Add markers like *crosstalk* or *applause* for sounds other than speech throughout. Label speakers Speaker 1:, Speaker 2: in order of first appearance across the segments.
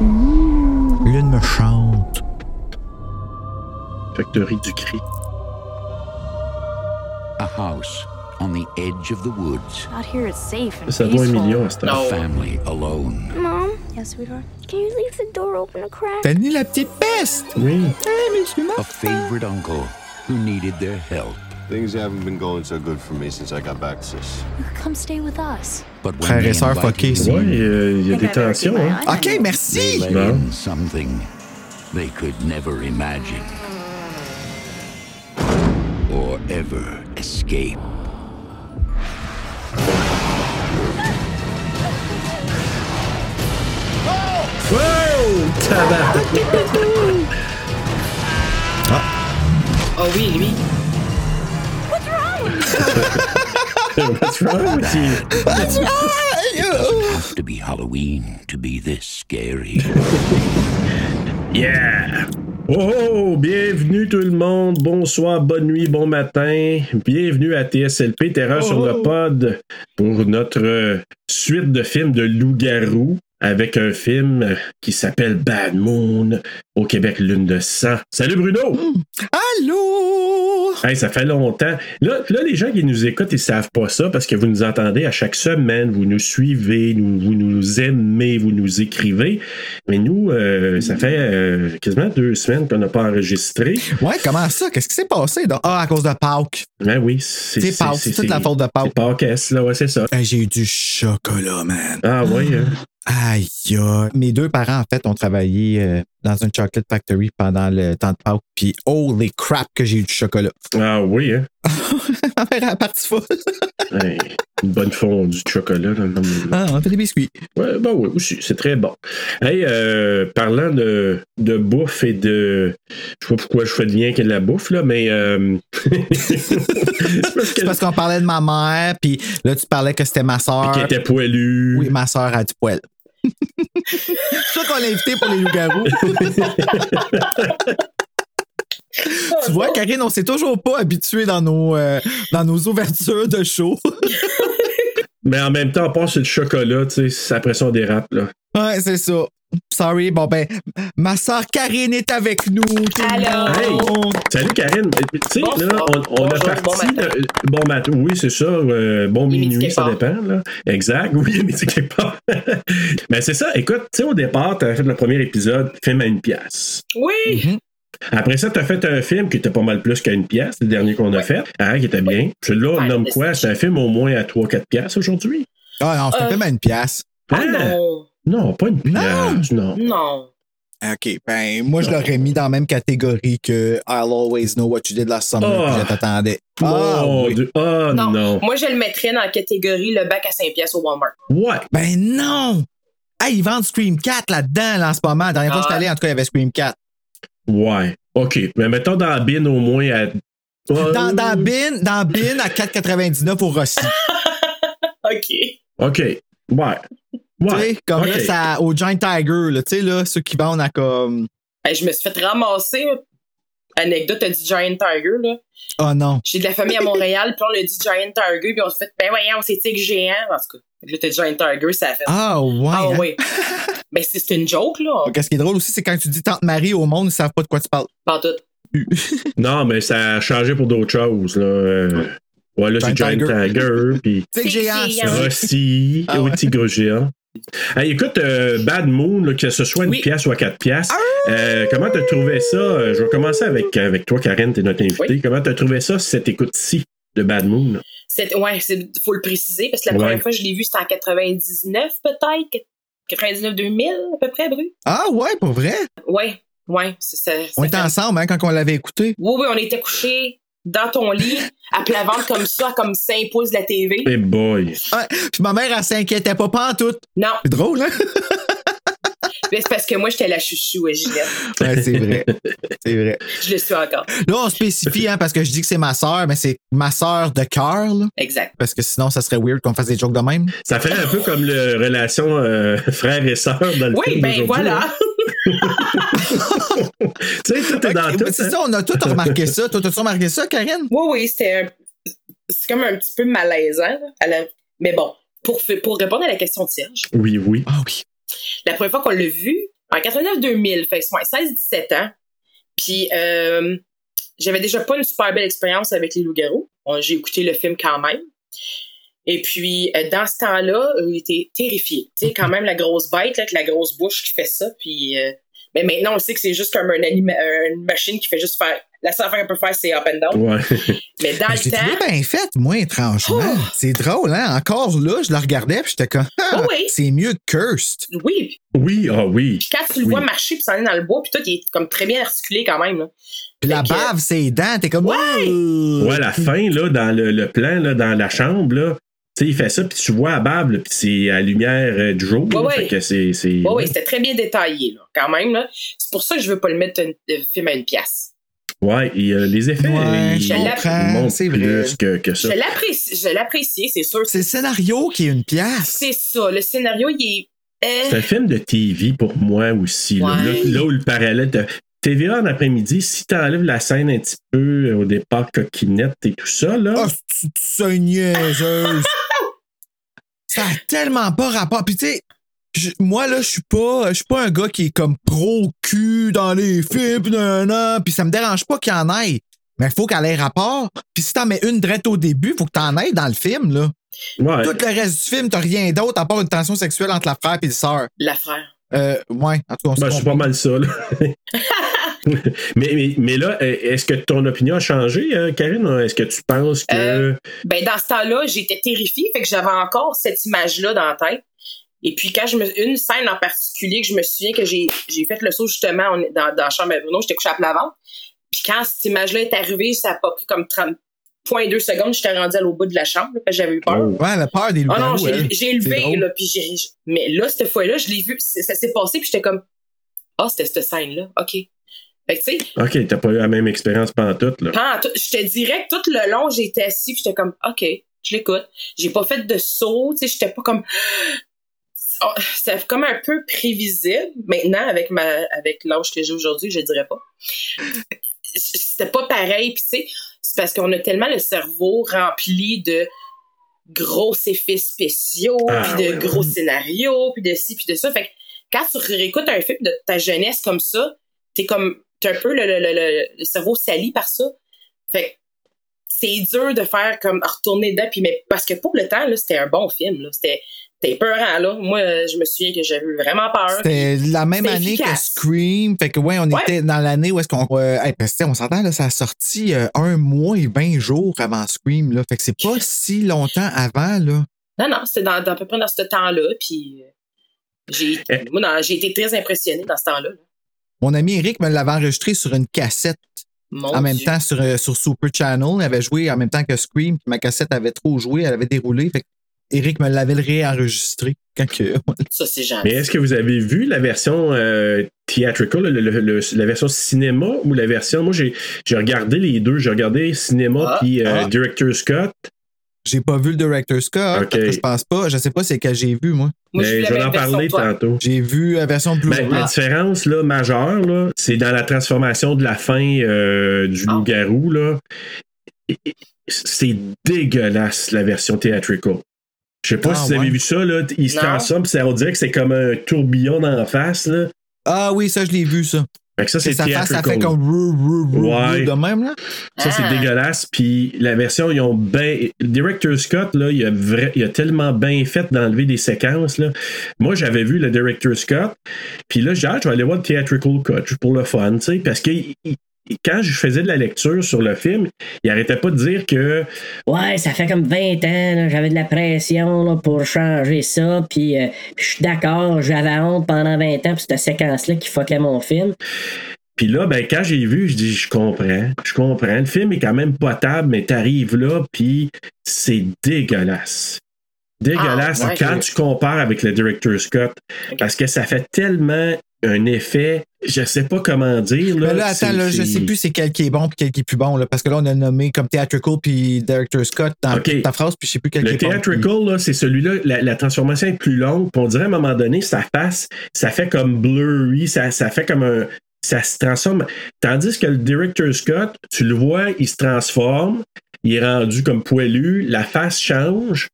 Speaker 1: Lune me chante.
Speaker 2: Factory du cri.
Speaker 3: A house on the edge of the woods.
Speaker 4: Out here it's safe and
Speaker 2: Ça vaut un
Speaker 4: peaceful.
Speaker 2: million à cette heure.
Speaker 3: A family alone.
Speaker 5: Mom? Yes, sweetheart? Can you leave the door open a crack?
Speaker 1: T'as ni la petite peste!
Speaker 2: Oui.
Speaker 1: Hey, Eh, mais tu
Speaker 3: A favorite uncle who needed their help.
Speaker 6: Things haven't been going so good for me since I got back, sis.
Speaker 4: You can come stay with us.
Speaker 3: But when
Speaker 1: Frères
Speaker 3: they
Speaker 1: et sœurs
Speaker 3: invited
Speaker 1: fuckés,
Speaker 2: Ouais, il
Speaker 1: c'est-
Speaker 2: y a- il y, a
Speaker 4: Think
Speaker 2: des
Speaker 4: I've ever seen
Speaker 2: tensions,
Speaker 4: my
Speaker 2: hein.
Speaker 4: eye
Speaker 1: Ok,
Speaker 4: on it.
Speaker 3: they
Speaker 1: merci!
Speaker 3: let
Speaker 2: Bon.
Speaker 3: in something they could never imagine or ever escape.
Speaker 2: Wow! Tabac!
Speaker 7: Oh oui, lui.
Speaker 2: *laughs* What's wrong with you?
Speaker 3: Have to be Halloween to be this scary.
Speaker 2: Yeah! Oh, oh, bienvenue tout le monde, bonsoir, bonne nuit, bon matin, bienvenue à TSLP Terreur sur
Speaker 7: Oh,
Speaker 2: le pod pour notre euh, suite de films de loup-garou avec un film euh, qui s'appelle Bad Moon, au Québec Lune de sang. Salut Bruno!
Speaker 1: Allô!
Speaker 2: Hey, ça fait longtemps. Là, là, les gens qui nous écoutent, ils savent pas ça parce que vous nous entendez à chaque semaine, vous nous suivez, nous- vous nous aimez, vous nous écrivez. Mais nous, euh, ça fait euh, quasiment deux semaines qu'on n'a pas enregistré.
Speaker 1: Ouais, comment ça? Qu'est-ce qui s'est passé? donc? Ah, à cause de Pâques.
Speaker 2: Ben oui, c'est
Speaker 1: C'est Pâques, c'est toute la faute de
Speaker 2: C'est
Speaker 1: Pâques.
Speaker 2: Pâques, là, ouais, c'est ça.
Speaker 1: Hey, J'ai eu du chocolat, man.
Speaker 2: Ah oui, hein.
Speaker 1: Aïe, aïe. Mes deux parents, en fait, ont travaillé euh, dans une chocolate factory pendant le temps de Pâques. Puis, holy crap, que j'ai eu du chocolat. *laughs*
Speaker 2: Ah oui, hein.
Speaker 1: Ma mère elle est partie folle.
Speaker 2: Hey, une bonne fondue de chocolat. là.
Speaker 1: Ah, on fait des biscuits.
Speaker 2: Ouais, ben oui, aussi, c'est très bon. Hey, euh, parlant de, de bouffe et de. Je sais pas pourquoi je fais le lien avec de la bouffe, là, mais.
Speaker 1: *laughs*
Speaker 2: euh, c'est parce
Speaker 1: C'est
Speaker 2: que.
Speaker 1: parce qu'on parlait de ma mère, puis là, tu parlais que c'était ma soeur.
Speaker 2: Qui était poilu.
Speaker 1: Oui, ma soeur a du poil. C'est *laughs* ça qu'on l'a invité pour les loups-garous. tu vois, Karine, on s'est toujours pas habitué dans nos, euh, dans nos ouvertures de show.
Speaker 2: Mais en même temps, on passe sur le chocolat, tu sais, après ça, on dérape, là.
Speaker 1: ouais, c'est ça. Sorry, bon ben, ma soeur Karine est avec nous. tout le
Speaker 7: Allô?
Speaker 1: monde.
Speaker 2: Salut, Karine. Tu sais, là,
Speaker 7: Bonsoir.
Speaker 2: on, on a
Speaker 7: Bonjour,
Speaker 2: parti.
Speaker 7: bon matin.
Speaker 2: de- Bon matin. Oui, c'est ça. euh, bon
Speaker 7: Il est midi
Speaker 2: minuit,
Speaker 7: quelque
Speaker 2: ça
Speaker 7: part.
Speaker 2: dépend, là. Exact. Oui, il est midi quelque part. *laughs* Mais c'est ça. Écoute, tu sais, au départ, t'avais fait le premier épisode, film à une pièce.
Speaker 7: Oui!
Speaker 2: Après ça, t'as fait un film qui était pas mal plus qu'à une pièce, le dernier qu'on a fait, hein, qui était bien. Celui-là, on
Speaker 7: Ouais,
Speaker 2: nomme
Speaker 7: mais
Speaker 2: quoi?
Speaker 7: c'est-
Speaker 2: C'est un film au moins à 3-4 pièces aujourd'hui.
Speaker 1: Ah non,
Speaker 7: Euh.
Speaker 1: c'était même une pièce.
Speaker 7: Ah
Speaker 2: Hein?
Speaker 7: non! Mm.
Speaker 2: Non, pas une pièce. Non.
Speaker 7: Non!
Speaker 1: OK, ben moi je l'aurais mis dans la même catégorie que I'll always know what you did last summer
Speaker 2: Ah.
Speaker 1: puis je t'attendais. Oh,
Speaker 2: Mon
Speaker 1: oui.
Speaker 2: Dieu. Ah non.
Speaker 7: Non. Moi, je le mettrais dans la catégorie le bac à 5 pièces au Walmart.
Speaker 2: Ouais.
Speaker 1: Ben non! Hey, ils vendent Scream 4 là-dedans là, en ce moment. La dernière fois que
Speaker 7: Ah.
Speaker 1: j'étais allé, en tout cas, il y avait Scream 4.
Speaker 2: Ouais. OK. Mais mettons dans la bin au moins à.
Speaker 1: Dans,
Speaker 2: Euh.
Speaker 1: dans Bin, dans Bin à 4,99 au Rossi.
Speaker 7: OK.
Speaker 2: OK. Ouais.
Speaker 1: Tu
Speaker 2: Ouais.
Speaker 1: sais, comme
Speaker 2: OK.
Speaker 1: là, ça, au Giant Tiger, là, tu sais, là, ceux qui vendent à comme.
Speaker 7: Ben, je me suis fait ramasser. là. Anecdote, t'as dit Giant Tiger, là.
Speaker 1: Oh non.
Speaker 7: J'ai de la famille à *laughs* Montréal, puis on a dit Giant Tiger, puis on se fait, ben voyons, c'est tigre géant. En tout cas, là, t'as dit Giant Tiger, ça a fait.
Speaker 1: Ah ouais.
Speaker 7: Ah
Speaker 1: hein.
Speaker 7: oui. Mais c'est c'est une joke, là.
Speaker 1: Donc, ce qui est drôle aussi, c'est quand tu dis Tante Marie au monde, ils savent pas de quoi tu parles.
Speaker 7: Pas en tout.
Speaker 2: Non, mais ça a changé pour d'autres choses, là. Euh, Ouais, là, c'est
Speaker 1: Giant
Speaker 2: Giant
Speaker 1: Tiger.
Speaker 2: Tiger, puis
Speaker 1: Tu sais que
Speaker 7: C'est
Speaker 1: j'ai
Speaker 7: géant.
Speaker 1: ça.
Speaker 2: Rossi,
Speaker 1: Ah ouais.
Speaker 2: au Tigre Géant. Hey, écoute, euh, Bad Moon, là, que ce soit une
Speaker 7: Oui. Ah!
Speaker 2: pièce ou à quatre pièces, euh, comment t'as trouvé ça? Euh, Je vais commencer avec, avec toi, Karen, t'es notre invitée.
Speaker 7: Oui.
Speaker 2: Comment t'as trouvé ça, cette écoute-ci de Bad Moon?
Speaker 7: C'est- Ouais, il faut le préciser, parce que la
Speaker 2: Ouais.
Speaker 7: première fois que je l'ai vu, c'était en 99, peut-être. 99-2000 à peu près, Bru.
Speaker 1: Ah ouais, pour vrai?
Speaker 7: Ouais, ouais, c'est ça.
Speaker 1: On était ensemble hein, quand on l'avait écouté.
Speaker 7: Oui, oui, on était couchés dans ton lit, à plat ventre comme ça, comme 5 pouces de la TV.
Speaker 2: Eh boy.
Speaker 1: Ouais, Puis ma mère, elle s'inquiétait pas pantoute.
Speaker 7: Non,
Speaker 1: C'est drôle, hein?
Speaker 7: mais c'est parce que moi, j'étais la chouchou à Ginette.
Speaker 1: Ouais, c'est vrai. c'est vrai.
Speaker 7: Je le suis encore.
Speaker 1: Là, on spécifie, hein, parce que je dis que c'est ma sœur, mais c'est ma sœur de cœur, là.
Speaker 7: Exact.
Speaker 1: Parce que sinon, ça serait weird qu'on fasse des jokes de même.
Speaker 2: Ça ferait un peu comme la relation euh, *laughs* frère et sœur dans le
Speaker 7: Oui,
Speaker 2: film
Speaker 7: ben
Speaker 2: d'aujourd'hui,
Speaker 7: voilà.
Speaker 2: hein. *laughs* tu sais, tout est dans
Speaker 1: Ok,
Speaker 2: tout.
Speaker 1: ouais, c'est
Speaker 2: hein.
Speaker 1: ça, on a tout remarqué ça. Toi, t'as-tu remarqué ça, Karine?
Speaker 7: Oui, oui, c'était un- c'est comme un petit peu malaisant. là, à la- Mais bon, pour, f- pour répondre à la question de Serge,
Speaker 2: Oui, oui.
Speaker 1: Ah oui.
Speaker 7: la première fois qu'on l'a vu, en 89-2000, fait que ouais, 16-17 ans. Puis euh, j'avais déjà pas une super belle expérience avec les loups-garous. On- J'ai écouté le film quand même. Et puis, euh, dans ce temps-là, euh, j'étais terrifiée. Tu sais, quand même, la grosse bête, là, avec la grosse bouche qui fait ça. Puis, euh, mais maintenant, on sait que c'est juste comme un anima- euh, une machine qui fait juste faire. La seule affaire qu'elle peut faire, c'est up and down.
Speaker 2: Ouais. *laughs*
Speaker 1: Mais
Speaker 7: Mais dans le
Speaker 1: Ben, J'ai trouvé
Speaker 7: temps. Oh!
Speaker 1: bien faite, moi, étrangement. C'est drôle, hein? Encore là, je la regardais, puis j'étais comme, ah,
Speaker 7: Oh oui.
Speaker 1: c'est mieux que Cursed.
Speaker 7: Oui,
Speaker 2: Oui, ah oui.
Speaker 7: Puis quand tu le
Speaker 2: Oui.
Speaker 7: vois marcher puis s'en aller dans le bois, puis toi, il est comme très bien articulé quand même. Là.
Speaker 1: Puis la
Speaker 7: Fait que-
Speaker 1: bave, ses dents, t'es comme, oh! ouais!
Speaker 2: Ouais,
Speaker 7: Euh,
Speaker 2: à la fin, là, dans le, le plan, là, dans la chambre, là, tu sais, il fait ça, puis tu vois à Bable, puis c'est à la lumière euh, du jour.
Speaker 7: Ouais,
Speaker 2: là,
Speaker 7: ouais.
Speaker 2: Fait que c'est. c'est-
Speaker 7: Ouais, ouais, c'était très bien détaillé là, quand même. Là. C'est pour ça que je veux pas le mettre un, le film à une pièce.
Speaker 2: Ouais, et euh, les effets,
Speaker 1: Ouais,
Speaker 2: ils
Speaker 7: je
Speaker 1: comprends,
Speaker 2: montrent
Speaker 1: c'est
Speaker 2: plus
Speaker 1: vrai.
Speaker 2: que, que ça.
Speaker 7: Je l'apprécie, je l'apprécie, c'est sûr.
Speaker 1: C'est le scénario qui est une pièce.
Speaker 7: C'est ça. Le scénario, il est. euh,
Speaker 2: C'est un film de TV pour moi aussi. Là,
Speaker 7: Ouais.
Speaker 2: Là- là où le parallèle. de- TVA en après-midi, si t'enlèves la scène un petit peu euh, au départ coquinette et tout ça, là.
Speaker 1: Ah, c'est- c'est une niaiseuse. ça a tellement pas rapport. Puis tu sais, je- moi là, je suis pas, je suis pas un gars qui est comme pro cul dans les films, pis nan, nan, puis ça me dérange pas qu'il y en ait. Mais faut qu'elle ait rapport. Puis si t'en mets une drette au début, faut que t'en aies dans le film là.
Speaker 2: ouais.
Speaker 1: Tout le reste du film, t'as rien d'autre à part une tension sexuelle entre la frère et le sœur.
Speaker 7: L'affaire.
Speaker 1: Euh, ouais, en tout cas,
Speaker 2: Ben,
Speaker 1: on se
Speaker 2: c'est pas
Speaker 1: comprend.
Speaker 2: mal ça,
Speaker 7: *laughs*
Speaker 2: là. *laughs* mais, mais, mais là, euh, est-ce que ton opinion a changé, euh, Karine? Est-ce que tu penses que.
Speaker 7: Euh, Ben, dans ce temps-là, j'étais terrifiée, fait que j'avais encore cette image-là dans la tête. Et puis, quand je me. Une scène en particulier que je me souviens que j'ai, j'ai fait le saut justement on est dans, dans la chambre à Bruno, j'étais couchée à plat ventre. Puis, quand cette image-là est arrivée, ça a pas pris comme 30.2 secondes, j'étais rendue à l'au bout de la chambre, là, parce que j'avais eu peur.
Speaker 2: oh,
Speaker 1: Ouais, le peur des
Speaker 7: Ah non,
Speaker 1: loups-garous,
Speaker 7: j'ai
Speaker 1: elle.
Speaker 7: j'ai
Speaker 1: C'est
Speaker 7: levé,
Speaker 1: drôle.
Speaker 7: là, puis j'ai... j'- Mais là, cette fois-là, je l'ai vu, c'est- ça s'est passé, puis j'étais comme... Ah, c'était cette scène-là, OK. Fait que, tu sais,
Speaker 2: OK, t'as pas eu la même expérience pantoute, là.
Speaker 7: pendant tout- je te dirais que tout le long, j'étais assis, puis j'étais comme, OK, je l'écoute. J'ai pas fait de saut, tu sais, j'étais pas comme... *gasps* Ah, C'était comme un peu prévisible. Maintenant, avec ma avec l'âge que j'ai aujourd'hui, je dirais pas. C'était pas pareil, puis tu sais, c'est parce qu'on a tellement le cerveau rempli de gros effets spéciaux,
Speaker 2: Ah,
Speaker 7: puis de
Speaker 2: ouais, ouais.
Speaker 7: gros scénarios, puis de ci, puis de ça. Fait que quand tu réécoutes un film de ta jeunesse comme ça, t'es comme t'es un peu le, le- le- le- le cerveau sali par ça. Fait que c'est dur de faire comme retourner dedans puis mais parce que pour le temps là, c'était un bon film là, c'était c'était peurant là. Moi euh, je me souviens que j'avais eu vraiment peur.
Speaker 1: C'était la même
Speaker 7: C'était
Speaker 1: année
Speaker 7: efficace.
Speaker 1: que Scream. Fait que, ouais, on
Speaker 7: Ouais.
Speaker 1: était dans l'année où est-ce qu'on. euh, hey, parce que, on s'entend, là, ça a sorti euh, un mois et 20 jours avant Scream, là. Fait que c'est pas si longtemps avant, là.
Speaker 7: Non non, c'était dans, dans à peu près dans ce temps-là puis euh, j'ai
Speaker 2: Eh.
Speaker 7: moi dans- j'ai été très impressionnée dans ce temps-là. là.
Speaker 1: Mon ami Eric me l'avait enregistré sur une cassette
Speaker 7: Mon
Speaker 1: en même
Speaker 7: Oh Dieu.
Speaker 1: temps sur, euh, sur Super Channel. Il avait joué en même temps que Scream, puis ma cassette avait trop joué, elle avait déroulé. Fait que Eric me l'avait réenregistré quand que. *laughs*
Speaker 7: ça c'est gentil.
Speaker 2: Mais est-ce que vous avez vu la version euh, theatrical, le- le- le- la version cinéma ou la version. Moi, j'ai j'ai regardé les deux. J'ai regardé cinéma
Speaker 7: Ah,
Speaker 2: puis euh,
Speaker 1: ah.
Speaker 2: Director Scott.
Speaker 1: J'ai pas vu le Director Scott,
Speaker 2: Ok.
Speaker 1: parce que je pense pas. Je sais pas c'est que j'ai vu, moi.
Speaker 7: Moi j'ai
Speaker 2: mais
Speaker 7: vu
Speaker 2: je
Speaker 7: la
Speaker 2: vais en
Speaker 7: même version
Speaker 2: parler
Speaker 7: que toi.
Speaker 2: tantôt.
Speaker 1: J'ai vu la version Blu-ray.
Speaker 2: Ben, La différence là, majeure, là, c'est dans la transformation de la fin euh, du
Speaker 7: Ah.
Speaker 2: loup-garou. là. Et- et- C'est dégueulasse la version theatrical. Je sais pas
Speaker 1: Ah,
Speaker 2: si vous avez
Speaker 1: ouais.
Speaker 2: vu ça, là, il se
Speaker 7: Non.
Speaker 2: transforme, puis ça, on dirait que c'est comme un tourbillon d'en face. Là.
Speaker 1: Ah oui, ça, je l'ai vu, ça.
Speaker 2: Fait que ça, c'est
Speaker 1: C'est sa face, ça
Speaker 2: theatrical.
Speaker 1: fait comme rou, rou, rou,
Speaker 2: Ouais.
Speaker 1: rou de même, là.
Speaker 2: Ça, c'est
Speaker 7: Ah.
Speaker 2: dégueulasse. Puis la version, ils ont bien. Director Scott, là, il a, vra- il a tellement bien fait d'enlever des séquences. Là. Moi, j'avais vu le Director Scott. Puis là, j'ai dit, ah, je vais aller voir le Theatrical Cut juste pour le fun, tu sais, parce qu'il il- quand je faisais de la lecture sur le film, il arrêtait pas de dire que
Speaker 8: Ouais, ça fait comme 20 ans, là, j'avais de la pression là, pour changer ça, puis euh, puis je suis d'accord, j'avais honte pendant 20 ans, puis cette séquence-là qui fuckait mon film.
Speaker 2: Puis là, ben, quand j'ai vu, je dis, je comprends, je comprends. Le film est quand même potable, mais t'arrives là, puis c'est dégueulasse. Dégueulasse
Speaker 7: Ah, ouais.
Speaker 2: quand tu compares avec le Director Scott, parce que ça fait tellement un effet, je sais pas comment dire. Là,
Speaker 1: Mais là, attends,
Speaker 2: c'est-
Speaker 1: là, je
Speaker 2: c'est-
Speaker 1: sais plus c'est quel qui est bon puis quel qui est plus bon, là, parce que là, on a nommé comme Theatrical puis Director Scott dans
Speaker 2: Ok.
Speaker 1: ta phrase, puis je sais plus quel
Speaker 2: Le
Speaker 1: qui est bon.
Speaker 2: theatrical, là, c'est celui-là, la, la transformation est plus longue. puis On dirait à un moment donné, ça passe, ça fait comme blurry, ça, ça fait comme un. Ça se transforme. Tandis que le director Scott, tu le vois, il se transforme, il est rendu comme poilu, la face change,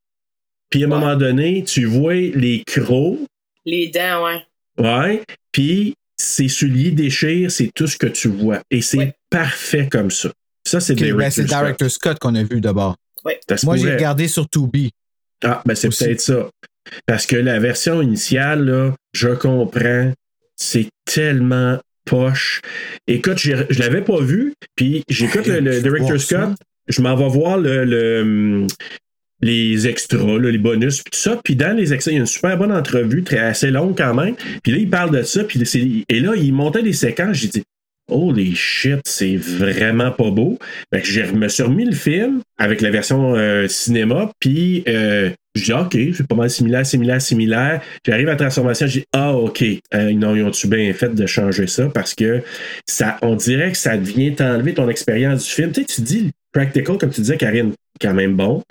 Speaker 2: puis à un
Speaker 7: Ouais.
Speaker 2: moment donné, tu vois les crocs,
Speaker 7: Les dents, ouais.
Speaker 2: ouais, puis ses souliers déchirent, c'est tout ce que tu vois. Et c'est
Speaker 7: Ouais.
Speaker 2: parfait comme ça. Ça, c'est
Speaker 1: Ok, ben,
Speaker 2: director
Speaker 1: c'est
Speaker 2: Scott.
Speaker 1: Director Scott qu'on a vu d'abord.
Speaker 2: Ça se
Speaker 1: Moi, j'ai
Speaker 2: pourrait.
Speaker 1: regardé sur Tubi.
Speaker 2: Ah, ben c'est
Speaker 1: Aussi.
Speaker 2: peut-être ça. Parce que la version initiale, là, je comprends, c'est tellement poche. Écoute, j'ai- je l'avais pas vu, puis j'écoute le,
Speaker 1: Hey,
Speaker 2: le
Speaker 1: tu
Speaker 2: Director
Speaker 1: vois
Speaker 2: Scott,
Speaker 1: ça?
Speaker 2: je m'en vais voir le, le, hum, les extras, là, les bonus, puis tout ça. Puis dans les extras, il y a une super bonne entrevue, très assez longue quand même. Puis là, il parle de ça, puis c'est- et là, il montait des séquences, j'ai dit. Holy shit, c'est vraiment pas beau. Fait que je me suis remis le film avec la version euh, cinéma, puis euh, je dis OK, c'est pas mal similaire, similaire, similaire. J'arrive à la transformation, je dis Ah, OK, euh, non, ils ont-tu bien fait de changer ça parce que ça, on dirait que ça devient t'enlever ton expérience du film. Tu sais, tu dis le practical, comme tu disais, Karine, quand même bon.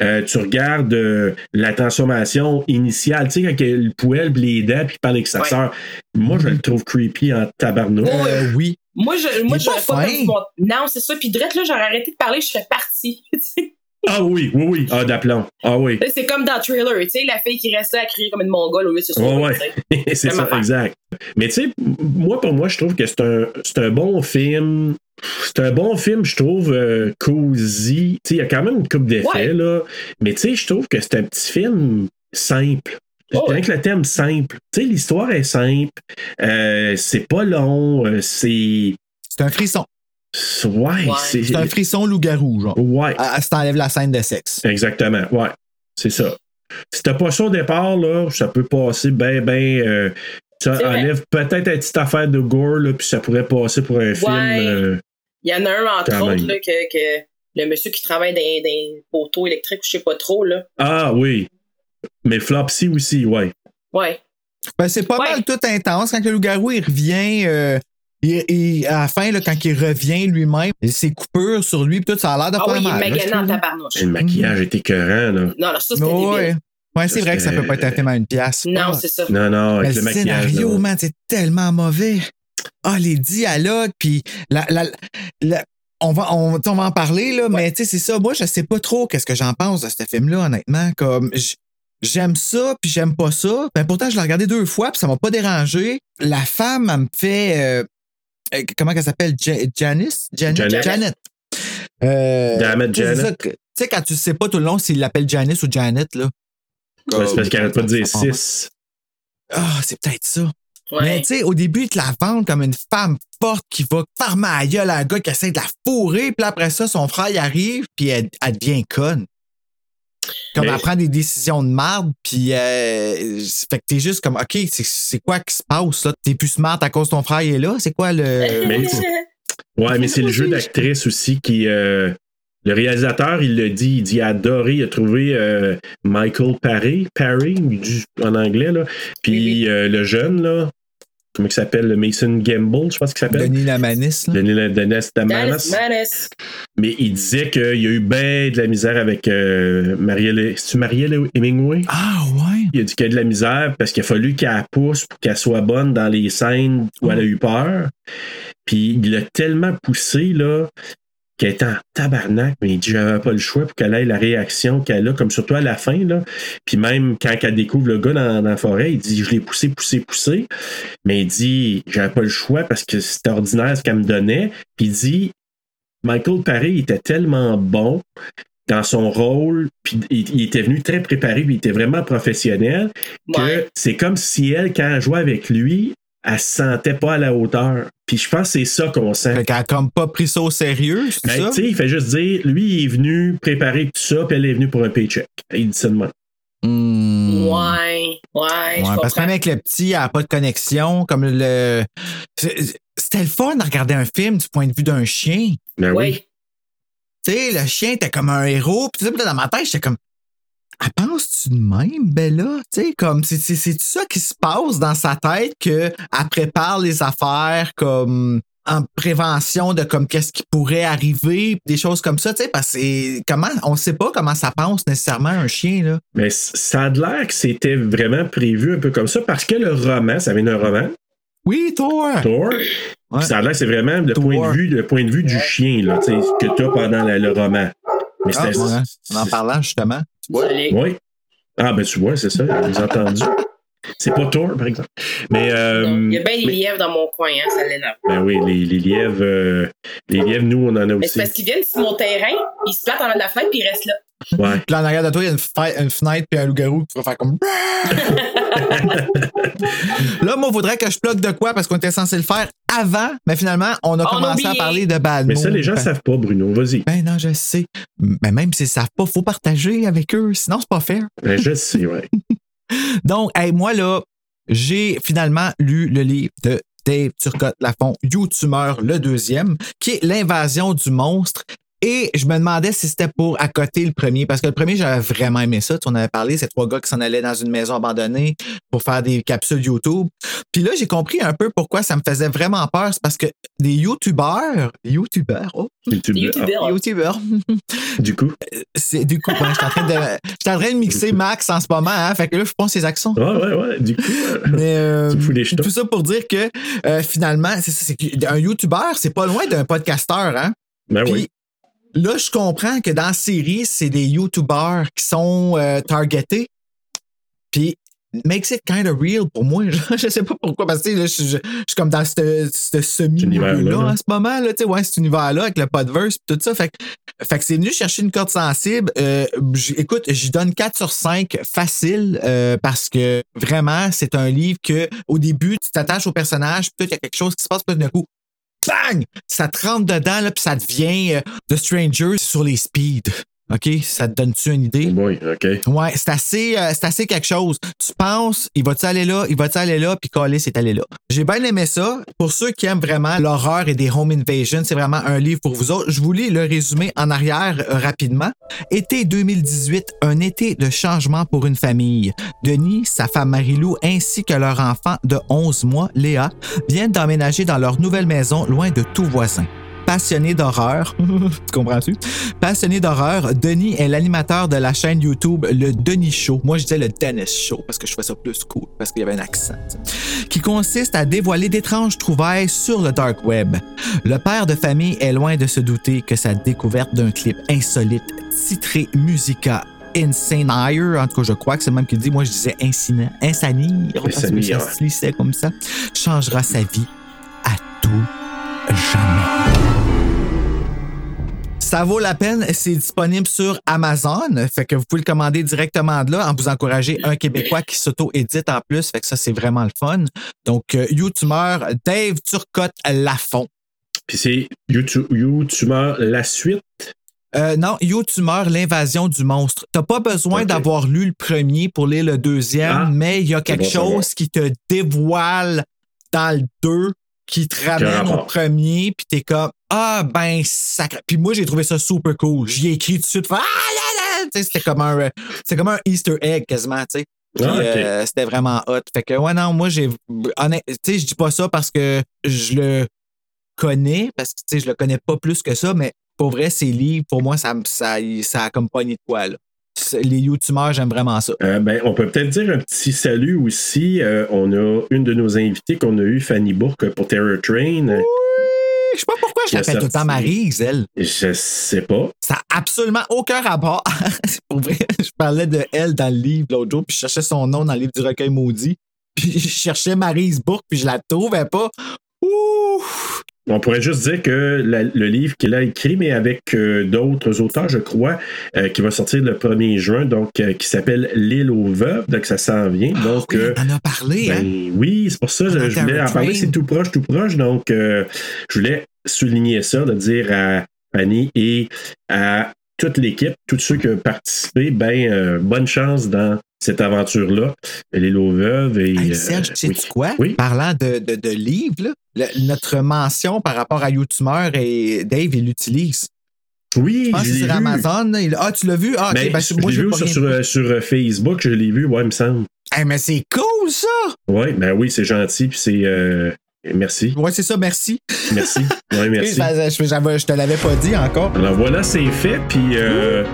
Speaker 2: Euh, tu regardes euh, la transformation initiale, tu sais, quand il y a le poêle, puis les dents, puis il parle avec sa
Speaker 7: Ouais.
Speaker 2: sœur. Moi, je le trouve creepy en tabarnouche.
Speaker 1: Euh, oui.
Speaker 7: Moi, je, moi,
Speaker 1: Il est
Speaker 7: j'aurais
Speaker 1: pas
Speaker 7: pas
Speaker 1: fin.
Speaker 7: perdu mon- Non, c'est ça. Puis Drette, là, j'aurais arrêté de parler, je serais partie. *laughs* Tu sais.
Speaker 2: Ah oui, oui, oui. Ah, d'aplomb. Ah oui.
Speaker 7: Là, c'est comme dans Thriller, tu sais, la fille qui restait à crier comme une mongole au lieu de se sauver.
Speaker 2: Ouais, ouais.
Speaker 7: tu
Speaker 2: *laughs*
Speaker 7: sais.
Speaker 2: c'est
Speaker 7: Même
Speaker 2: ça,
Speaker 7: affaire.
Speaker 2: exact. Mais tu sais, m- moi, pour moi, je trouve que c'est un, c'est un bon film. C'est un bon film, je trouve, euh, cozy. Tu sais, il y a quand même une coupe d'effets,
Speaker 7: Ouais.
Speaker 2: là. Mais tu sais, je trouve que c'est un petit film simple.
Speaker 7: Oh,
Speaker 2: Rien que le thème simple. Tu sais, l'histoire est simple. Euh, c'est pas long. euh, c'est.
Speaker 1: C'est un frisson.
Speaker 2: c'est- Ouais,
Speaker 7: Ouais.
Speaker 2: c'est.
Speaker 1: C'est un frisson loup-garou, genre.
Speaker 2: Ouais,
Speaker 1: Ah, ça t'enlève la scène de sexe.
Speaker 2: exactement. Ouais, c'est ça. Si t'as pas ça au départ, là, ça peut passer ben, ben. euh, ça
Speaker 7: C'est vrai.
Speaker 2: enlève peut-être une petite affaire de gore, là, puis ça pourrait passer pour un film. euh,
Speaker 7: Il y en a un, entre
Speaker 2: Quand
Speaker 7: autres,
Speaker 2: même.
Speaker 7: là, que, que le monsieur qui travaille dans des poteaux électriques ou je sais pas trop, là.
Speaker 2: Ah oui. Mais Flopsy aussi, ouais.
Speaker 7: Ouais.
Speaker 1: Ben, c'est pas
Speaker 7: Ouais.
Speaker 1: mal tout intense. Quand le loup-garou, il revient, euh, il- il- à la fin, là, quand il revient lui-même, ses coupures sur lui, pis tout, ça a l'air de
Speaker 7: Ah
Speaker 1: faire
Speaker 7: oui, il
Speaker 1: mal.
Speaker 7: est
Speaker 1: là, je
Speaker 7: maganant en
Speaker 1: trouve.
Speaker 7: tabarnouche.
Speaker 2: Et le maquillage est écœurant, là.
Speaker 7: Non, alors ça, c'était
Speaker 1: Ouais,
Speaker 7: débile.
Speaker 1: ouais. Ouais, c'est
Speaker 2: Parce
Speaker 1: vrai que ça
Speaker 2: que-
Speaker 1: peut pas être un film à une pièce.
Speaker 7: Non,
Speaker 1: Ah.
Speaker 7: c'est ça.
Speaker 2: Non, non,
Speaker 1: Mais
Speaker 2: avec
Speaker 1: le
Speaker 2: le maquillage.
Speaker 1: scénario,
Speaker 2: là.
Speaker 1: man, c'est tellement mauvais. Ah, les dialogues, puis la, la- la- on, va, on, on va en parler, là, mais tu sais, c'est ça. Moi, je sais pas trop qu'est-ce que j'en pense de ce film-là, honnêtement. Comme, j- j'aime ça, puis j'aime pas ça. Ben, pourtant, je l'ai regardé deux fois, puis ça m'a pas dérangé. La femme, elle me fait... euh, euh, comment qu'elle s'appelle? Ja- Janice? Jan-
Speaker 2: Janet.
Speaker 1: Janet. Euh,
Speaker 2: Damn it,
Speaker 1: tu sais, c'est
Speaker 2: Janet.
Speaker 1: ça que- Tu sais, quand tu sais pas tout le long s'il l'appelle Janice ou Janet, là.
Speaker 2: Ouais, c'est parce qu'elle arrête pas de dire
Speaker 1: Ah, ouais.
Speaker 2: 6.
Speaker 1: Ah, c'est peut-être ça. Mais
Speaker 7: Ouais.
Speaker 1: tu sais, au début, ils te la vendent comme une femme forte qui va farmer à la gueule à un gars qui essaie de la fourrer, puis après ça, son frère y arrive, puis elle, elle devient conne. Comme
Speaker 2: Mais-
Speaker 1: elle prend des décisions de merde, puis euh, fait que t'es juste comme, OK, c'est- c'est quoi qui se passe, là? T'es plus smart à cause de ton frère, il est là? C'est quoi le...
Speaker 2: Mais- Ouais, mais c'est le jeu d'actrice aussi qui. euh, le réalisateur, il le dit, il dit adoré, il a trouvé euh, Michael Parry, Parry du- en anglais, là. Puis euh, le jeune, là, comment il s'appelle, le Mason Gamble, je pense qu'il s'appelle.
Speaker 1: Denis Lamanis, là?
Speaker 2: Denis la- Denis Damanas.
Speaker 7: Dallas Manis.
Speaker 2: Mais il disait qu'il y a eu ben de la misère avec euh, Marielle. C'est-tu Marielle Hemingway?
Speaker 1: Ah, ouais?
Speaker 2: Il a dit qu'il y a de la misère parce qu'il a fallu qu'elle pousse pour qu'elle soit bonne dans les scènes où elle a eu peur. Puis il l'a tellement poussé là qu'elle était en tabarnak, mais il dit j'avais pas le choix pour qu'elle ait la réaction qu'elle a, comme surtout à la fin. Là. Puis même quand elle découvre le gars dans, dans la forêt, il dit je l'ai poussé, poussé, poussé. Mais il dit j'avais pas le choix parce que c'était ordinaire ce qu'elle me donnait. Puis il dit Michael Paré il était tellement bon dans son rôle, puis il, il était venu très préparé, puis il était vraiment professionnel, que
Speaker 7: Ouais.
Speaker 2: c'est comme si elle, quand elle jouait avec lui, elle se sentait pas à la hauteur. Puis je pense que c'est ça qu'on sent.
Speaker 1: Fait qu'elle a comme pas pris ça au sérieux, c'est
Speaker 2: Ben,
Speaker 1: ça?
Speaker 2: tu sais, il fait juste dire, lui, il est venu préparer tout ça, puis elle est venue pour un paycheck. Il dit ça de même.
Speaker 1: Hmm.
Speaker 7: Ouais, ouais, je
Speaker 1: Ouais, parce que
Speaker 7: comprends.
Speaker 1: même avec le petit, elle n'a pas de connexion. Comme le. c'est- C'était le fun de regarder un film du point de vue d'un chien.
Speaker 2: Ben oui.
Speaker 7: Ouais.
Speaker 1: Tu sais, le chien était comme un héros. Puis, tu sais, puis là, dans ma tête, j'étais comme. Elle pense-tu de même, Bella? Tu sais, comme, c'est- c'est- c'est-tu ça qui se passe dans sa tête qu'elle prépare les affaires comme en prévention de comme qu'est-ce qui pourrait arriver, des choses comme ça, tu sais, parce que c'est- comment, on sait pas comment ça pense nécessairement un chien, là.
Speaker 2: Mais c- ça a de l'air que c'était vraiment prévu un peu comme ça, parce que le roman, ça vient d'un roman,
Speaker 1: Oui, toi!
Speaker 2: Thor,
Speaker 1: Ouais.
Speaker 2: puis ça a de l'air que c'est vraiment le
Speaker 1: Thor.
Speaker 2: point de vue, le point de vue du chien, là, tu sais, que tu as pendant la- le roman. Mais
Speaker 1: Ah,
Speaker 2: c'était.
Speaker 1: ouais, en en parlant justement.
Speaker 7: Allez.
Speaker 2: Oui. Ah, ben tu vois, c'est ça, vous avez entendu. C'est pas Thor, par exemple. Mais. euh,
Speaker 7: Non, Il y a bien des
Speaker 2: mais-
Speaker 7: lièvres dans mon coin, hein, ça l'énerve.
Speaker 2: Ben oui, les, les lièvres, euh, les lièvres, nous, on en a
Speaker 7: Mais c'est
Speaker 2: aussi.
Speaker 7: parce qu'ils viennent sur mon terrain, ils se plantent en avant de la fenêtre puis ils restent là.
Speaker 2: Ouais.
Speaker 1: Puis là, en arrière de toi, il y a une, fe- une fenêtre puis un loup-garou qui va faire
Speaker 2: *laughs*
Speaker 1: comme. là, moi, faudrait que je plug de quoi parce qu'on était censé le faire avant, mais finalement, on a
Speaker 7: On a
Speaker 1: commencé à
Speaker 7: oublié.
Speaker 1: parler de bad
Speaker 2: Mais ça,
Speaker 1: Moon.
Speaker 2: les gens
Speaker 1: Ben-
Speaker 2: savent pas, Bruno. Vas-y.
Speaker 1: Ben non, je sais. Mais même s'ils savent pas, faut partager avec eux, sinon c'est pas fair.
Speaker 2: Ben, je sais,
Speaker 7: *laughs*
Speaker 2: ouais.
Speaker 1: Donc, hey, moi, là, j'ai finalement lu le livre de Dave Turcotte Lafont, YouTuber, le deuxième, qui est L'invasion du monstre. Et je me demandais si c'était pour à côté le premier, parce que le premier, j'avais vraiment aimé ça. Tu en avais parlé, ces trois gars qui s'en allaient dans une maison abandonnée pour faire des capsules YouTube. Puis là, j'ai compris un peu pourquoi ça me faisait vraiment peur. C'est parce que des YouTubers, YouTubers, oh,
Speaker 2: YouTube.
Speaker 7: Des youtubeurs.
Speaker 1: YouTubers,
Speaker 2: Ah, du coup.
Speaker 1: *laughs* c'est du coup, hein, je suis en train de, je suis en train de mixer Max en ce moment, hein, fait que là, je pense ses accents.
Speaker 2: Ouais, Ah, ouais, ouais. Du coup. euh, *laughs*
Speaker 1: Mais euh,
Speaker 2: Tu fous les jetons.
Speaker 1: tout ça pour dire que euh, finalement, c'est ça, c'est qu'un YouTuber, c'est pas loin d'un podcasteur, hein?
Speaker 2: Ben
Speaker 1: Puis
Speaker 2: oui.
Speaker 1: là, je comprends que dans la série, c'est des YouTubers qui sont euh, targetés. Puis makes it kind of real pour moi. *laughs* genre, je sais pas pourquoi, parce que tu sais, là, je, je- je suis comme dans ce ce
Speaker 2: univers-là,
Speaker 1: semi-là
Speaker 2: là.
Speaker 1: Euh, euh, euh,
Speaker 2: Oui, OK.
Speaker 1: Ouais, c'est assez, euh, c'est assez quelque chose. Tu penses, il va-tu aller là, il va-tu aller là, puis Calais est allé là. J'ai bien aimé ça. Pour ceux qui aiment vraiment l'horreur et des home invasions, c'est vraiment un livre pour vous autres. Je vous lis le résumé en arrière euh, rapidement. Été 2018, un été de changement pour une famille. Denis, sa femme Marilou ainsi que leur enfant de 11 mois, Léa, viennent d'emménager dans leur nouvelle maison loin de tout voisin. Passionné d'horreur, *laughs* tu comprends-tu? Passionné d'horreur, Denis est l'animateur de la chaîne YouTube Le Denis Show. Moi, je disais le Dennis Show parce que je fais ça plus cool, parce qu'il y avait un accent. tu sais. Qui consiste à dévoiler d'étranges trouvailles sur le dark web. Le père de famille est loin de se douter que sa découverte d'un clip insolite titré Musica Insane Hire, en tout cas, je crois que c'est le même qui dit. Moi, je disais Insane, Insanie, parce que
Speaker 2: Insanie,
Speaker 1: ça
Speaker 2: ouais.
Speaker 1: se lissait comme ça, changera sa vie à tout jamais. Ça vaut la peine, c'est disponible sur Amazon, fait que vous pouvez le commander directement de là en vous encourager un Québécois qui s'auto-édite en plus, fait que ça c'est vraiment le fun. Donc euh, YouTubeur Dave Turcotte Lafont.
Speaker 2: Puis c'est YouTube, YouTuber, la suite.
Speaker 1: Euh, non, YouTubeur l'invasion du monstre. T'as pas besoin
Speaker 2: Ok.
Speaker 1: d'avoir lu le premier pour lire le deuxième,
Speaker 2: Ah,
Speaker 1: mais il y a quelque
Speaker 2: bon à savoir.
Speaker 1: chose qui te dévoile dans le deux qui te ramène au
Speaker 2: rapport.
Speaker 1: premier, puis t'es comme ah ben sacré. Puis moi j'ai trouvé ça super cool. J'y ai écrit tout de suite. fait, Ah, là, là! Tu sais, C'était comme un euh, c'était comme un Easter egg quasiment, tu sais. Puis,
Speaker 2: Ah, ok.
Speaker 1: euh, c'était vraiment hot. Fait que ouais non, moi j'ai honnête- tu sais je dis pas ça parce que je le connais parce que tu sais je le connais pas plus que ça, mais pour vrai ces livres pour moi ça me- ça ça a comme pogné de quoi là. C'est- Les youtubeurs j'aime vraiment ça.
Speaker 2: Euh, ben, on peut peut-être dire un petit salut aussi. Euh, on a une de nos invitées qu'on a eu, Fanny Bourque, pour Terror Train.
Speaker 1: Je sais pas pourquoi je
Speaker 2: Qui a
Speaker 1: l'appelle tout le temps
Speaker 2: sorti-
Speaker 1: Maryse elle.
Speaker 2: Je sais pas.
Speaker 1: Ça n'a absolument aucun rapport. *laughs* C'est pour vrai, je parlais de elle dans le livre l'autre jour, puis je cherchais son nom dans le livre du recueil maudit. Puis je cherchais Maryse Bourque, puis je la trouvais pas. Ouh!
Speaker 2: On pourrait juste dire que la- le livre qu'il a écrit, mais avec euh, d'autres auteurs, je crois, euh, qui va sortir le 1er juin, donc euh, qui s'appelle L'île aux veuves, donc ça s'en vient. Donc,
Speaker 1: Ah, Oui,
Speaker 2: euh,
Speaker 1: on en a parlé, hein?
Speaker 2: ben oui, c'est pour ça que
Speaker 1: Pendant
Speaker 2: je, je voulais
Speaker 1: Terror
Speaker 2: en parler.
Speaker 1: Train.
Speaker 2: C'est tout proche, tout proche. Donc, euh, je voulais souligner ça, de dire à Fanny et à toute l'équipe, tous ceux qui ont participé, ben, euh, bonne chance dans cette aventure-là. Les Veuve et.
Speaker 1: Hey,
Speaker 2: euh,
Speaker 1: Serge, sais-tu
Speaker 2: oui.
Speaker 1: quoi?
Speaker 2: Oui.
Speaker 1: Parlant de, de, de livres, là, le- notre mention par rapport à YouTuber, et Dave, il l'utilise.
Speaker 2: Oui,
Speaker 1: Je pense
Speaker 2: Ah, je
Speaker 1: que c'est
Speaker 2: l'ai
Speaker 1: sur
Speaker 2: vu.
Speaker 1: Amazon. là. Il- Ah, tu l'as vu? Ah, ok,
Speaker 2: Ben,
Speaker 1: ben,
Speaker 2: je
Speaker 1: je- moi,
Speaker 2: l'ai
Speaker 1: j'ai
Speaker 2: vu
Speaker 1: pas
Speaker 2: sur,
Speaker 1: rien-
Speaker 2: sur, euh, sur, euh, Facebook, je l'ai vu, ouais, il me semble.
Speaker 1: Hey, mais c'est cool, ça!
Speaker 2: Ouais, ben oui, c'est gentil, puis c'est. euh, merci,
Speaker 1: Ouais, c'est ça, merci.
Speaker 2: merci. Ouais, merci.
Speaker 1: Je, je- j'avais- je te l'avais pas dit encore.
Speaker 2: Alors voilà, c'est fait. Puis, euh,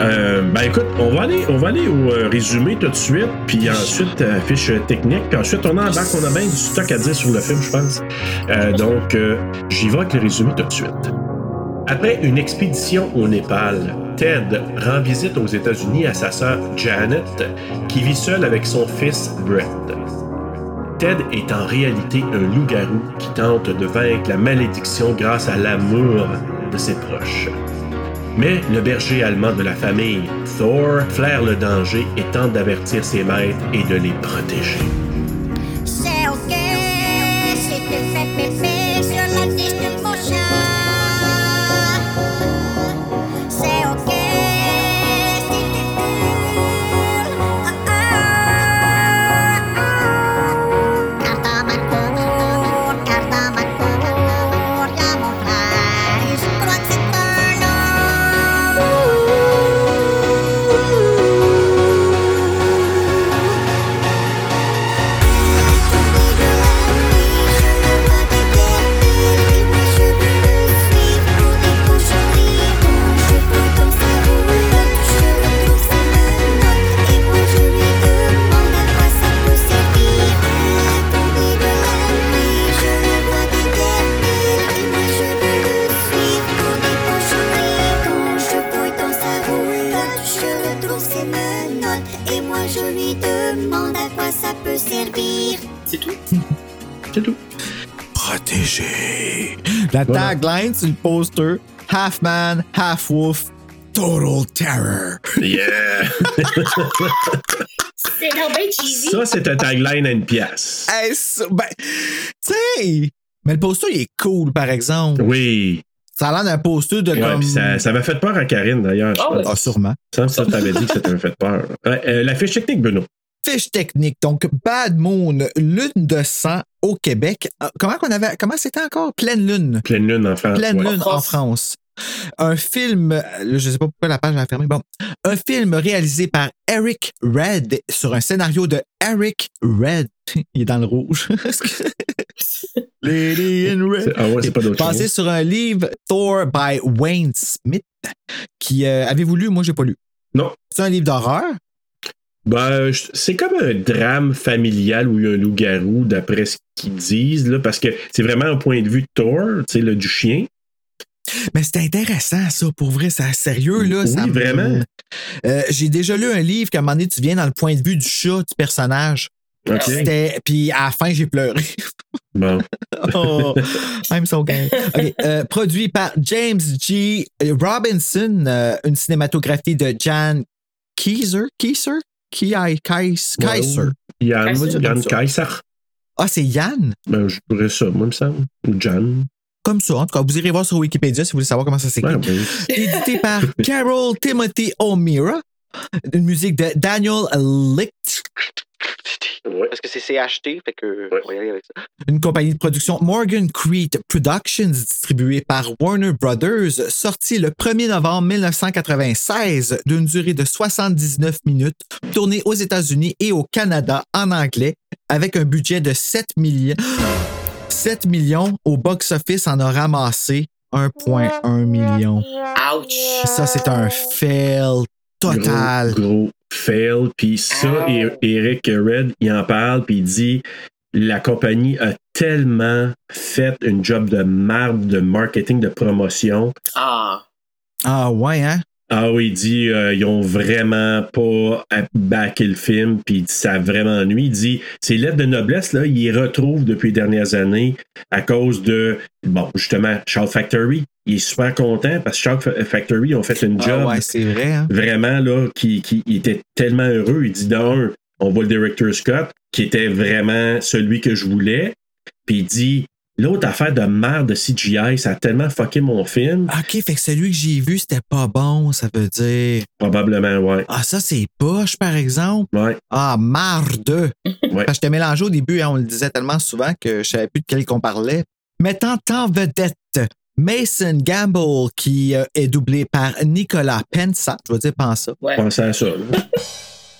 Speaker 2: euh, ben écoute, on va aller, on va aller au euh, résumé tout de suite, puis ensuite euh, fiche technique, puis ensuite on embarque, on a bien du stock à dire sur le film, je pense. Euh, donc, euh, j'y vais avec le résumé tout de suite. Après une expédition au Népal, Ted rend visite aux États-Unis à sa sœur Janet, qui vit seule avec son fils Brett. Ted est en réalité un loup-garou qui tente de vaincre la malédiction grâce à l'amour de ses proches. Mais le berger allemand de la famille, Thor, flaire le danger et tente d'avertir ses maîtres et de les protéger.
Speaker 9: C'est ok si tu fais pépé sur la tige de mon chat. C'est ok si tu fumes. Ah, ah, ah. Car dans ma cour, car dans ma cour, y a mon frère. Je crois que c'est un homme. Et moi je lui demande à quoi ça peut servir.
Speaker 7: C'est tout.
Speaker 2: C'est tout.
Speaker 1: Protégé. La
Speaker 2: Voilà.
Speaker 1: tagline sur le poster, half man, half wolf, total terror.
Speaker 2: Yeah!
Speaker 7: C'est donc bien
Speaker 2: *laughs*
Speaker 7: cheesy.
Speaker 2: Ça, c'est un tagline à une pièce.
Speaker 1: Hey, ça- ben, tu sais, mais le poster, il est cool, par exemple.
Speaker 2: Oui.
Speaker 1: Ça a l'air d'un poster de
Speaker 2: Ouais,
Speaker 1: comme...
Speaker 2: puis ça, ça m'a fait peur à Karine, d'ailleurs. je
Speaker 7: Ah
Speaker 2: pense.
Speaker 7: oui.
Speaker 1: Ah, sûrement.
Speaker 2: Ça, ça t'avais dit que ça t'avait fait peur. Ouais, euh, la fiche technique, Bruno.
Speaker 1: Fiche technique, donc Bad Moon, lune de sang au Québec. Ah, Comment qu'on avait, comment c'était encore? Pleine lune.
Speaker 2: Pleine lune en France.
Speaker 1: Pleine
Speaker 2: Ah, ouais.
Speaker 1: lune en
Speaker 7: En
Speaker 1: France. Un film, euh, là, je sais pas pourquoi la page a fermé. Bon, un film réalisé par Eric Red sur un scénario de Eric Red. *laughs* Il est dans le rouge. *laughs*
Speaker 2: *laughs*
Speaker 1: Lady in Red.
Speaker 2: C'est- Ah ouais, c'est pas d'autre
Speaker 1: Basé
Speaker 2: chose.
Speaker 1: sur un livre Thor by Wayne Smith, qui euh, avez-vous lu? Moi, j'ai pas lu.
Speaker 2: Non.
Speaker 1: C'est un livre d'horreur.
Speaker 2: Ben, je- c'est comme un drame familial où il y a un loup-garou, d'après ce qu'ils disent, là, parce que c'est vraiment un point de vue de Thor, tu sais, là, du chien.
Speaker 1: Mais c'est intéressant, ça, pour vrai. C'est sérieux, là.
Speaker 2: Oui,
Speaker 1: ça me-
Speaker 2: vraiment.
Speaker 1: Euh, J'ai déjà lu un livre qu'à un moment donné, tu viens dans le point de vue du chat, du personnage.
Speaker 2: OK.
Speaker 1: Ah, C'était- Puis à la fin,
Speaker 2: *laughs*
Speaker 1: j'ai pleuré.
Speaker 2: Bon.
Speaker 1: *laughs* Oh, I'm so gay. OK, euh, produit par James G. Robinson, euh, une cinématographie de Jan Keyser. Keyser? Key- Keys-
Speaker 2: Ouais,
Speaker 1: Keyser.
Speaker 2: Yann,
Speaker 7: Kaiser.
Speaker 2: Yann Kaiser.
Speaker 1: Ah, c'est Yann?
Speaker 2: Ben, je dirais ça, moi, il me semble. Ou Jan.
Speaker 1: Comme ça, en tout cas, vous irez voir sur Wikipédia si vous voulez savoir comment ça s'écrit.
Speaker 2: Ouais, ben,
Speaker 1: édité par Carol Timothy O'Meara. Une musique de Daniel Licht. Parce que c'est CHT, fait que
Speaker 2: Ouais.
Speaker 1: on va y aller avec ça. Une compagnie de production Morgan Creed Productions, distribuée par Warner Brothers, sortie le 1er novembre 1996, d'une durée de 79 minutes, tournée aux États-Unis et au Canada en anglais, avec un budget de 7 millions. 7 millions au box-office en a ramassé 1,1 million.
Speaker 7: Ouch.
Speaker 1: Ça, c'est un fail total.
Speaker 2: Gros, gros fail. Puis ça,
Speaker 7: Ow.
Speaker 2: E- Eric Red, il en parle, puis il dit la compagnie a tellement fait une job de marbre de marketing, de promotion.
Speaker 7: Ah.
Speaker 1: Ah ouais, hein?
Speaker 2: Ah oui, il dit euh, ils ont vraiment pas à- backé le film, puis il dit, ça a vraiment ennuyé. Il dit ces lettres de noblesse, là, il les retrouve depuis les dernières années à cause de, bon, justement, Shout Factory. Il est super content parce que Shout Fa- Factory ont fait une job
Speaker 1: Ah ouais, c'est vrai. Hein?
Speaker 2: vraiment là, qui, qui il était tellement heureux. Il dit d'un, on voit le director Scott, qui était vraiment celui que je voulais. Puis il dit l'autre affaire de merde de CGI, ça a tellement fucké mon film.
Speaker 1: OK, fait que celui que j'ai vu, c'était pas bon, ça veut dire.
Speaker 2: Probablement, ouais.
Speaker 1: Ah, ça, c'est poche, par exemple.
Speaker 2: Ouais.
Speaker 1: Ah, marde! Parce que j'étais mélangé au début, hein, on le disait tellement souvent que je savais plus de quel qu'on parlait. Mettant en vedette Mason Gamble, qui euh, est doublé par Nicolas Pensa, je vais dire Pensa,
Speaker 2: Pensez à ça. là.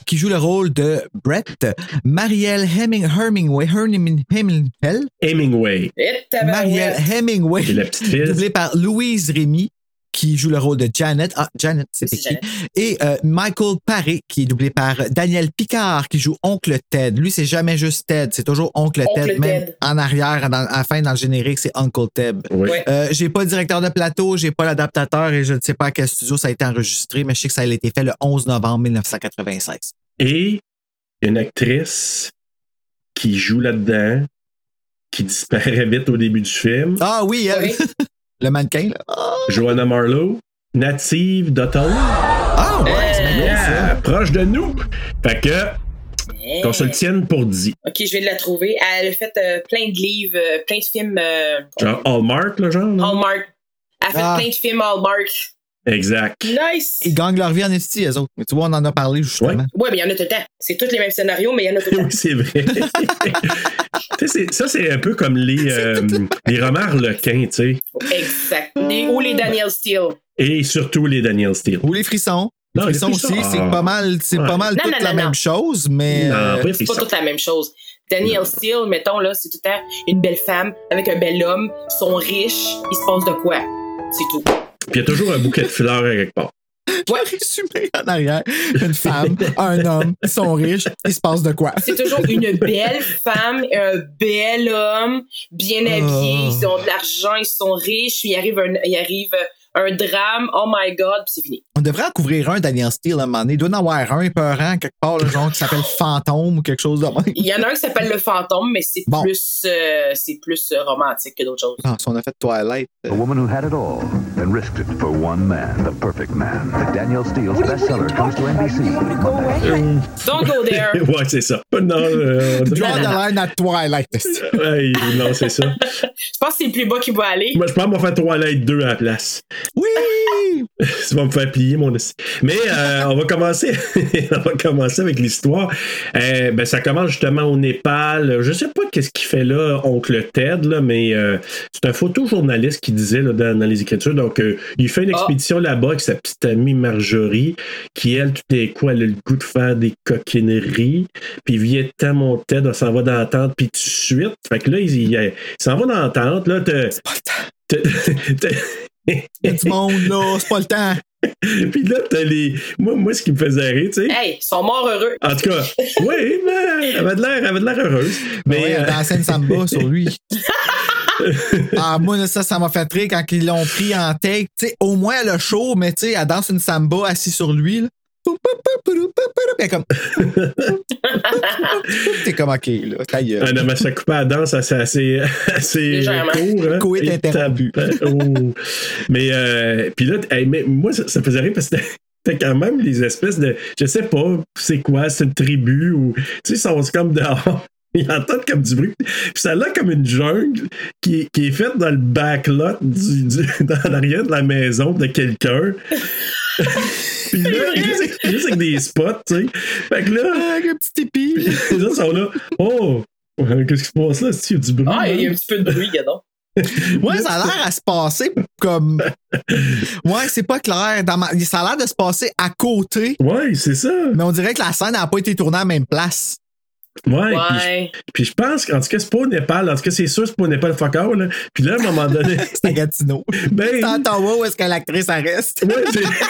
Speaker 1: qui joue le rôle de Brett, Marielle Heming Hemingway, Hernimin Hemingwell,
Speaker 2: Hemingway.
Speaker 7: Et
Speaker 1: Marielle
Speaker 7: Eh, tabarouette.
Speaker 1: Hemingway,
Speaker 2: C'est la petite fille.
Speaker 1: doublé par Louise Rémy, qui joue le rôle de Janet. Ah, Janet, c'est qui?
Speaker 7: C'est
Speaker 1: Et euh, Michael Paré, qui est doublé par euh, Daniel Picard, qui joue Oncle Ted. Lui, c'est jamais juste Ted, c'est toujours Oncle,
Speaker 7: Oncle
Speaker 1: Ted, même
Speaker 7: Ted.
Speaker 1: en arrière, dans- à la fin, dans le générique, c'est Uncle Ted.
Speaker 2: Oui.
Speaker 7: Ouais.
Speaker 1: Euh, j'ai pas le directeur de plateau, j'ai pas l'adaptateur et je ne sais pas à quel studio ça a été enregistré, mais je sais que ça a été fait le 11 novembre 1996.
Speaker 2: Et une actrice qui joue là-dedans, qui disparaît vite au début du film.
Speaker 1: Ah oui, elle.
Speaker 7: Oui.
Speaker 1: *laughs* le mannequin, là. Ah,
Speaker 2: Joanna Marlowe, native d'Ottawa.
Speaker 1: Ah,
Speaker 7: Euh.
Speaker 1: ouais, c'est bien cool, ça.
Speaker 2: Yeah, proche de nous. Fait que,
Speaker 7: Eh.
Speaker 2: qu'on se le tienne pour dit.
Speaker 7: Ok, je viens de la trouver. Elle a fait euh, plein de livres, euh, plein de films euh,
Speaker 2: Genre Hallmark, le genre? là?
Speaker 7: Hallmark. Elle a fait
Speaker 1: Ah.
Speaker 7: plein de films Hallmark.
Speaker 2: Exact.
Speaker 7: Nice!
Speaker 1: Ils gagnent leur vie en esti, eux autres. Mais tu vois, on en a parlé justement.
Speaker 7: Ouais, mais il y en a tout le temps. C'est tous les mêmes scénarios, mais il y en a tout le temps.
Speaker 2: *laughs* Oui, c'est vrai. Tu sais, c'est- ça, c'est un peu comme les, euh, les romans Harlequin, tu sais.
Speaker 7: exact. Les, ou les Daniel Steele.
Speaker 2: Et surtout les Daniel Steele.
Speaker 1: Ou les frissons. Les
Speaker 2: Non, les
Speaker 1: frissons aussi,
Speaker 2: frissons.
Speaker 1: c'est
Speaker 2: Ah.
Speaker 1: pas mal, c'est
Speaker 2: Ouais.
Speaker 1: pas mal
Speaker 7: Non,
Speaker 1: toute
Speaker 7: non,
Speaker 1: la
Speaker 7: non,
Speaker 1: même
Speaker 7: non.
Speaker 1: chose, mais.
Speaker 2: Non,
Speaker 1: euh,
Speaker 2: pas les
Speaker 7: C'est pas
Speaker 2: frissons.
Speaker 7: toute la même chose. Daniel Steele, mettons, là, c'est tout le temps une belle femme avec un bel homme, ils sont riches, il se passe de quoi? C'est tout.
Speaker 2: Puis il y a toujours un bouquet de fleurs à quelque part. *laughs*
Speaker 1: ouais, résumé en arrière. Une femme, un homme, ils sont riches, il se passe de quoi?
Speaker 7: C'est toujours une belle femme et un bel homme, bien
Speaker 2: Ah.
Speaker 7: habillés, ils ont de l'argent, ils sont riches, puis il arrive un, il arrive un drame, oh my god, puis c'est fini.
Speaker 1: On devrait en couvrir un, Daniel Steele, à un moment donné. Il doit en avoir un peurant quelque part, le genre qui s'appelle Fantôme ou quelque chose de même.
Speaker 7: Il y en a un qui s'appelle Le Fantôme, mais c'est
Speaker 1: Bon.
Speaker 7: plus, euh, c'est plus euh, romantique que d'autres choses.
Speaker 1: Non, Ah, si on a fait Twilight. euh,
Speaker 3: A woman who had it all and risked it for one man, the perfect man. Daniel Steele's bestseller comes to NBC.
Speaker 7: Don't go there!
Speaker 2: Ouais, c'est ça. Non, euh, on-
Speaker 1: Draw the line at Twilight.
Speaker 2: Ouais, non, c'est ça.
Speaker 7: Je pense que c'est le plus bas qu'il va aller.
Speaker 2: Moi, je pense qu'on va faire trois lettres deux à la place.
Speaker 1: Oui!
Speaker 2: *laughs* Ça va me faire plier mon esti. Mais euh, on va commencer. *laughs* on va commencer avec l'histoire. Euh, ben, ça commence justement au Népal. Je sais pas qu'est-ce qu'il fait là, oncle Ted, là, mais euh, c'est un photojournaliste qui disait là, dans, dans les écritures. Donc, euh, il fait une
Speaker 7: Ah.
Speaker 2: expédition là-bas avec sa petite amie Marjorie, qui elle, tout d'un coup, elle a le goût de faire des coquineries. Puis vient tant mon Ted, on s'en va dans la tente, puis tout de suite. Fait que là, il, il- il s'en va dans la tente. Là, t'as- *laughs* t'as-
Speaker 1: Il y a du monde, là, c'est pas le temps.
Speaker 2: *laughs* puis là, t'as les. Moi, moi, ce qui me faisait rire, tu sais.
Speaker 7: Hey, ils sont morts heureux.
Speaker 2: En tout cas, oui, mais elle avait de l'air, elle avait de l'air heureuse. Mais
Speaker 1: Ben ouais,
Speaker 2: euh,
Speaker 1: dans la
Speaker 2: *laughs*
Speaker 1: scène samba sur lui. ah, moi, là, ça, ça m'a fait rire quand ils l'ont pris en take. Tu sais, au moins, elle a chaud, mais tu sais, elle danse une samba assise sur lui. Là. Puis elle est comme.
Speaker 2: *laughs*
Speaker 1: T'es comme, OK, là, ta gueule.
Speaker 2: un homme à se couper à la danse, c'est *laughs* assez, assez
Speaker 7: Légèrement.
Speaker 2: court. Hein?
Speaker 1: Court
Speaker 2: Et
Speaker 1: interrompu.
Speaker 2: tab- Oh. Mais euh, puis là, hey, mais moi, ça, ça me faisait rire parce que *laughs* t'as quand même les espèces de. Je sais pas, c'est quoi, c'est une tribu ou. Tu sais, ils sont comme dehors. *laughs* Ils entendent comme du bruit. Puis ça là comme une jungle qui, est- qui est faite dans le backlot du, *laughs* du, dans l'arrière de la maison de quelqu'un. *laughs* Puis là, juste, juste avec des spots, tu sais. Fait que là.
Speaker 1: Avec Ah, un petit épi.
Speaker 2: Les autres sont là. Oh! Qu'est-ce qui se passe là? C'est-tu du bruit?
Speaker 7: Ah, il y a
Speaker 2: hein?
Speaker 7: un petit peu de bruit, gadon.
Speaker 1: Ouais, ça a l'air à se passer
Speaker 2: *laughs*
Speaker 1: comme. Ouais, c'est pas clair. Dans ma- Ça a l'air de se passer à côté,
Speaker 2: Ouais, c'est ça. Ouais.
Speaker 1: mais on dirait que la scène n'a pas été tournée à la même place.
Speaker 2: puis je-
Speaker 7: Ouais.
Speaker 2: Puis, je pense qu'en tout cas, c'est pas au Népal. En tout cas, c'est sûr, c'est pas au Népal fuck all, là. Puis là, à un moment
Speaker 1: *laughs*
Speaker 2: donné.
Speaker 1: C'est à Gatineau.
Speaker 2: ben.
Speaker 1: C'est en Ottawa où est-ce que l'actrice elle reste.
Speaker 2: Ouais, c'est. *laughs*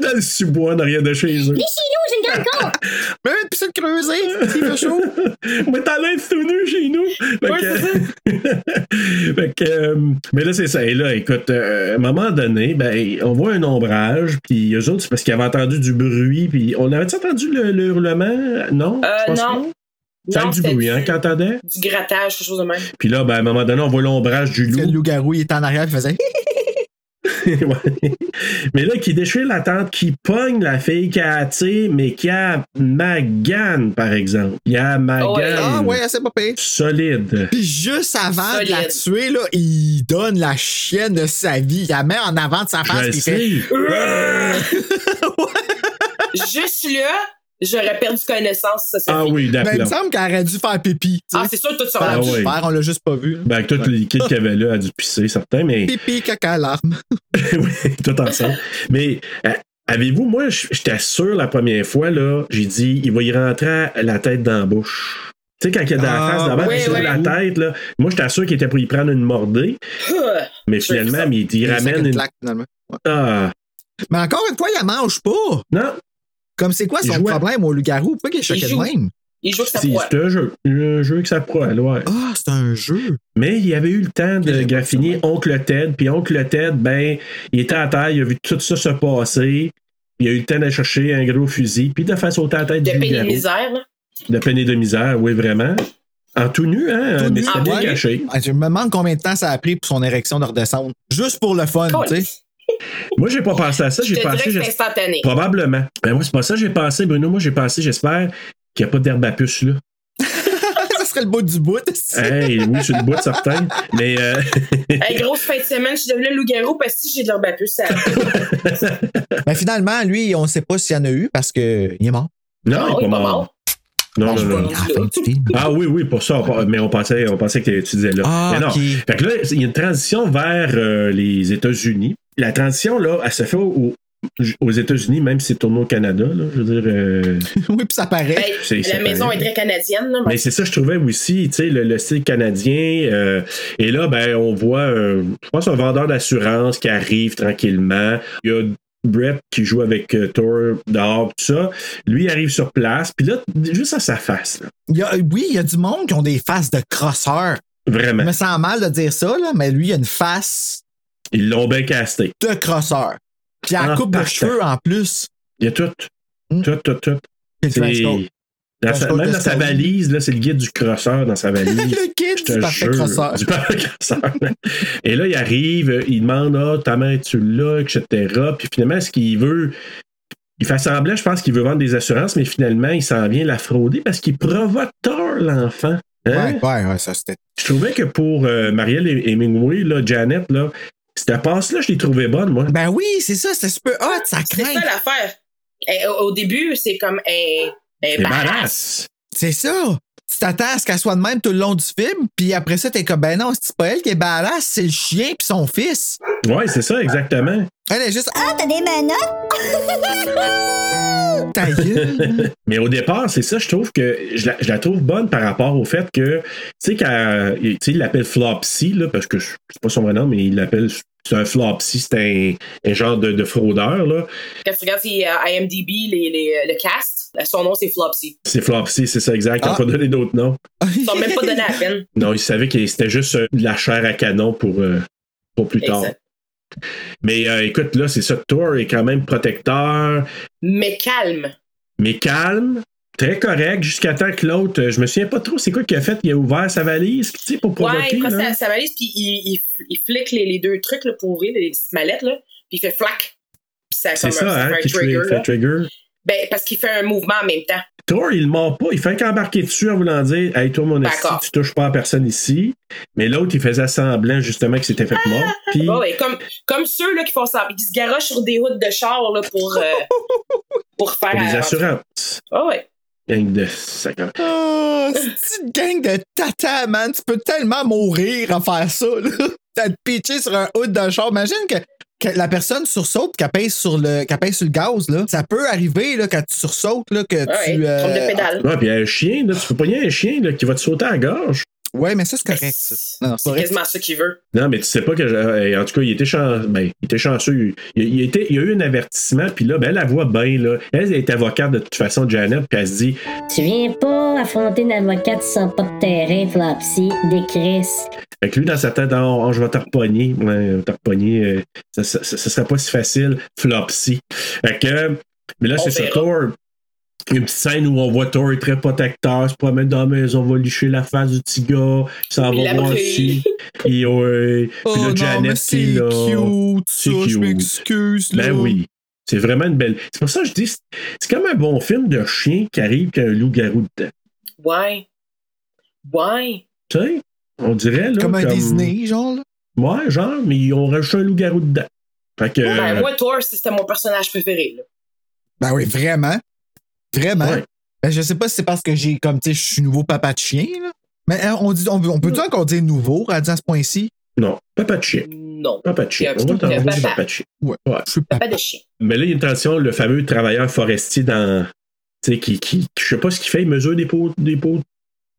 Speaker 2: Dans le sous-bois, dans rien de chez eux.
Speaker 1: Mais une piscine
Speaker 2: *laughs*
Speaker 1: creusée, s'il fait chaud.
Speaker 2: Mais t'as l'air tout nu chez nous. Fait
Speaker 7: Ouais,
Speaker 2: que- *laughs* Fait que, euh, mais là, c'est ça. Et là, écoute, euh, à un moment donné, ben, on voit un ombrage, puis eux autres, c'est parce qu'ils avaient entendu du bruit, puis on avait-tu entendu le, le hurlement? Non?
Speaker 7: Euh,
Speaker 2: Je pense
Speaker 7: non.
Speaker 2: pas. T'as
Speaker 7: Non,
Speaker 2: du
Speaker 7: c'était
Speaker 2: bruit, hein,
Speaker 7: du-
Speaker 2: quand t'entendais?
Speaker 7: Du grattage, quelque
Speaker 2: *laughs*
Speaker 7: chose de même.
Speaker 2: Puis là, ben, à un moment donné, on voit l'ombrage du
Speaker 1: Parce que
Speaker 2: loup. *laughs*
Speaker 1: Le loup-garou, il était en arrière, il faisait.
Speaker 2: Ouais. mais là, qui déchire la tente, qui pogne la fille qui a attiré, mais qui a magane, par exemple. Il y a magane.
Speaker 7: Oh, ouais.
Speaker 1: Ah ouais, c'est pas pire.
Speaker 2: Solide.
Speaker 1: Puis juste avant de la
Speaker 7: Solide.
Speaker 1: tuer, là, il donne la chienne de sa vie. Il la met en avant de sa face.
Speaker 2: Je le
Speaker 1: puis il fait-
Speaker 2: sais.
Speaker 7: Juste là, j'aurais perdu connaissance, ça,
Speaker 2: *laughs*
Speaker 7: c'est
Speaker 2: Ah oui,
Speaker 1: Ben, il me
Speaker 2: d'aplomb.
Speaker 1: semble qu'elle aurait dû faire pipi. tu sais.
Speaker 7: Ah, c'est sûr, tout sur
Speaker 1: Elle
Speaker 2: Ah
Speaker 1: aurait dû
Speaker 2: ouais.
Speaker 1: le faire, on l'a juste pas vu.
Speaker 2: Ben, avec tout le liquide qu'il y avait là, a dû pisser, certain, mais
Speaker 1: Pipi, caca, larme.
Speaker 2: *laughs* oui, tout ensemble. Mais euh, avez-vous, moi, j- j'étais sûr la première fois, là, j'ai dit, il va y rentrer à la tête dans la bouche. Tu sais, quand il est dans la
Speaker 1: Ah,
Speaker 2: face d'avant,
Speaker 7: oui,
Speaker 2: puis sur
Speaker 7: oui.
Speaker 2: la tête, là, moi, j'étais sûr qu'il était pour y prendre une mordée, mais
Speaker 7: J'ai vu
Speaker 2: finalement,
Speaker 7: ça.
Speaker 2: il, il
Speaker 1: Ça, c'est
Speaker 2: ramène
Speaker 1: une
Speaker 2: une.
Speaker 1: claque, finalement. Ouais.
Speaker 2: Ah,
Speaker 1: Mais encore une fois, il la mange pas.
Speaker 2: non,
Speaker 1: Comme c'est quoi
Speaker 2: Il
Speaker 1: son
Speaker 2: joue à-
Speaker 1: problème au loup-garou? Pourquoi il est choqué de
Speaker 7: joue.
Speaker 1: même?
Speaker 7: Il joue que ça
Speaker 2: c'est
Speaker 7: pourrait.
Speaker 2: c'est un jeu. Un jeu que ça prend, ouais.
Speaker 1: Ah, c'est un jeu.
Speaker 2: Mais il avait eu le temps de
Speaker 1: J'ai pas
Speaker 2: graffiner
Speaker 1: ça,
Speaker 2: Oncle Ted, puis Oncle Ted, ben, il était à terre, il a vu tout ça se passer, puis il a eu le temps d'aller chercher un gros fusil, puis de faire sauter la tête
Speaker 7: De
Speaker 2: du
Speaker 7: peine et de
Speaker 2: loup-garou.
Speaker 7: misère, là.
Speaker 2: De peine et de misère, oui, vraiment. En tout nu, hein,
Speaker 1: Tout
Speaker 2: mais
Speaker 1: nu,
Speaker 2: c'était bien
Speaker 1: ouais.
Speaker 2: caché.
Speaker 1: Ah, Je me demande combien de temps ça a pris pour son érection de redescendre. Juste pour le fun, tu sais. *laughs*
Speaker 2: Moi, j'ai pas pensé à Ah, ça,
Speaker 7: Je
Speaker 2: j'ai
Speaker 7: te dirais
Speaker 2: pensé,
Speaker 7: que c'est
Speaker 2: j'es-
Speaker 7: instantané.
Speaker 2: probablement. Ben, moi, c'est pas ça, que j'ai pensé, Bruno, moi, j'ai pensé, j'espère qu'il n'y a pas d'herbe à puce, là.
Speaker 1: ça serait le bout du bout. tu sais.
Speaker 2: Hey, oui, sur le bout, certain. Mais, euh, *laughs*
Speaker 7: Hey, grosse fin de semaine, je suis devenue un loup-garou parce que j'ai de l'herbe à
Speaker 2: *laughs*
Speaker 7: puce à-
Speaker 1: Mais Ben, finalement, lui, on sait pas s'il y en a eu parce qu'il est mort.
Speaker 2: non, il est pas mort. Non,
Speaker 7: Non,
Speaker 2: non,
Speaker 7: je
Speaker 2: non.
Speaker 7: pense.
Speaker 2: non.
Speaker 1: Ah, fin du film.
Speaker 2: Ah oui, oui, pour ça, on- mais on pensait, on pensait que tu disais là.
Speaker 1: Ah,
Speaker 2: mais non.
Speaker 1: ok.
Speaker 2: *laughs* Fait que là, il y a une transition vers euh, les États-Unis. La transition, là, elle se fait au- aux États-Unis, même si c'est tourné au Canada, là, je veux dire. euh,
Speaker 1: oui, puis ça paraît.
Speaker 7: Hey,
Speaker 2: C'est-
Speaker 7: la
Speaker 2: c'est
Speaker 7: maison
Speaker 2: pareil.
Speaker 7: est très canadienne, là.
Speaker 2: Mais c'est ça, je trouvais aussi, tu sais, le, le style canadien. euh, et là, ben, on voit, euh, je pense, un vendeur d'assurance qui arrive tranquillement. Il y a Brett qui joue avec euh, Thor dehors, tout ça. Lui, il arrive sur place, puis là, juste à sa face, là.
Speaker 1: Il y a- oui, il y a du monde qui ont des faces de crosseur. Je
Speaker 2: Vraiment.
Speaker 1: me sens mal de dire ça, là, mais lui, il a une face
Speaker 2: Ils l'ont bien casté.
Speaker 1: de crosseur. Puis la
Speaker 2: Ah,
Speaker 1: coupe de
Speaker 2: parfait.
Speaker 1: cheveux en plus.
Speaker 2: Il y a tout.
Speaker 1: Mm.
Speaker 2: Tout, tout, tout.
Speaker 1: Puis le
Speaker 2: C'est- *laughs*
Speaker 1: trench coat.
Speaker 2: Dans
Speaker 1: Trench
Speaker 2: sa-
Speaker 1: coat
Speaker 2: même
Speaker 1: de
Speaker 2: dans sa
Speaker 1: Scully.
Speaker 2: valise, là, c'est le guide du crosseur dans sa
Speaker 1: *laughs*
Speaker 2: valise.
Speaker 1: le
Speaker 2: Je
Speaker 1: kid
Speaker 2: te
Speaker 1: du parfait
Speaker 2: jure,
Speaker 1: crosseur.
Speaker 2: du parfait crosseur. Et là, il arrive, il demande Ah, ta mère, tu l'as, etc. Puis finalement, ce qu'il veut, il fait semblant, je pense qu'il veut vendre des assurances, mais finalement, il s'en vient la frauder parce qu'il provoque tort l'enfant. Hein?
Speaker 1: Ouais, ouais, ouais, ça c'était.
Speaker 2: Je trouvais que pour euh, Marielle et Hemingway, là, Janet, là, cette passe-là, je l'ai trouvée bonne, moi.
Speaker 1: Ben oui, c'est ça, c'était super hot, ça
Speaker 7: C'est
Speaker 1: craint.
Speaker 7: ça l'affaire. Hey, au, au début, c'est comme un. un
Speaker 2: Elle est
Speaker 7: baraque.
Speaker 2: badass.
Speaker 1: C'est ça. Tu t'attends à ce qu'elle soit de même tout le long du film, puis après ça, t'es comme, ben non, c'est pas elle qui est badass, c'est le chien puis son fils.
Speaker 2: Ouais, c'est ça, exactement.
Speaker 1: Elle est juste, ah,
Speaker 9: Ah, t'as des menottes?
Speaker 1: ta gueule.
Speaker 2: Mais au départ, c'est ça, je trouve que je la, je la trouve bonne par rapport au fait que, tu sais, quand, tu sais, il l'appelle Flopsy, là, parce que je- c'est pas son vrai nom, mais il l'appelle, c'est un Flopsy, c'est un, un genre de, de fraudeur, là.
Speaker 7: Quand tu regardes sur, euh, IMDb, les, les- euh, le cast, son nom, c'est Flopsy.
Speaker 2: C'est Flopsy, c'est ça, exact. Ils n'ont
Speaker 1: Ah.
Speaker 2: pas donné d'autres noms.
Speaker 7: *laughs* Ils sont même pas donné à peine.
Speaker 2: Non, ils savaient que c'était juste euh, de la chair à canon pour, euh, pour plus tard.
Speaker 7: Exact.
Speaker 2: Mais euh, écoute, là, c'est ça, Thor est quand même protecteur,
Speaker 7: Mais calme.
Speaker 2: mais calme. Très correct, jusqu'à temps que l'autre, euh, je me souviens pas trop, c'est quoi qu'il a fait? Il a ouvert sa valise, tu sais, pour provoquer.
Speaker 7: Ouais, il prend
Speaker 2: là.
Speaker 7: sa, sa valise, puis il, il, f- il flique les, les deux trucs là, pour ouvrir les petites mallettes, là, puis il fait flac. Puis ça,
Speaker 2: C'est
Speaker 7: comme un-
Speaker 2: ça, hein,
Speaker 7: fait un
Speaker 2: qui
Speaker 7: trigger.
Speaker 2: fait
Speaker 7: là.
Speaker 2: trigger.
Speaker 7: Ben, parce qu'il fait un mouvement en même temps.
Speaker 2: Thor, il mord pas. Il fait qu'embarquer dessus en voulant dire Hey, toi, mon esti,
Speaker 7: D'accord.
Speaker 2: tu touches pas à personne ici. Mais l'autre, il faisait semblant, justement, qu'il s'était fait mort. Puis,
Speaker 7: Ah, Ouais, ouais, ben, comme, comme ceux là, qui font ça, qui se garochent sur des hoods de char là,
Speaker 2: *laughs*
Speaker 7: pour, euh, pour faire.
Speaker 2: pour les
Speaker 7: avancer.
Speaker 2: assurances.
Speaker 7: Ah ouais.
Speaker 2: Gang de sacre.
Speaker 1: Oh, c'est une gang de tata, man. Tu peux tellement mourir à faire ça, là. *laughs* T'as te pitché sur un hood d'un char. Imagine que, que la personne sursaute, qu'elle pèse sur le, qu'elle pèse sur le gaz, là. Ça peut arriver, là, quand tu sursautes, là, que
Speaker 7: Ouais,
Speaker 1: tu. euh,
Speaker 7: trompe de pédale.
Speaker 2: Ouais, puis il y a un chien, là, tu peux pas y avoir un chien là, qui va te sauter à la gorge.
Speaker 1: Ouais, mais ça, c'est correct, ça. Non, non, c'est
Speaker 7: C'est
Speaker 1: correct.
Speaker 7: quasiment ça qu'il veut.
Speaker 2: Non, mais tu sais pas que. je- hey, En tout cas, il était chanceux. Ben, il était chanceux. Il, il était, il y a eu un avertissement, puis là, ben, elle la voit bien. Là. Elle, elle est avocate de toute façon, Janet, puis elle se dit
Speaker 8: Tu viens pas affronter une avocate sans pas de terrain, Flopsy, décris.
Speaker 2: Fait que lui, dans sa tête, Ah, ah, je vais te repogner. Ouais, te repogner, euh, ça, ça, ça- ça serait pas si facile. Flopsy. Fait que, mais là,
Speaker 7: On
Speaker 2: c'est ça,
Speaker 7: verra.
Speaker 2: Thor. Une petite scène où on voit Thor est très protecteur, se promène dans la maison, va licher la face du petit gars, ça
Speaker 7: Il
Speaker 2: va
Speaker 7: l'a
Speaker 2: voir
Speaker 7: pris.
Speaker 2: si. *laughs* Et ouais.
Speaker 1: Oh
Speaker 2: Puis là,
Speaker 1: non, mais
Speaker 2: Janet
Speaker 1: c'est
Speaker 2: qui est là.
Speaker 1: cute, ça,
Speaker 2: C'est
Speaker 1: je
Speaker 2: cute.
Speaker 1: m'excuse.
Speaker 2: Ben
Speaker 1: là.
Speaker 2: oui. C'est vraiment une belle. C'est pour ça que je dis, c'est- c'est comme un bon film de chien qui arrive qu'un loup-garou dedans.
Speaker 7: *laughs* Ouais. Ouais.
Speaker 2: Tu sais, on dirait. Là,
Speaker 1: Comme un Disney, genre. Là.
Speaker 2: Ouais, genre, mais ils ont rajouté un loup-garou dedans. Fait que.
Speaker 7: Ben, moi, Thor, c'était mon personnage préféré. Là.
Speaker 1: Ben oui, vraiment. Vraiment.
Speaker 2: Ouais.
Speaker 1: Ben, je sais pas si c'est parce que j'ai, comme, tu sais, je suis nouveau papa de chien, là. Mais hein, on, dit, on, on peut-tu encore dire nouveau à à ce point-ci?
Speaker 2: Non, papa de chien.
Speaker 7: Non.
Speaker 2: Papa de chien.
Speaker 7: Il y a
Speaker 2: On
Speaker 7: un
Speaker 2: va
Speaker 7: petit peu de
Speaker 2: t'envoyer
Speaker 7: papa.
Speaker 2: papa de chien.
Speaker 1: Je suis
Speaker 2: Ah.
Speaker 7: Pas
Speaker 1: papa.
Speaker 7: de chien.
Speaker 2: Mais là, il y a une tension, le fameux travailleur forestier dans. Tu sais, qui, qui, qui- Je sais pas ce qu'il fait, il mesure des, pots, des, pots,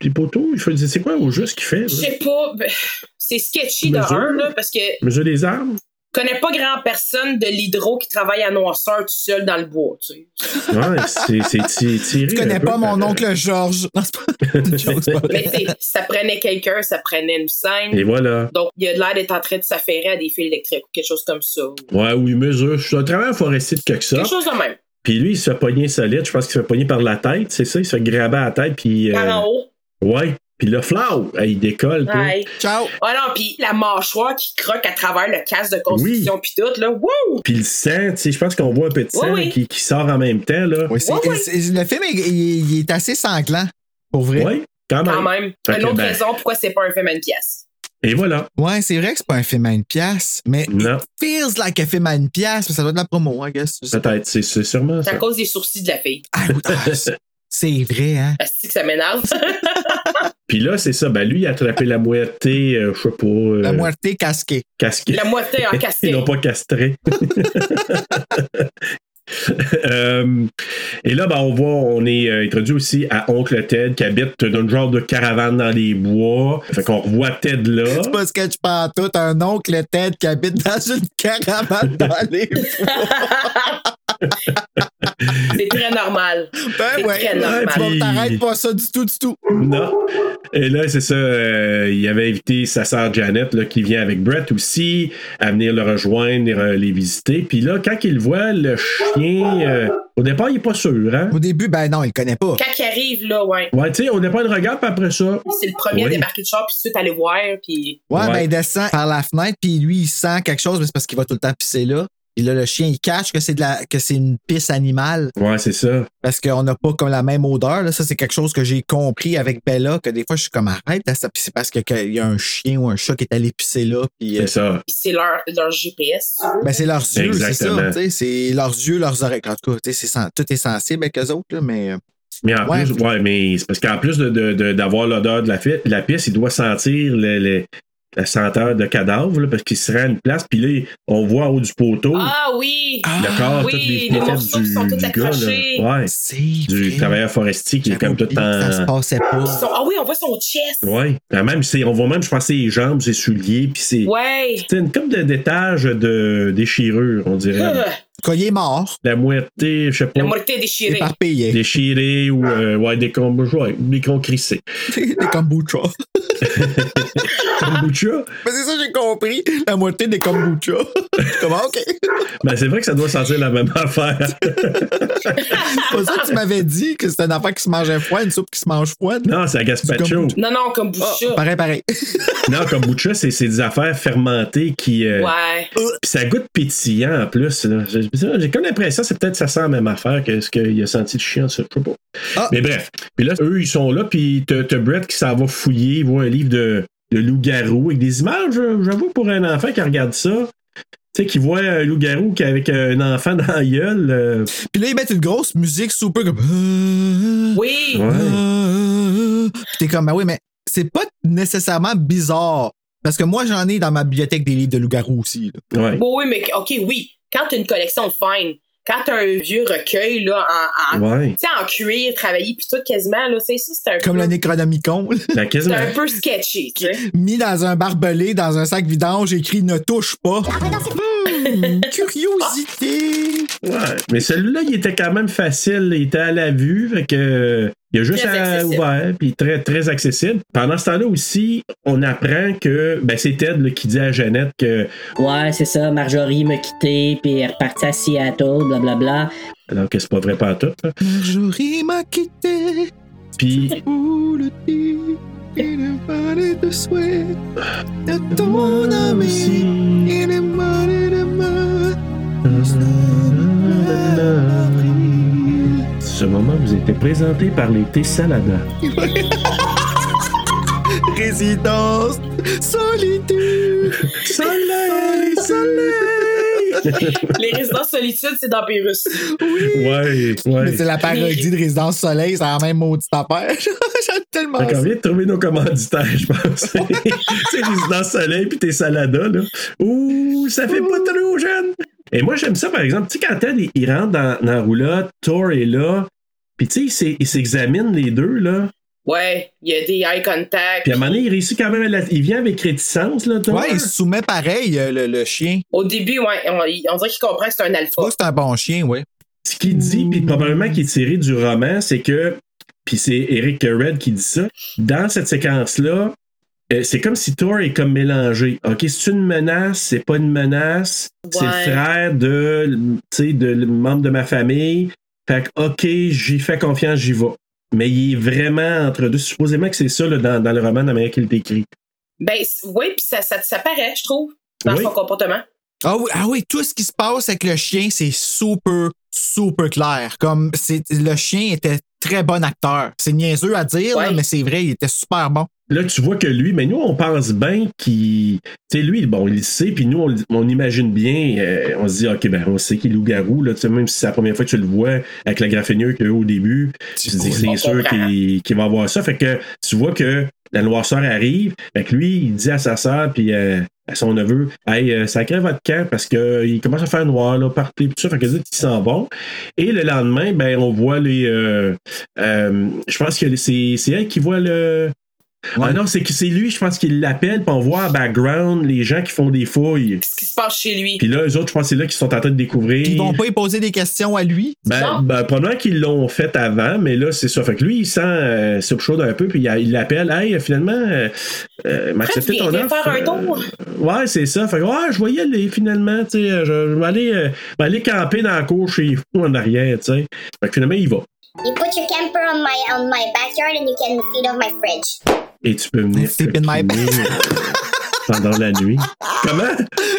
Speaker 2: des poteaux. Il fait. C'est quoi au juste ce qu'il fait? là?
Speaker 7: Je sais pas. ben, C'est sketchy de
Speaker 2: Mesure.
Speaker 7: un, là, parce que je
Speaker 2: Il mesure des arbres?
Speaker 7: connais pas grand personne de l'hydro qui travaille à noirceur tout seul dans le bois. Tu sais.
Speaker 2: Ouais, c'est c'est ti- tiré. un
Speaker 1: Tu connais
Speaker 2: peu euh,
Speaker 1: pas mon
Speaker 2: par-
Speaker 1: oncle Georges. Non, c'est pas une joke, c'est pas vrai.
Speaker 7: Mais tu sais, ça prenait quelqu'un, ça prenait une
Speaker 2: *laughs*
Speaker 7: scène.
Speaker 2: Et voilà.
Speaker 7: Donc, il a l'air d'être en train de s'affairer à des fils électriques ou quelque chose comme ça.
Speaker 2: Ouais, où il mesure. C'est un travailleur forestier de quelque
Speaker 7: Quelque
Speaker 2: sorte.
Speaker 7: chose de même.
Speaker 2: Puis lui, il se fait pogner solide. Je pense qu'il se fait pogner par la tête, c'est ça? Il se fait grabber à la tête, puis.
Speaker 7: Par
Speaker 2: euh,
Speaker 7: en haut.
Speaker 2: ouais. Puis là, flau! eh, Il décolle. puis-
Speaker 7: Ouais.
Speaker 1: Ciao.
Speaker 7: Ah non, puis la mâchoire qui croque à travers le casque de construction puis tout, là. Wouh!
Speaker 2: Puis le sang, tu sais, je pense qu'on voit un peu de sang
Speaker 7: Oui, oui.
Speaker 2: Qui, qui sort en même temps, là.
Speaker 1: Oui, c'est-
Speaker 7: Ouais, ouais.
Speaker 1: c'est- le film est, il, il est assez sanglant, pour vrai. Ouais,
Speaker 2: Ouais, quand même.
Speaker 7: Quand même.
Speaker 2: Fait
Speaker 7: Une
Speaker 2: que,
Speaker 7: autre
Speaker 2: ben- Ah,
Speaker 7: raison pourquoi c'est pas un film à une pièce.
Speaker 2: Et voilà.
Speaker 1: c'est vrai que c'est pas un film à une pièce, mais
Speaker 2: Non,
Speaker 1: feels like un film à une pièce, mais ça doit être de la promo, I guess.
Speaker 2: peut-être. C'est, c'est sûrement
Speaker 7: C'est à
Speaker 2: ça.
Speaker 7: cause des sourcils de la fille.
Speaker 1: Ah, oui, ah, c'est- c'est vrai, hein?
Speaker 7: Asti que ça
Speaker 2: *laughs*
Speaker 7: m'énerve.
Speaker 2: Puis là, c'est ça. Ben, lui, il a attrapé la moitié, euh, je sais pas, euh,
Speaker 1: La moitié casquée.
Speaker 2: casquée.
Speaker 7: la moitié en
Speaker 2: *laughs* Ils
Speaker 7: casquette.
Speaker 2: l'ont pas castré. *laughs* Euh, et là, ben, on voit, on est euh, introduit aussi à Oncle Ted qui habite dans une genre de caravane dans les bois. Fait qu'on revoit Ted là.
Speaker 1: C'est pas ce que je parle tout, un oncle Ted qui habite dans une caravane dans les
Speaker 7: C'est très
Speaker 2: *laughs*
Speaker 7: normal.
Speaker 1: Ben
Speaker 7: C'est
Speaker 1: ouais.
Speaker 7: très normal.
Speaker 1: Tu vas- T'arrêtes pas ça du tout, du tout.
Speaker 2: Non. Et là, c'est ça, euh, il avait invité sa sœur Janet, là, qui vient avec Brett aussi, à venir le rejoindre et euh, les visiter. Puis là, quand il voit le chien, euh, au départ, il est pas sûr, hein?
Speaker 1: Au début, ben non, il connaît pas.
Speaker 7: Quand il arrive, là, ouais.
Speaker 2: Ouais, tu sais, au départ, il regarde, puis après ça,
Speaker 7: C'est le premier
Speaker 2: Oui.
Speaker 7: à débarquer de char, puis tout de suite aller voir, puis
Speaker 1: Ouais,
Speaker 2: Ouais.
Speaker 1: ben il descend par la fenêtre, puis lui, il sent quelque chose, mais c'est parce qu'il va tout le temps pisser là. Et là, le chien, il cache que c'est de la que c'est une pisse animale.
Speaker 2: ouais, c'est ça.
Speaker 1: Parce qu'on n'a pas comme la même odeur. Là. Ça, c'est quelque chose que j'ai compris avec Bella, que des fois, je suis comme arrête, là, ça, puis c'est parce que- qu'il y a un chien ou un chat qui est allé pisser là. Puis, euh,
Speaker 2: C'est ça.
Speaker 7: puis c'est leur, leur GPS. tu veux.
Speaker 1: ben, c'est leurs yeux, c'est ça.
Speaker 2: Exactement.
Speaker 1: tu sais, C'est leurs yeux, leurs oreilles. En tout cas, tu sais, c'est sen- tout est sensible avec eux autres, là, mais. euh,
Speaker 2: Mais en
Speaker 1: Ouais.
Speaker 2: plus, ouais, mais c'est parce qu'en plus de- de- de- d'avoir l'odeur de la, fi- de la piste, il doit sentir le- le- la senteur de cadavre, là, parce qu'il se rend à une place, puis là, on voit au haut du poteau.
Speaker 7: Ah oui!
Speaker 2: Le corps,
Speaker 7: oui,
Speaker 2: toutes les
Speaker 7: les
Speaker 2: piétettes
Speaker 7: morceaux qui
Speaker 2: du,
Speaker 7: sont
Speaker 2: du
Speaker 7: tous
Speaker 2: gars,
Speaker 7: accrochés.
Speaker 2: là. Ouais.
Speaker 1: c'est
Speaker 2: du
Speaker 1: vrai.
Speaker 2: travailleur forestier qui est
Speaker 1: J'avais
Speaker 2: comme tout
Speaker 1: oublié que Ça se
Speaker 2: en.
Speaker 1: passait
Speaker 7: Ils
Speaker 1: pas.
Speaker 7: sont- Ah oui, on voit son chest!
Speaker 2: Ouais. Quand même, c'est- on voit même, je pense, ses jambes, ses souliers, puis c'est.
Speaker 7: Ouais!
Speaker 2: C'est une coupe de d'étage de déchirure, on dirait.
Speaker 7: Ah,
Speaker 1: Quand il est mort,
Speaker 2: La moitié, je sais
Speaker 7: La
Speaker 2: pas,
Speaker 7: moitié Ah. déchirée.
Speaker 2: hein.
Speaker 1: éparpillé.
Speaker 2: déchirée ou euh, ouais, des cons ouais, des cons crissés. *laughs*
Speaker 1: Des kombucha.
Speaker 2: Kombucha?
Speaker 7: *laughs*
Speaker 1: Mais c'est ça, j'ai compris. La moitié des kombucha. *laughs* Comment, OK.
Speaker 2: Ben, c'est vrai que ça doit sentir la même *laughs* affaire.
Speaker 1: C'est pas ça que tu m'avais dit que c'était une affaire qui se mangeait froid, une soupe qui se mange froide. Ah,
Speaker 2: Non, c'est à gazpacho.
Speaker 7: Non, non, comme
Speaker 2: Ah,
Speaker 7: Boucha.
Speaker 2: *laughs*
Speaker 1: Pareil, pareil.
Speaker 2: Non, kombucha, c'est c'est des affaires fermentées qui. euh,
Speaker 7: ouais.
Speaker 2: Puis ça goûte pétillant en plus. là. J'ai j'ai comme l'impression que c'est peut-être ça sent la même affaire que ce qu'il a senti de chien, ça, je sais pas.
Speaker 1: Ah.
Speaker 2: Mais ben- bref. Puis là, eux, ils sont là, puis t'as t'as Brett qui s'en va fouiller, il voit un livre de, de loup-garou avec des images, euh, j'avoue, pour un enfant qui regarde ça. Tu sais, qui voit un loup-garou qui- avec un enfant dans la gueule. euh,
Speaker 1: Puis là, ils mettent une grosse musique super comme.
Speaker 7: Oui!
Speaker 2: Ouais.
Speaker 1: Puis t'es comme, ben oui, mais c'est pas nécessairement bizarre. Parce que moi, j'en ai dans ma bibliothèque des livres de loup-garou aussi. là.
Speaker 2: ouais.
Speaker 7: Oui, oui, mais OK, oui. Quand t'as une collection fine, quand t'as un vieux recueil, là, en, en,
Speaker 2: Ouais.
Speaker 7: tu sais, en cuir, travaillé, puis tout quasiment, Ben là, c'est ça, c'est un
Speaker 1: Comme
Speaker 7: peu...
Speaker 1: le Necronomicon, là, *laughs*
Speaker 7: *laughs*
Speaker 2: Dans
Speaker 7: C'est
Speaker 2: quasiment.
Speaker 7: un peu sketchy,
Speaker 2: *laughs*
Speaker 7: tu sais.
Speaker 1: mis dans un barbelé, dans un sac vidange, écrit Ne touche pas.
Speaker 7: Ah,
Speaker 1: Hmm, curiosité.
Speaker 2: Ouais. Mais celui-là, il était quand même facile. Il était à la vue. Fait que. Il y a juste
Speaker 7: Très
Speaker 2: à
Speaker 7: accessible.
Speaker 2: ouvert, puis très, très accessible. Pendant ce temps-là aussi, on apprend que ben, c'est Ted là, qui dit à Jeannette que.
Speaker 8: Ouais, c'est ça, Marjorie m'a quitté, puis elle est repartie à Seattle, blablabla.
Speaker 2: Alors que c'est pas vrai pas tout. là.
Speaker 1: Marjorie m'a quitté.
Speaker 2: Puis
Speaker 1: Où le dire Il est parlé de souhait de ton ami. Il est parlé de moi.
Speaker 2: Ce moment vous était présenté par les thés Salada.
Speaker 1: *laughs* Résidence, solitude,
Speaker 2: Soleil, soleil!
Speaker 7: Les résidences solitudes, c'est dans Pérus.
Speaker 2: ouais,
Speaker 1: Mais
Speaker 2: ouais.
Speaker 1: c'est la parodie de Résidence Soleil, c'est la même maudite affaire. *laughs* J'aime tellement
Speaker 2: Fait qu'on
Speaker 1: ça.
Speaker 2: vient de trouver nos commanditaires, je pense. tu sais, Résidence Soleil puis tes saladas, là. Ouh, ça fait pas trop jeune! Et moi, j'aime ça, par exemple. Tu sais, quand Ted, il, il rentre dans, dans la roulotte, Thor est là, puis tu sais, il s'é- il s'examine les deux, là.
Speaker 7: Ouais, il y a des eye contact.
Speaker 2: Puis à un moment donné, il réussit quand même à la- Il vient avec réticence, là, Thor.
Speaker 1: Ouais, il se soumet pareil, euh, le, le chien.
Speaker 7: Au début, ouais, on, on dirait qu'il comprend que c'est un
Speaker 1: Je
Speaker 7: alpha.
Speaker 1: crois que c'est un bon chien, ouais.
Speaker 2: Ce qu'il dit, puis probablement qu'il est tiré du roman, c'est que, puis c'est Eric Red qui dit ça, dans cette séquence-là, euh, c'est comme si Thor est comme mélangé. OK, c'est une menace, c'est pas une menace, c'est
Speaker 7: Ouais.
Speaker 2: le frère de, tu sais, de le membre de ma famille. Fait que, OK, j'y fais confiance, j'y vais. Mais il est vraiment entre deux. Supposément que c'est ça là, dans, dans le roman, dans la manière qu'il décrit.
Speaker 7: Ben, oui, puis ça, ça, ça paraît, je trouve, dans
Speaker 2: Oui.
Speaker 7: son comportement.
Speaker 1: Ah oui, ah oui, tout ce qui se passe avec le chien, c'est super, super clair. Comme c'est le chien était très bon acteur. C'est niaiseux à dire, là,
Speaker 7: Ouais.
Speaker 1: mais c'est vrai, il était super bon.
Speaker 2: Là, tu vois que lui, mais nous, on pense bien qu'il. Tu sais, lui, bon, il le sait, puis nous, on, on imagine bien, euh, on se dit, OK, ben, on sait qu'il est loup-garou, là, tu sais, même si c'est la première fois que tu le vois avec la graffinière qu'il y a eu au début, tu te dis,
Speaker 7: on
Speaker 2: c'est sûr
Speaker 7: comprend.
Speaker 2: qu'il qu'il va avoir ça. Fait que tu vois que la noirceur arrive, fait que lui, il dit à sa sœur, puis euh, à son neveu, hey, euh, sacrez votre camp, parce que euh, il commence à faire noir, là, partez, tout ça, fait que les autres, ils s'en vont. Et le lendemain, ben, on voit les. euh, euh, je pense que c'est c'est elle qui voit le. Ah non, c'est que c'est lui, je pense qu'il l'appelle, puis on voit en background les gens qui font des fouilles.
Speaker 7: Qu'est-ce qui se passe chez lui?
Speaker 2: Puis là, eux autres, je pense que c'est là qu'ils sont en train de découvrir.
Speaker 1: Ils vont pas y poser des questions à lui. *laughs*
Speaker 2: Ben,
Speaker 7: Non.
Speaker 2: ben, probablement qu'ils l'ont fait avant, mais là, c'est ça. Fait que lui, il sent euh, sur chaud un peu, puis il a- il l'appelle. Hey, finalement, euh, euh, m'accepter
Speaker 7: viens-
Speaker 2: ton
Speaker 7: viens
Speaker 2: offre.
Speaker 7: faire un don.
Speaker 2: Euh, ouais, c'est ça. Fait que, ouais, je voyais aller finalement, tu sais, je, je vais aller, euh, je vais aller camper dans la cour chez vous en arrière, tu sais. Fait que finalement, il va.
Speaker 9: You put your camper on my on my backyard and you get in the feet of my fridge.
Speaker 2: Et tu peux venir
Speaker 1: Sleep in my
Speaker 2: coquiner, euh, pendant la nuit. Comment?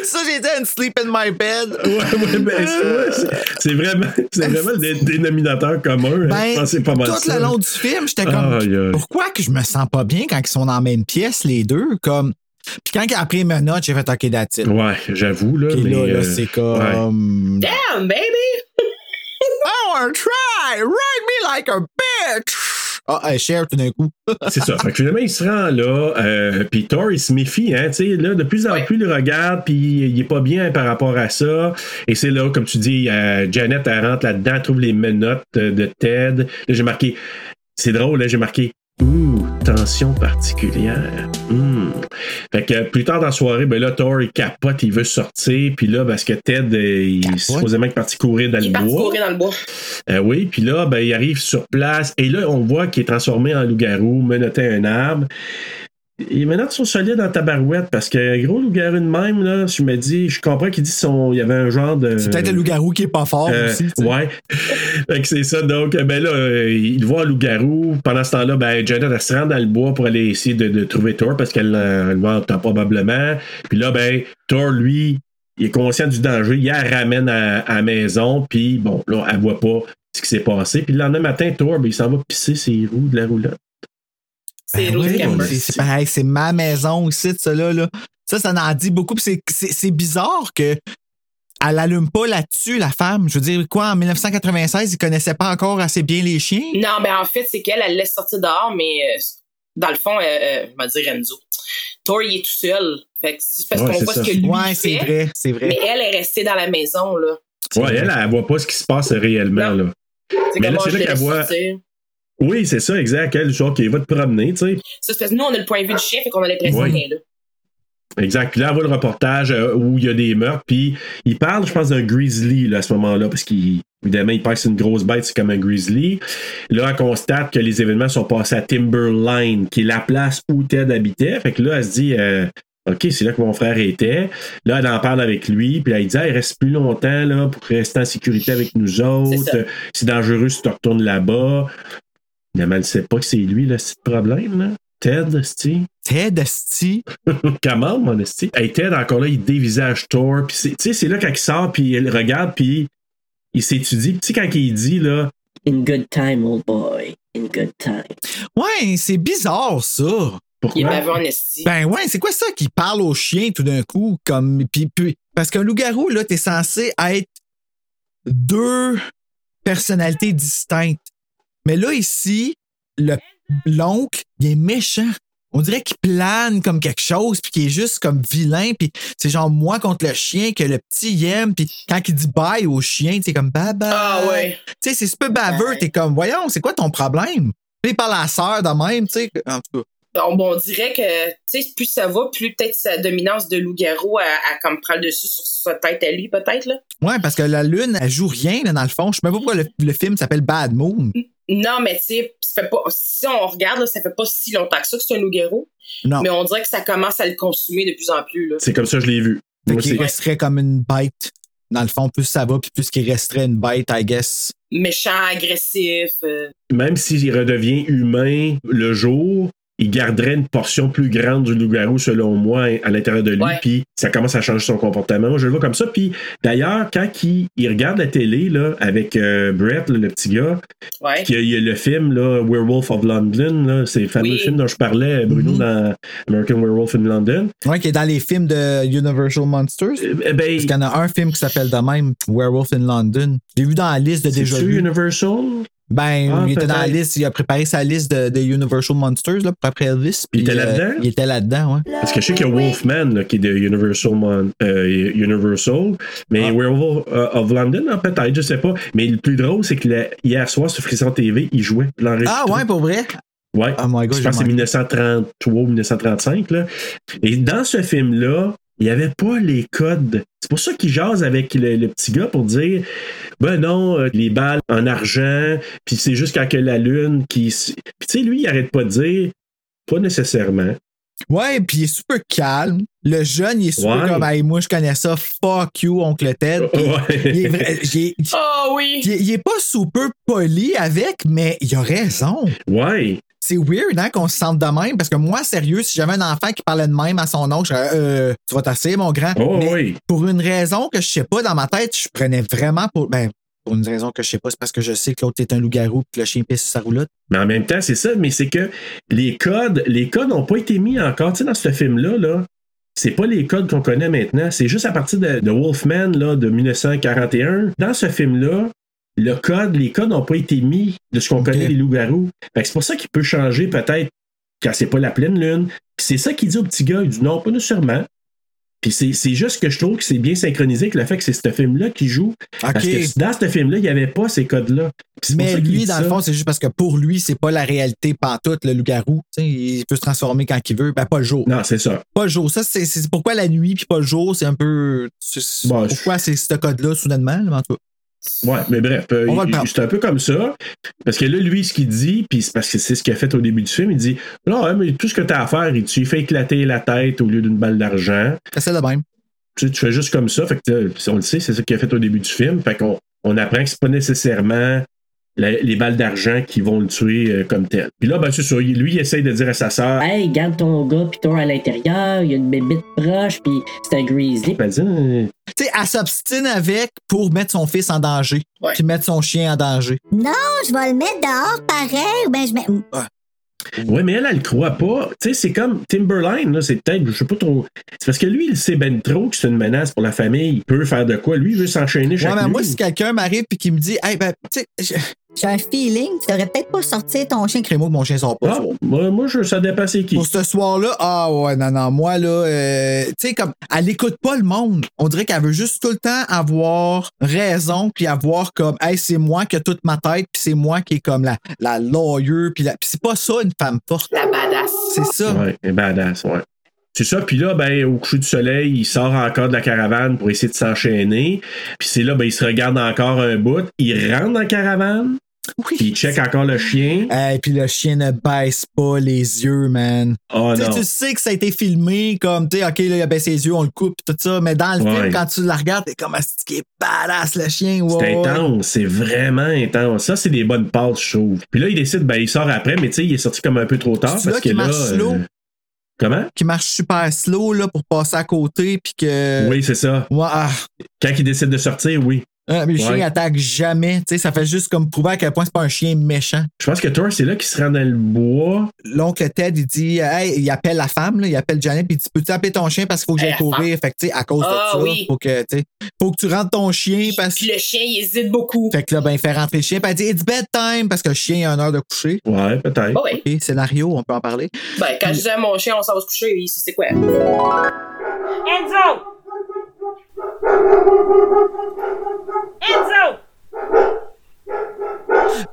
Speaker 1: Ça, j'ai dit, and sleep in my bed.
Speaker 2: Ouais, ouais, ben, c'est- ouais, c'est- c'est vraiment, c'est vraiment le dé- dénominateur commun. hein.
Speaker 1: Ben,
Speaker 2: je pense que c'est pas mal.
Speaker 1: Tout
Speaker 2: ça. Ah,
Speaker 1: le long du film, j'étais comme,
Speaker 2: Aïe, aïe.
Speaker 1: pourquoi que je me sens pas bien quand ils sont dans la même pièce, les deux? Comme, puis quand il a pris mes notes, j'ai fait, OK, that's it.
Speaker 2: Ouais, j'avoue, là.
Speaker 1: Puis
Speaker 2: mais,
Speaker 1: là, là,
Speaker 2: euh,
Speaker 1: c'est
Speaker 2: ouais.
Speaker 1: comme.
Speaker 7: Damn, baby!
Speaker 1: Power try! Ride me like a bitch! Ah, elle cher tout d'un coup.
Speaker 2: C'est ça. Fait que finalement, il se rend là, euh, puis Thor, il se méfie, hein, tu sais, là, de plus en
Speaker 7: Ouais.
Speaker 2: plus, il le regarde, puis il est pas bien par rapport à ça. Et c'est là, comme tu dis, euh, Janet, elle rentre là-dedans, elle trouve les menottes euh, de Ted. Là, j'ai marqué, c'est drôle, là, j'ai marqué, ouh, tension particulière. Hmm. Fait que euh, plus tard dans la soirée, ben là, Thor, il capote, il veut sortir, puis là, parce que Ted, euh, il est supposément qu'il est parti courir dans
Speaker 7: Il est
Speaker 2: le
Speaker 7: parti
Speaker 2: bois.
Speaker 7: courir dans le bois.
Speaker 2: Euh, oui, puis là, ben, il arrive sur place et là, on voit qu'il est transformé en loup-garou, menotté à un arbre. Les menottes sont solides en tabarouette parce que gros loup-garou de même, là, je me dis, je comprends qu'il dit son, il y avait un genre de.
Speaker 1: C'est peut-être le loup-garou qui est pas fort
Speaker 2: Euh,
Speaker 1: Ah, aussi. tu sais.
Speaker 2: ouais. *laughs* fait que c'est ça. Donc, euh, ben là, euh, il voit un loup-garou. Pendant ce temps-là, ben, Janet, elle se rend dans le bois pour aller essayer de, de trouver Thor parce qu'elle euh, elle l'entend probablement. Puis là, ben, Thor, lui, il est conscient du danger. Il la ramène à, à la maison. Puis bon, là, elle voit pas ce qui s'est passé. Puis le lendemain matin, Thor, ben, il s'en va pisser ses roues de la roulotte. Ah
Speaker 7: C'est
Speaker 1: Ben
Speaker 7: Rose
Speaker 1: oui,
Speaker 2: Cameron.
Speaker 1: c'est- c'est pareil, c'est ma maison aussi, de cela là. Ça, ça en dit beaucoup. puis C'est, c'est, c'est bizarre que elle allume pas là-dessus, la femme. Je veux dire, quoi, en 1996, ils connaissaient pas encore assez bien les chiens.
Speaker 7: Non, mais en fait, c'est qu'elle, elle le laisse sortir dehors, mais euh, dans le fond, euh, euh, je vais dire Renzo. Thor, il est tout seul. Fait que c'est parce
Speaker 2: Ouais,
Speaker 7: qu'on
Speaker 2: c'est
Speaker 7: voit
Speaker 2: ça.
Speaker 7: ce que lui
Speaker 1: Ouais,
Speaker 7: fait,
Speaker 1: c'est vrai, c'est vrai.
Speaker 7: mais elle est restée dans la maison, là.
Speaker 2: Ouais, elle, elle voit pas ce qui se passe réellement, là.
Speaker 7: Non. C'est
Speaker 2: Mais là, c'est
Speaker 7: comme, oh, je
Speaker 2: là
Speaker 7: le
Speaker 2: qu'elle
Speaker 7: laisse
Speaker 2: voit-
Speaker 7: sortir.
Speaker 2: Oui, c'est ça, exact. Elle, genre, qu'il va te promener, tu sais.
Speaker 7: Ça, c'est parce que nous, on a le point de vue du chien, fait qu'on a l'impression
Speaker 2: Ouais.
Speaker 7: qu'il est là.
Speaker 2: Exact. Puis là, on voit le reportage euh, où il y a des meurtres. Puis il parle, je pense, d'un grizzly là, à ce moment-là, parce qu'il. Évidemment, il pense que c'est une grosse bête, c'est comme un grizzly. Là, on constate que les événements sont passés à Timberline, qui est la place où Ted habitait. Fait que là, elle se dit, euh, OK, c'est là que mon frère était. Là, elle en parle avec lui, puis là, il dit, Ah, il reste plus longtemps là, pour rester en sécurité avec nous autres.
Speaker 7: ça.
Speaker 2: Euh, C'est dangereux si tu retournes là-bas. Finalement, elle ne sait pas que c'est lui, le petit problème. Là. Ted, cest
Speaker 1: Ted Asti.
Speaker 2: Comment, mon esti? Hey, Ted, encore là, il dévisage Thor. Puis, c'est- tu sais, c'est là quand il sort, puis il regarde, puis il s'étudie. Puis, tu sais, quand il dit, là,
Speaker 8: In good time, old boy. In good time.
Speaker 1: Ouais, c'est bizarre ça.
Speaker 2: pourquoi?
Speaker 7: Il est baveux en esti.
Speaker 1: Ben ouais, c'est quoi ça qui parle au chien tout d'un coup comme puis, puis- parce qu'un loup-garou là, t'es censé être deux personnalités distinctes. Mais là ici, le l'oncle, il est méchant. On dirait qu'il plane comme quelque chose puis qu'il est juste comme vilain puis c'est genre moi contre le chien que le petit il aime puis quand il dit bye au chien, c'est comme bye bye.
Speaker 7: Ah ouais.
Speaker 1: Tu sais, c'est ce peu baveux, t'es comme voyons, c'est quoi ton problème? Puis il parle à la sœur de même, tu sais, en tout cas.
Speaker 7: On, on dirait que tu sais, plus ça va, plus peut-être sa dominance de loup-garou à, comme prendre le dessus sur sa tête à lui, peut-être. là.
Speaker 1: Ouais, parce que la lune, elle joue rien, là, dans le fond. Je sais même pas pourquoi le, le film s'appelle Bad Moon.
Speaker 7: Non, mais tu sais, ça fait pas. Si on regarde, là, ça fait pas si longtemps que ça que c'est un loup-garou.
Speaker 1: Non.
Speaker 7: Mais on dirait que ça commence à le consumer de plus en plus. Là.
Speaker 2: C'est comme ça, je l'ai vu.
Speaker 1: Fait
Speaker 2: Moi,
Speaker 1: qu'il
Speaker 2: c'est-
Speaker 1: resterait comme une bête. Dans le fond, plus ça va, puis plus qu'il resterait une bête, I guess.
Speaker 7: Méchant, agressif. euh,
Speaker 2: Même s'il redevient humain le jour, il garderait une portion plus grande du loup-garou, selon moi, à l'intérieur de lui.
Speaker 7: Ouais.
Speaker 2: Puis, ça commence à changer son comportement. Moi, je le vois comme ça. Puis, d'ailleurs, quand il, il regarde la télé, là, avec euh, Brett, là, le petit gars,
Speaker 7: ouais.
Speaker 2: Puis, Il y a, il y a le film, là, Werewolf of London, là, c'est le fameux
Speaker 7: Oui.
Speaker 2: film dont je parlais, Bruno,
Speaker 1: Mhm.
Speaker 2: dans American Werewolf in London.
Speaker 1: Ouais, qui est dans les films de Universal Monsters.
Speaker 2: Euh, eh ben,
Speaker 1: Parce qu'il y en a un film qui s'appelle de même, Werewolf in London. J'ai vu dans la liste de déjà
Speaker 2: c'est-tu
Speaker 1: vu.
Speaker 2: Universal?
Speaker 1: Ben,
Speaker 2: Ah,
Speaker 1: il était dans la
Speaker 2: peut-être.
Speaker 1: liste, il a préparé sa liste de, de Universal Monsters, là, pour après Elvis.
Speaker 2: Il
Speaker 1: puis,
Speaker 2: était
Speaker 1: euh,
Speaker 2: là-dedans?
Speaker 1: Il était là-dedans, ouais.
Speaker 2: Parce que je sais qu'il y a Wolfman, là, qui est de Universal, Mon- euh, Universal mais
Speaker 1: Ah.
Speaker 2: Werewolf euh, of London, hein, peut-être, je sais pas. Mais le plus drôle, c'est que la- hier soir, sur Frisson TV, il jouait l'enregistrement.
Speaker 1: Ah, ouais, pour vrai?
Speaker 2: Ouais.
Speaker 1: Oh my god,
Speaker 2: je pense que c'est
Speaker 1: j'ai manqué.
Speaker 2: 1933 ou 1935. Là. Et dans ce film-là, il n'y avait pas les codes. C'est pour ça qu'il jase avec le, le petit gars pour dire Ben non, euh, les balles en argent, puis c'est juste quand que la lune qui. s- Puis tu sais, lui, il arrête pas de dire Pas nécessairement.
Speaker 1: Ouais, puis il est super calme. Le jeune, il est super
Speaker 2: Ouais.
Speaker 1: comme, hey, moi, je connais ça. Fuck you, oncle Ted. Puis Il est, vrai- j'ai-
Speaker 7: Ah oui!
Speaker 1: il est- il est pas super poli avec, mais il a raison.
Speaker 2: *laughs* ouais.
Speaker 1: C'est weird hein, qu'on se sente de même, parce que moi, sérieux, si j'avais un enfant qui parlait de même à son oncle, je serais, euh, tu vas t'asseoir, mon grand.
Speaker 2: Oh,
Speaker 1: Mais
Speaker 2: oui.
Speaker 1: Pour une raison que je sais pas, dans ma tête, je prenais vraiment pour. Ben, pour une raison que je sais pas, c'est parce que je sais que l'autre est un loup-garou puis que le chien pisse sur sa roulotte.
Speaker 2: Mais en même temps, c'est ça, mais c'est que les codes, les codes n'ont pas été mis encore. Tu sais, dans ce film-là, là, c'est pas les codes qu'on connaît maintenant. C'est juste à partir de, de Wolfman, là, de 1941. Dans ce film-là, le code, les codes n'ont pas été mis de ce qu'on
Speaker 1: Ok.
Speaker 2: connaît des loups-garous. Fait que c'est pour ça qu'il peut changer peut-être quand c'est pas la pleine lune. Puis C'est ça qu'il dit au petit gars. Il dit non, pas nécessairement. Puis c'est c'est juste que je trouve que c'est bien synchronisé avec le fait que c'est ce film-là qui joue.
Speaker 1: OK.
Speaker 2: Parce que dans ce film-là, il n'y avait pas ces codes-là. Puis c'est pour
Speaker 1: Mais
Speaker 2: ça qu'il
Speaker 1: lui,
Speaker 2: dit
Speaker 1: dans le
Speaker 2: ça.
Speaker 1: fond, c'est juste parce que pour lui, c'est pas la réalité pantoute, le loup-garou. Tu sais, Il peut se transformer quand il veut. Ben, pas le jour.
Speaker 2: Non, c'est ça.
Speaker 1: Pas le jour. Ça, c'est c'est pourquoi la nuit puis pas le jour, c'est un peu. c'est- c'est-
Speaker 2: Bon,
Speaker 1: pourquoi c'est ce code-là, soudainement, là, en tout cas.
Speaker 2: Ouais, mais bref, euh,
Speaker 1: On va le
Speaker 2: il-
Speaker 1: prendre.
Speaker 2: c'est un peu comme ça. Parce que là, lui, ce qu'il dit, puis c'est parce que c'est ce qu'il a fait au début du film, il dit Non, hein, mais tout ce que t'as à faire, il- tu lui fais éclater la tête au lieu d'une balle d'argent.
Speaker 1: Fais ça de même.
Speaker 2: Tu, sais, tu fais juste comme ça. Fait que, euh, on le sait, c'est ça qu'il a fait au début du film. Fait qu'on on apprend que c'est pas nécessairement la- les balles d'argent qui vont le tuer euh, comme tel. Puis là, ben, c'est sûr, lui, il essaye de dire à sa sœur
Speaker 8: Hey, garde ton gars, pis toi à l'intérieur, il y a une bébite proche, pis c'est un grizzly.
Speaker 2: Ben, dis, euh,
Speaker 1: Tu sais, elle s'obstine avec pour mettre son fils en danger.
Speaker 7: Ouais.
Speaker 1: Puis mettre son chien en danger.
Speaker 9: je vais le mettre dehors pareil. Ben, je Mm. mets.
Speaker 2: Ouais, mais elle, elle le croit pas. Tu sais, c'est comme Timberline, là, c'est peut-être, je sais pas trop. C'est parce que lui, il sait ben trop que c'est une menace pour la famille. Il peut faire de quoi. Lui, il veut s'enchaîner
Speaker 1: Ouais,
Speaker 2: chaque
Speaker 1: mais moi,
Speaker 2: nuit.
Speaker 1: si quelqu'un m'arrive puis qui me dit, hey, ben, tu sais, j'ai-
Speaker 9: J'ai un feeling, tu devrais peut-être pas sortir ton chien.
Speaker 1: crée-moi que mon chien sort pas.
Speaker 2: Ah,
Speaker 1: ce soir.
Speaker 2: moi, moi, je, ça dépasse c'est qui.
Speaker 1: Pour ce soir-là, ah ouais, non, non, moi, là, euh, tu sais, comme, elle n'écoute pas le monde. On dirait qu'elle veut juste tout le temps avoir raison, puis avoir comme, hey, c'est moi qui a toute ma tête, puis c'est moi qui est comme la, la lawyer, puis la- puis c'est pas ça une femme forte.
Speaker 7: La badass.
Speaker 1: C'est ça.
Speaker 2: Ouais, elle est badass, ouais. C'est ça, puis là, ben, au coucher du soleil, il sort encore de la caravane pour essayer de s'enchaîner. Puis c'est là, ben, il se regarde encore un bout, il rentre dans la caravane,
Speaker 1: *laughs* Oui.
Speaker 2: puis il check encore le chien.
Speaker 1: Hey, puis le chien ne baisse pas les yeux, man.
Speaker 2: Oh
Speaker 1: Tu sais,
Speaker 2: non.
Speaker 1: tu sais que ça a été filmé comme, tu sais, OK, là, il a baissé les yeux, on le coupe, tout ça. Mais dans le
Speaker 2: Ouais.
Speaker 1: film, quand tu la regardes, t'es comme, ah, c'est qui est badass, le chien. Ouais,
Speaker 2: C'est
Speaker 1: ouais.
Speaker 2: intense, c'est vraiment intense. Ça, c'est des bonnes passes, je trouve. Puis là, il décide, ben, il sort après, mais tu sais, il est sorti comme un peu trop tard.
Speaker 1: C'est-tu
Speaker 2: Parce
Speaker 1: là
Speaker 2: que
Speaker 1: qu'il
Speaker 2: là. euh,
Speaker 1: marche slow?
Speaker 2: Comment?
Speaker 1: Qui marche super slow, là, pour passer à côté, puis que.
Speaker 2: Oui, c'est ça.
Speaker 1: Ouais, ah,
Speaker 2: Quand il décide de sortir, oui.
Speaker 1: ah, mais le chien
Speaker 2: Ouais.
Speaker 1: il attaque jamais. Tu sais, ça fait juste comme prouver à quel point c'est pas un chien méchant.
Speaker 2: Je pense que Thor, c'est là qu'il se rend dans le bois.
Speaker 1: l'oncle Ted, il dit, hey, il appelle la femme, là, il appelle Janet, puis il dit, peux-tu appeler ton chien parce qu'il faut que
Speaker 7: Hey,
Speaker 1: j'aille
Speaker 7: la Eh, femme.
Speaker 1: courir. Fait que, tu sais, à cause
Speaker 7: Ah,
Speaker 1: de ça,
Speaker 7: oui.
Speaker 1: faut que, tu sais, faut que tu rentres ton chien parce
Speaker 7: Puis le chien, il hésite beaucoup.
Speaker 1: Fait que là, ben, il fait rentrer le chien, puis elle dit, it's bedtime parce que le chien a une heure de coucher.
Speaker 2: Ouais, peut-être.
Speaker 7: Ah ouais.
Speaker 1: OK, scénario, on peut en parler.
Speaker 7: Ben, quand je dis à mon chien, on s'en va se coucher, il sait c'est quoi.
Speaker 10: Enzo! Enzo!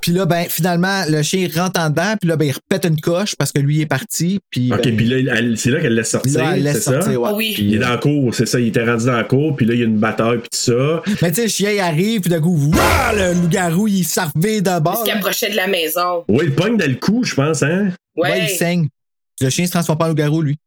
Speaker 1: Puis là, ben, finalement, le chien il rentre en dedans, puis là, ben, il repète une coche parce que lui il est parti, puis.
Speaker 2: Ok,
Speaker 1: ben,
Speaker 2: puis là, elle- c'est là qu'elle laisse sortir.
Speaker 1: là, elle
Speaker 2: c'est
Speaker 1: laisse
Speaker 2: ça?
Speaker 1: sortir, ouais.
Speaker 7: Oui.
Speaker 2: Il est dans la cour, c'est ça, il était rendu dans la cour, puis là, il y a une bataille, puis tout ça.
Speaker 1: Mais tu sais, le chien, il arrive, puis d'un coup, wouah, le loup-garou, il s'arrive de bord.
Speaker 7: Parce qu'il approchait de la maison.
Speaker 2: Ouais, il pogne dans le cou, je pense, hein?
Speaker 7: Ouais.
Speaker 1: Ouais, il saigne. Le chien se transforme pas en loup-garou, lui.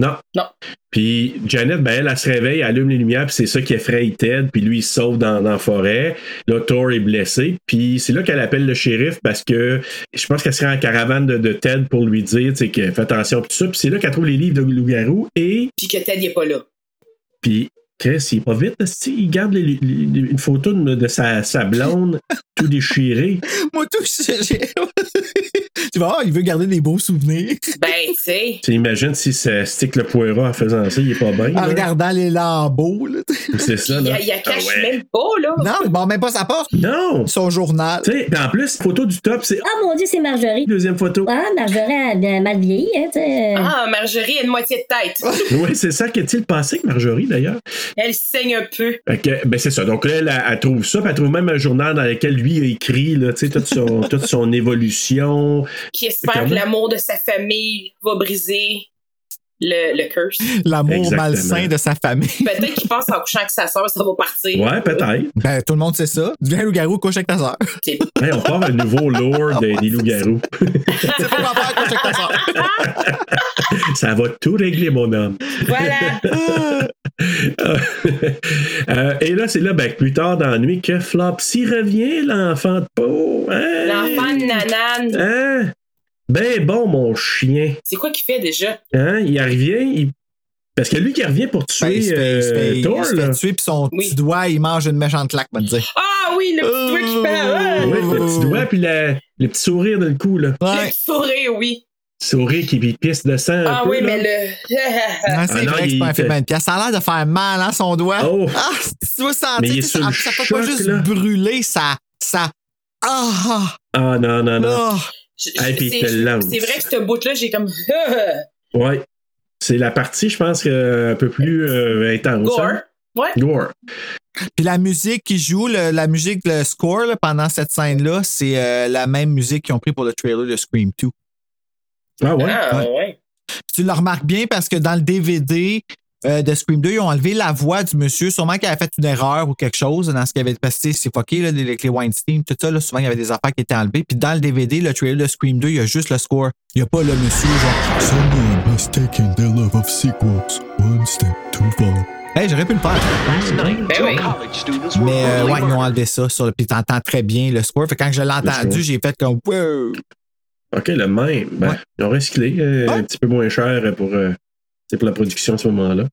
Speaker 2: Non.
Speaker 7: Non.
Speaker 2: Puis Janet, ben, elle, elle se réveille, elle allume les lumières, puis c'est ça qui effraie Ted, puis lui, il se sauve dans, dans la forêt. Là, Thor est blessé, puis c'est là qu'elle appelle le shérif parce que je pense qu'elle serait en caravane de, de Ted pour lui dire, tu sais, que fais attention, puis tout ça. Puis c'est là qu'elle trouve les livres de loup-garou et.
Speaker 7: Puis que Ted, il est pas là.
Speaker 2: Puis Chris, il est pas vite, esti, il garde les- les- les- une photo de, de sa, sa blonde tout déchirée.
Speaker 1: *laughs* Moi, tout, je- je- *laughs* tu vois, ah, il veut garder des beaux souvenirs.
Speaker 7: Ben, tu sais.
Speaker 2: Tu imagines si ça stick le poireau en faisant ça, il est pas bien.
Speaker 1: En
Speaker 2: là.
Speaker 1: regardant les lambeaux, là.
Speaker 2: C'est ça,
Speaker 7: Il y
Speaker 2: là.
Speaker 7: a, il y a cache
Speaker 2: Ah ouais.
Speaker 7: même pas, là.
Speaker 1: Non, il barre même pas sa porte.
Speaker 2: Non!
Speaker 1: Son journal.
Speaker 2: Tu sais, puis en plus, photo du top, c'est
Speaker 8: Ah mon dieu, c'est Marjorie.
Speaker 2: deuxième photo.
Speaker 8: Ah, Marjorie elle a mal vieilli, hein, tu sais.
Speaker 7: Ah, Marjorie a une moitié de tête.
Speaker 2: Oui, c'est ça qu'est-il passé avec Marjorie, d'ailleurs.
Speaker 7: Elle saigne un peu.
Speaker 2: Fait que, ben, c'est ça. Donc là, elle, elle trouve ça, puis elle trouve même un journal dans lequel lui a écrit, là, tu sais, toute
Speaker 7: *laughs*
Speaker 2: son, toute son évolution.
Speaker 7: Qui espère
Speaker 2: Comment?
Speaker 7: que l'amour de sa famille va briser le, le curse.
Speaker 1: L'amour
Speaker 2: Exactement.
Speaker 1: malsain de sa famille.
Speaker 7: Peut-être qu'il pense en couchant avec sa soeur, ça va partir.
Speaker 2: Ouais, peut-être.
Speaker 1: Ben, tout le monde sait ça. Du viens loup-garou, couche avec ta soeur.
Speaker 7: C'est-
Speaker 2: Hey, on part un nouveau lore des, des loups-garous.
Speaker 1: *laughs* C'est ton affaire, couche avec ta soeur.
Speaker 2: Ça va tout régler, mon homme.
Speaker 7: Voilà.
Speaker 2: Euh, et là, c'est là, ben, que plus tard dans la nuit, que Flopsy revient, l'enfant de peau. Hein?
Speaker 7: L'enfant de Nanane.
Speaker 2: Hein? Ben bon, mon chien.
Speaker 7: C'est quoi qu'il fait déjà?
Speaker 2: Hein? Il revient, il- parce que lui qui revient pour
Speaker 1: Ben, il se
Speaker 2: tuer
Speaker 1: fait- il se
Speaker 2: euh,
Speaker 1: fait- il
Speaker 2: Thor,
Speaker 1: se fait
Speaker 2: là.
Speaker 1: tuer, puis son
Speaker 7: Oui.
Speaker 1: petit doigt, il mange une méchante claque, ben, va te
Speaker 7: *laughs*
Speaker 1: dire.
Speaker 7: Ah oui, le petit doigt qui fait.
Speaker 2: Oui, le petit doigt, puis la- le petit sourire dans le cou, là.
Speaker 7: Ah, le
Speaker 1: Ouais.
Speaker 7: petit sourire, oui.
Speaker 2: Sourire qui puis pisse de sang. un
Speaker 7: Ah
Speaker 2: peu,
Speaker 7: oui,
Speaker 2: là.
Speaker 7: mais le. *laughs*
Speaker 1: Ah, c'est
Speaker 2: Ah non,
Speaker 1: vrai que
Speaker 2: il
Speaker 1: c'est pas un
Speaker 2: fait-
Speaker 1: film de Ça a l'air de faire mal, hein, son doigt.
Speaker 2: Oh.
Speaker 1: Ah, tu dois sentir.
Speaker 2: Mais il est
Speaker 1: tu sais,
Speaker 2: sur
Speaker 1: ça,
Speaker 2: le
Speaker 1: ça fait
Speaker 2: choc,
Speaker 1: pas juste
Speaker 2: là.
Speaker 1: brûler, ça. ça ah, ah,
Speaker 2: Ah non, non, non.
Speaker 1: ah.
Speaker 7: Je-
Speaker 2: Ah,
Speaker 7: je-
Speaker 2: puis il
Speaker 7: c'est-
Speaker 2: te lance.
Speaker 7: C'est vrai que ce bout-là, j'ai comme. *laughs*
Speaker 2: Ouais. C'est la partie, je pense, que un peu plus euh, intense.
Speaker 7: Gore.
Speaker 2: hein?
Speaker 7: Ouais.
Speaker 2: Gore.
Speaker 1: Puis la musique qui joue, le- la musique, le score là, pendant cette scène-là, c'est euh, la même musique qu'ils ont pris pour le trailer de Scream 2.
Speaker 2: Ah ouais.
Speaker 7: Ah, ouais.
Speaker 1: Puis tu le remarques bien parce que dans le DVD euh, de Scream 2, ils ont enlevé la voix du monsieur. Sûrement qu'il avait fait une erreur ou quelque chose dans ce qu'il avait passé. C'est fucké, là, avec les Weinstein, tout ça. Là, souvent, il y avait des affaires qui étaient enlevées. Puis dans le DVD, le trailer de Scream 2, il y a juste le score. Il n'y a pas le monsieur, genre. Someone has taken their love of sequels one step too far. Hey, j'aurais pu le faire.
Speaker 7: Ben oui.
Speaker 1: Mais euh, ouais, ils ont enlevé ça sur le. Puis t'entends très bien le score. Fait que quand je l'ai
Speaker 2: score.
Speaker 1: entendu, j'ai fait comme wow!
Speaker 2: OK, le même. Ben,
Speaker 1: Ouais.
Speaker 2: Ils ont recyclé euh,
Speaker 1: Ouais.
Speaker 2: un petit peu moins cher pour, euh, c'est pour la production à ce moment-là.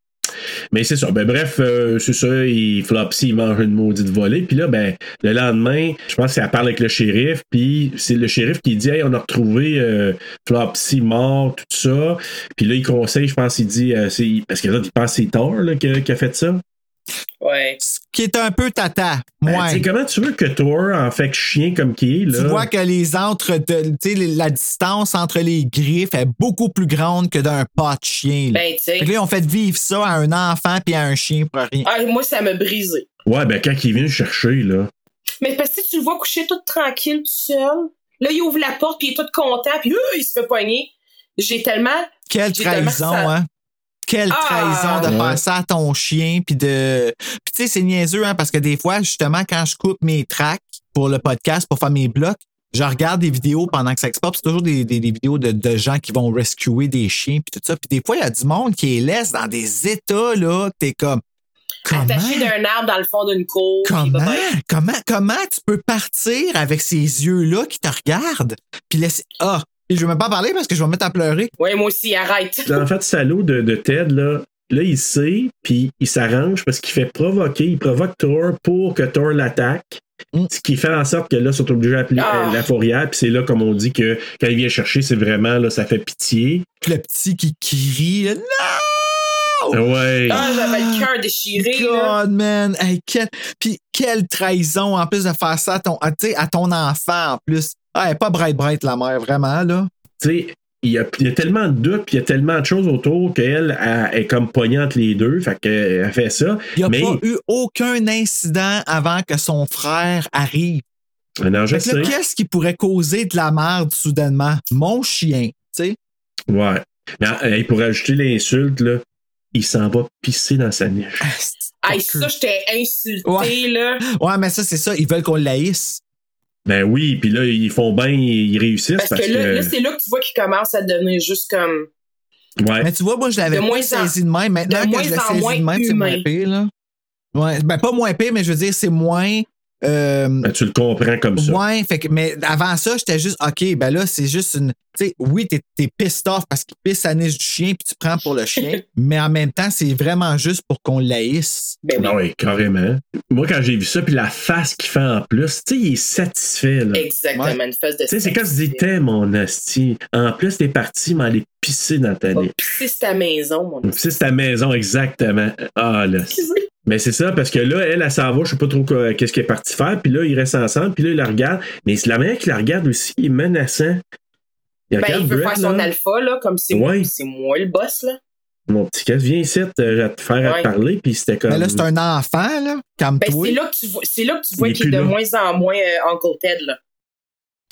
Speaker 2: Mais c'est ça. Ben, bref, euh, c'est ça. Il Flopsy, il mange une maudite volée. Puis là, ben, le lendemain, je pense qu'elle parle avec le shérif. Puis c'est le shérif qui dit Hey, on a retrouvé euh, Flopsy mort, tout ça. Puis là, il conseille, je pense, il dit euh, c'est- Parce que là, il pense que c'est Thor là, qui, a- qui a fait ça.
Speaker 7: Ouais.
Speaker 1: Ce qui est un peu tata.
Speaker 2: Ben, tu
Speaker 1: Ouais.
Speaker 2: sais, comment tu veux que Thor en fait chien comme qui est là?
Speaker 1: Tu vois que les entre de- tu sais, la distance entre les griffes est beaucoup plus grande que d'un pas de chien. Là.
Speaker 7: Ben, tu sais.
Speaker 1: Fait que là, on fait vivre ça à un enfant puis à un chien pour rien.
Speaker 7: Ah, moi, ça m'a brisé.
Speaker 2: Ouais, ben, quand il vient le chercher, là.
Speaker 7: Mais parce que tu le vois coucher tout tranquille, tout seul. Là, il ouvre la porte, puis il est tout content, puis euh, il se fait pogner. J'ai tellement.
Speaker 1: Quelle
Speaker 7: J'ai tellement
Speaker 1: trahison,
Speaker 7: ça-
Speaker 1: hein? Quelle
Speaker 7: Ah!
Speaker 1: trahison de
Speaker 2: Ouais.
Speaker 1: penser à ton chien puis de puis tu sais c'est niaiseux hein parce que des fois justement quand je coupe mes tracks pour le podcast pour faire mes blocs, je regarde des vidéos pendant que ça exporte, c'est toujours des, des- des vidéos de, de gens qui vont rescuer des chiens puis tout ça. Puis des fois il y a du monde qui les laisse dans des états là, que t'es comme comment
Speaker 7: Attaché d'un arbre dans le fond d'une cour. puis
Speaker 1: Comment,
Speaker 7: bye-bye.
Speaker 1: comment, comment tu peux partir avec ces yeux-là qui te regardent? Puis laisser. Ah! Puis je vais même pas en parler parce que je vais me mettre à pleurer.
Speaker 7: Ouais, moi aussi, arrête.
Speaker 2: En fait, salaud de, de Ted, là, là, il sait, puis il s'arrange parce qu'il fait provoquer, il provoque Thor pour que Thor l'attaque.
Speaker 1: Mm.
Speaker 2: Ce qui fait en sorte que là, ils sont obligés d'appeler
Speaker 7: Ah.
Speaker 2: euh, la fourrière, puis c'est là, comme on dit, que quand il vient chercher, c'est vraiment, là, ça fait pitié.
Speaker 1: Puis le petit qui crie. là, Non! Oh
Speaker 2: Ouais.
Speaker 7: Ah, j'avais le cœur déchiré, là.
Speaker 1: God, man! Hey, quel- Puis quelle trahison en plus de faire ça à ton, à, tu sais, à ton enfant en plus. Ah, elle est pas bright bright la mère, vraiment, là.
Speaker 2: tu sais, il y, a, il y a tellement de doutes, puis il y a tellement de choses autour qu'elle elle- elle est comme pognante les deux, fait qu'elle elle fait ça.
Speaker 1: Il n'y a
Speaker 2: Mais-
Speaker 1: pas eu aucun incident avant que son frère arrive.
Speaker 2: Non, je
Speaker 1: Fait que
Speaker 2: sais.
Speaker 1: là, qu'est-ce qui pourrait causer de la merde soudainement? Mon chien, tu sais?
Speaker 2: Ouais. Mais euh, pour ajouter l'insulte, là, il s'en va pisser dans sa niche.
Speaker 1: Asti,
Speaker 7: Hey,
Speaker 1: fucker.
Speaker 7: ça, j'étais insultée,
Speaker 1: Ouais.
Speaker 7: là.
Speaker 1: Ouais, mais ça, c'est ça. Ils veulent qu'on l'haïsse.
Speaker 2: Ben oui, puis là, ils font bien, ils réussissent
Speaker 7: Parce, que, là, là, c'est là que tu vois qu'il commence à devenir juste comme.
Speaker 2: ouais.
Speaker 1: Mais tu vois, moi, je l'avais
Speaker 7: De moins
Speaker 1: pas
Speaker 7: en-
Speaker 1: saisi de même. Maintenant
Speaker 7: de
Speaker 1: que
Speaker 7: moins
Speaker 1: je l'ai
Speaker 7: en
Speaker 1: saisi
Speaker 7: moins
Speaker 1: de même, c'est moins
Speaker 7: humain.
Speaker 1: pire, là. Ouais, ben pas moins pire, mais je veux dire, c'est moins. euh,
Speaker 2: Ben, tu le comprends comme ça.
Speaker 1: ouais, fait que, mais avant ça, j'étais juste, OK, ben là, c'est juste une. Tu sais, oui, t'es, t'es pissed off parce qu'il pisse la niche du chien puis tu prends pour le
Speaker 7: *laughs*
Speaker 1: chien, mais en même temps, c'est vraiment juste pour qu'on l'haïsse.
Speaker 7: Ben oui.
Speaker 2: Non, oui, carrément. Moi, quand j'ai vu ça, puis la face qu'il fait en plus, tu sais, il est satisfait, là. Tu
Speaker 7: Exactement,
Speaker 1: Ouais.
Speaker 7: une phase de
Speaker 2: sais, c'est comme si tu dis, t'es mon asti. En plus, t'es parti m'aller pisser dans ta niche.
Speaker 7: Oh, C'est ta maison, mon Ben, ami.
Speaker 2: C'est ta maison, exactement. Ah, là. Mais c'est ça, parce que là, elle, elle s'en va, je sais pas trop quoi- qu'est-ce qu'elle est partie faire, puis là, ils restent ensemble, puis là, il la regarde. Mais c'est la manière qu'il la regarde aussi, il est menaçant. Il
Speaker 7: Ben, il veut
Speaker 2: Brett,
Speaker 7: faire son
Speaker 2: là.
Speaker 7: alpha, là, comme c'est
Speaker 2: Ouais.
Speaker 7: c'est moi le boss, là.
Speaker 2: Mon petit casse, viens ici, euh, je vais te faire à te
Speaker 7: Ouais.
Speaker 2: parler, puis c'était comme.
Speaker 1: Mais là, c'est un enfant, là.
Speaker 7: Ben,
Speaker 1: Calme-toi.
Speaker 7: c'est là que tu vois, c'est là que tu
Speaker 2: Il
Speaker 7: vois
Speaker 2: est
Speaker 7: qu'il est
Speaker 2: plus
Speaker 7: de
Speaker 2: là.
Speaker 7: moins en moins euh, Uncle Ted, là.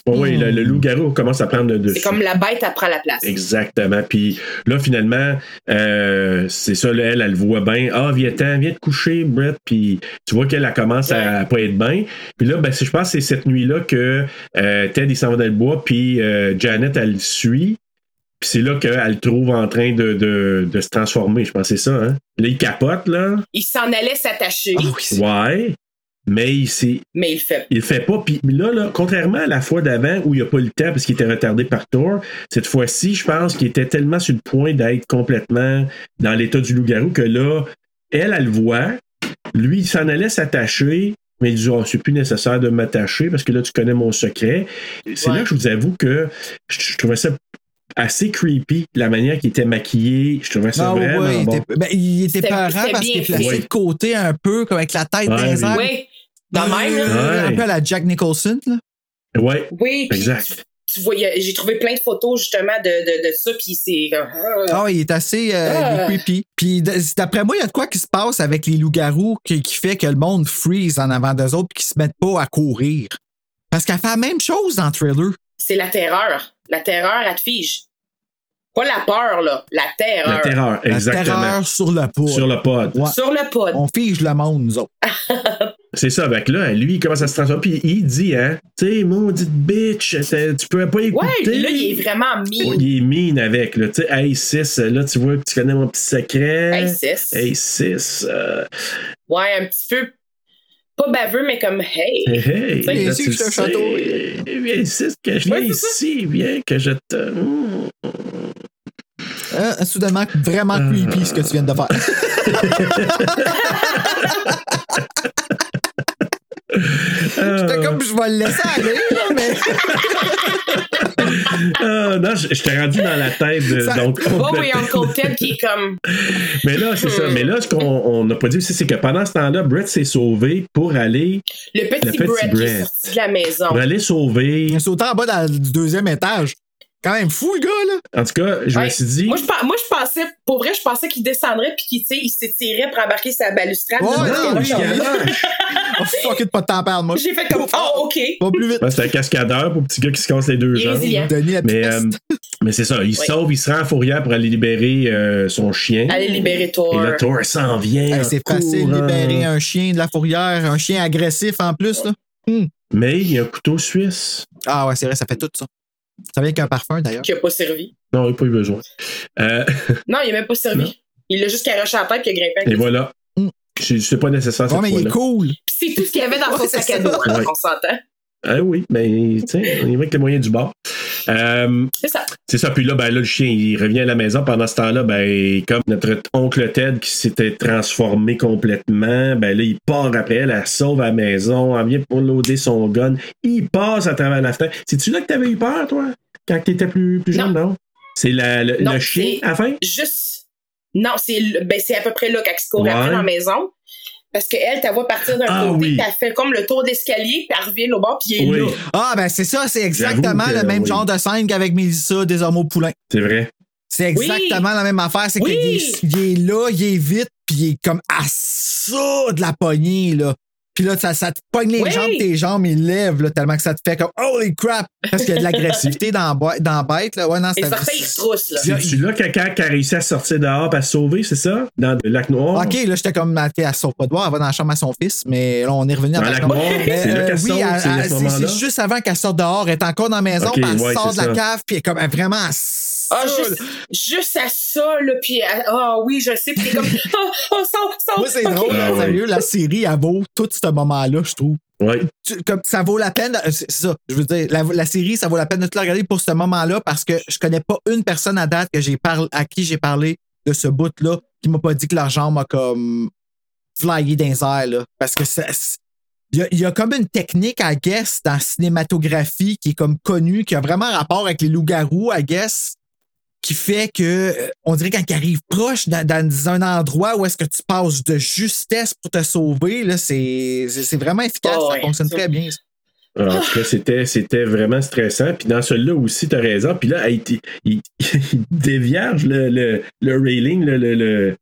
Speaker 2: Oh oui, le,
Speaker 1: Hmm.
Speaker 2: le loup-garou commence à prendre le dessus.
Speaker 7: C'est comme la bête, elle prend la place.
Speaker 2: Exactement. Puis là, finalement, euh, c'est ça, là, elle, elle le voit bien. Ah, viens-t'en, viens te coucher, Brett. Puis tu vois qu'elle elle commence à, pas être bien. Puis là, ben, c'est- je pense que c'est cette nuit-là que euh, Ted, il s'en va dans le bois, puis euh, Janet, elle le suit. Puis c'est là qu'elle le trouve en train de, de- de se transformer. Je pense que c'est ça, hein? Là, il capote, là.
Speaker 7: Il s'en allait s'attacher,
Speaker 1: Ah oui, c'est-
Speaker 2: Ouais. Mais il s'est-
Speaker 7: mais il le fait.
Speaker 2: il le fait pas. Puis là, là, contrairement à la fois d'avant où il a pas eu le temps parce qu'il était retardé par Thor, cette fois-ci, je pense qu'il était tellement sur le point d'être complètement dans l'état du loup-garou que là, elle, elle le voit. Lui, il s'en allait s'attacher, mais il dit oh, c'est plus nécessaire de m'attacher parce que là, tu connais mon secret. C'est
Speaker 7: Ouais.
Speaker 2: là que je vous avoue que je, je trouvais ça assez creepy, la manière qu'il était maquillé. Je trouvais ça
Speaker 1: Ah ouais,
Speaker 2: vraiment
Speaker 1: ouais, il
Speaker 2: bon.
Speaker 1: était, ben, il était
Speaker 7: C'était-
Speaker 1: peurant
Speaker 7: c'était
Speaker 1: parce qu'il
Speaker 7: bien
Speaker 1: est placé
Speaker 2: fait.
Speaker 1: de côté un peu, comme avec la tête
Speaker 2: Ouais,
Speaker 1: dans les
Speaker 2: oui.
Speaker 1: airs.
Speaker 7: Oui, de même, là.
Speaker 2: Ouais.
Speaker 1: Un peu à la Jack Nicholson, là.
Speaker 2: Ouais,
Speaker 7: Oui, puis tu,
Speaker 2: exact.
Speaker 7: tu vois, il y a- j'ai trouvé plein de photos, justement, de, de, de ça, puis c'est comme... ah.
Speaker 1: Ah, il est assez euh,
Speaker 7: Ah.
Speaker 1: il est creepy. Puis d- d'après moi, il y a de quoi qui se passe avec les loups-garous qui, qui fait que le monde freeze en avant d'eux autres et qu'ils se mettent pas à courir. Parce qu'elle fait la même chose dans le trailer.
Speaker 7: C'est la terreur. La terreur, elle te fige. Pas la peur, là. La terreur.
Speaker 2: La terreur,
Speaker 1: La
Speaker 2: exactement.
Speaker 1: terreur sur le pot.
Speaker 2: Sur le pod.
Speaker 1: Ouais.
Speaker 7: Sur le pod.
Speaker 1: On fige le monde, nous autres.
Speaker 2: C'est ça, avec là, lui, il commence à se transformer, puis il dit, hein, tu sais, maudite bitch, c'est- tu peux pas écouter. Oh,
Speaker 7: Ouais, là, il est vraiment
Speaker 2: Ouais,
Speaker 7: mis.
Speaker 2: il est mean avec, là, tu sais, hey 6, là, tu vois que tu connais mon petit secret.
Speaker 7: Hey, sis.
Speaker 2: Hey 6, euh,
Speaker 7: Ouais, un petit peu... Pas baveux, mais comme, hey.
Speaker 2: hey, hey,
Speaker 7: Viens
Speaker 2: là,
Speaker 1: ici
Speaker 2: tu
Speaker 1: que je te
Speaker 2: le sais.
Speaker 1: chatouille.
Speaker 2: Viens ici, que je viens
Speaker 7: Ouais, c'est ça.
Speaker 2: ici, viens que je te. Mm.
Speaker 1: Hein, soudainement, vraiment
Speaker 2: Euh.
Speaker 1: creepy ce que tu viens
Speaker 2: *laughs*
Speaker 1: de faire. J'étais comme, je vais le laisser aller, là, mais.
Speaker 2: Ah, non, je, je t'ai rendu dans la tête, de-
Speaker 1: Ça-
Speaker 2: donc.
Speaker 7: Oh oui, Uncle Ted qui est comme...
Speaker 2: *laughs* Mais là, c'est ça. Mais là, ce qu'on on n'a pas dit aussi, c'est que pendant ce temps-là, Brett s'est sauvé pour aller,
Speaker 7: Le
Speaker 2: Le
Speaker 7: petit
Speaker 2: petit
Speaker 7: Brett qui est
Speaker 2: Brett.
Speaker 7: sorti de la maison.
Speaker 2: pour aller sauver.
Speaker 1: Il a sauté en bas dans- du deuxième étage. Quand même fou, le gars, là.
Speaker 2: En tout cas, je
Speaker 7: Ouais.
Speaker 2: me suis dit.
Speaker 7: Moi je, pe- moi, je pensais, pour pour vrai, je pensais qu'il descendrait puis qu'il tu sais, il s'étirait pour embarquer sa balustrade.
Speaker 1: Ouais,
Speaker 7: Non,
Speaker 1: non,
Speaker 7: Ah, non,
Speaker 1: je
Speaker 7: non.
Speaker 1: galoche. Oh, fuck it, pas de temps perdre, moi.
Speaker 7: J'ai fait comme Oh, OK.
Speaker 1: Va plus vite.
Speaker 2: Ouais, c'est un cascadeur pour petit gars qui se casse les deux
Speaker 7: Il est
Speaker 2: jambes.
Speaker 7: résilient.
Speaker 1: Denis la
Speaker 2: Mais,
Speaker 1: peste.
Speaker 2: euh, mais c'est ça, il se sauve, il se rend en fourrière pour aller libérer euh, son chien.
Speaker 7: Allez libérer Thor.
Speaker 2: Et là, Thor s'en vient.
Speaker 1: Hey,
Speaker 2: en
Speaker 1: c'est facile
Speaker 2: courant.
Speaker 1: libérer un chien de la fourrière, un chien agressif en plus. Là.
Speaker 2: Mais il y a un couteau suisse.
Speaker 1: Ah ouais, c'est vrai, ça fait tout ça. Ça vient qu'un parfum d'ailleurs.
Speaker 7: Qui a pas servi.
Speaker 2: Non, il n'y a pas eu besoin. Euh,
Speaker 7: Non, il a même pas servi.
Speaker 2: Non.
Speaker 7: Il l'a juste carroché à la tête puis il a grimpé. avec
Speaker 2: et
Speaker 7: les-
Speaker 2: voilà.
Speaker 1: Mm.
Speaker 2: C'est c'est pas nécessaire
Speaker 1: Ouais,
Speaker 2: cette
Speaker 1: mais il
Speaker 2: fois-là.
Speaker 1: est cool.
Speaker 7: Puis c'est tout ce qu'il y avait dans son
Speaker 1: Ouais,
Speaker 7: sac
Speaker 1: c'est
Speaker 7: à dos.
Speaker 2: ça.
Speaker 7: hein,
Speaker 2: Ouais.
Speaker 7: On s'entend.
Speaker 2: Ah oui, mais tu sais, on y va avec les moyens du bord. Euh,
Speaker 7: C'est ça.
Speaker 2: c'est ça, puis là, ben, là, le chien, il revient à la maison. Pendant ce temps-là, ben, comme notre oncle Ted qui s'était transformé complètement, ben là, il part après elle, elle sauve à la maison, elle vient pour loader son gun, il passe à travers la fenêtre. C'est-tu là que t'avais eu peur, toi, quand t'étais plus, plus jeune, non? C'est la- le,
Speaker 7: Non,
Speaker 2: le chien,
Speaker 7: c'est-
Speaker 2: à la fin?
Speaker 7: Juste. Non, c'est le- ben, c'est à peu près là qu'elle se court après
Speaker 2: Ouais.
Speaker 7: dans la maison. Parce qu'elle, t'as vu partir d'un
Speaker 2: Ah
Speaker 7: côté,
Speaker 2: oui.
Speaker 7: t'as fait comme le tour d'escalier, puis elle revient au bord, puis il est
Speaker 2: Oui,
Speaker 7: là.
Speaker 1: Ah, ben c'est ça, c'est exactement
Speaker 2: J'avoue que,
Speaker 1: le même
Speaker 2: oui.
Speaker 1: genre de scène qu'avec Mélissa des Homo Poulain.
Speaker 2: c'est vrai.
Speaker 1: C'est
Speaker 7: Oui.
Speaker 1: exactement la même affaire. C'est
Speaker 7: Oui.
Speaker 1: qu'il est, il est là, il est vite, puis il est comme à ça de la poignée, là. Puis là, ça, ça te pogne les
Speaker 7: Oui.
Speaker 1: jambes, tes jambes, il lève, là, tellement que ça te fait comme Holy crap! Parce qu'il y a de l'agressivité *laughs* dans, boi- dans bête, là. Ouais, non,
Speaker 7: Et
Speaker 1: c'est-
Speaker 7: le certain, il se trousse, là.
Speaker 2: C'est-tu là que quand elle a réussi à sortir dehors pour se sauver, c'est ça? Dans le lac noir?
Speaker 1: Ok, là, j'étais comme, OK, elle sort pas de bois, elle va dans la chambre à son fils, mais là, on est revenu à
Speaker 2: Dans
Speaker 1: la
Speaker 2: la gloire,
Speaker 1: Mais,
Speaker 2: c'est là
Speaker 1: euh,
Speaker 2: qu'elle
Speaker 1: oui,
Speaker 2: saute,
Speaker 1: elle-
Speaker 2: c'est à
Speaker 1: elle-
Speaker 2: ce
Speaker 1: c'est
Speaker 2: moment-là.
Speaker 1: c'est juste avant qu'elle sorte dehors, elle est encore dans la maison,
Speaker 2: Ok,
Speaker 1: puis elle
Speaker 2: ouais,
Speaker 1: sort
Speaker 2: c'est
Speaker 1: de
Speaker 2: ça.
Speaker 1: la cave, puis elle est comme elle est vraiment à ça,
Speaker 7: Ah, juste, juste à ça, là, puis à- ah oui, je sais, puis t'es comme, *laughs* ah, oh, sort, sort.
Speaker 1: Moi, c'est drôle,
Speaker 2: Ah
Speaker 1: là,
Speaker 2: ouais.
Speaker 1: sérieux, la série, elle vaut tout ce moment-là, je trouve.
Speaker 2: Oui.
Speaker 1: Tu- comme, ça vaut la peine, de- c'est ça, je veux dire, la, la série, ça vaut la peine de te la regarder pour ce moment-là parce que je connais pas une personne à date que j'ai parlé, à qui j'ai parlé de ce bout-là qui m'a pas dit que leur jambe a comme flyé dans les airs, là. Parce que ça. c'est- Il y, a, il y a comme une technique, I guess, dans la cinématographie qui est comme connue, qui a vraiment rapport avec les loups-garous, I guess, qui fait que euh, on dirait quand ils arrivent proche dans, dans un endroit où est-ce que tu passes de justesse pour te sauver, là, c'est, c'est, c'est vraiment efficace,
Speaker 7: Oh,
Speaker 1: ça
Speaker 7: ouais.
Speaker 1: fonctionne très bien. ça.
Speaker 2: En tout cas, c'était, c'était vraiment stressant. Puis dans celui-là aussi, t'as raison. Puis là, hey, t'es- il, il dévierge le, le, le railing, le. le, le-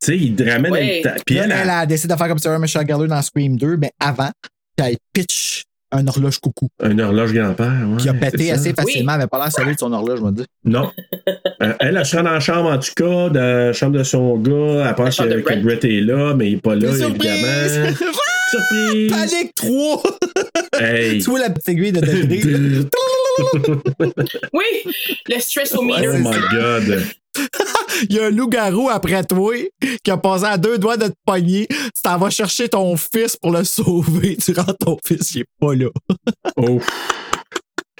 Speaker 2: tu sais, il te ramène
Speaker 7: Ouais.
Speaker 2: à une ta- Puis euh,
Speaker 1: Là,
Speaker 2: elle, elle-
Speaker 1: a décidé de faire comme Sarah Michelle Gellar dans Scream 2, mais avant, puis elle pitch un horloge coucou
Speaker 2: une horloge grand-père. ouais,
Speaker 1: qui a
Speaker 2: c'est
Speaker 1: pété
Speaker 2: ça.
Speaker 1: assez facilement, mais pas l'air solide son horloge, je me dis.
Speaker 2: Non. Euh, elle, elle se rend dans la chambre, en tout cas, dans la chambre de son gars. Elle pense
Speaker 7: chambre
Speaker 2: que,
Speaker 7: de
Speaker 2: que Brett est là, mais il n'est pas là, évidemment. *laughs*
Speaker 1: *laughs*
Speaker 2: Surprise! *laughs*
Speaker 1: Panique 3!
Speaker 2: Hey!
Speaker 1: Tu vois la petite aiguille
Speaker 2: *laughs*
Speaker 1: de *laughs* degré.
Speaker 7: Oui, le stress au
Speaker 2: Oh
Speaker 7: meter.
Speaker 2: my god!
Speaker 1: Il y a un loup-garou après toi qui a passé à deux doigts de te pogner. Tu t'en vas chercher ton fils pour le sauver. Tu rends ton fils, il est pas là.
Speaker 2: Oh!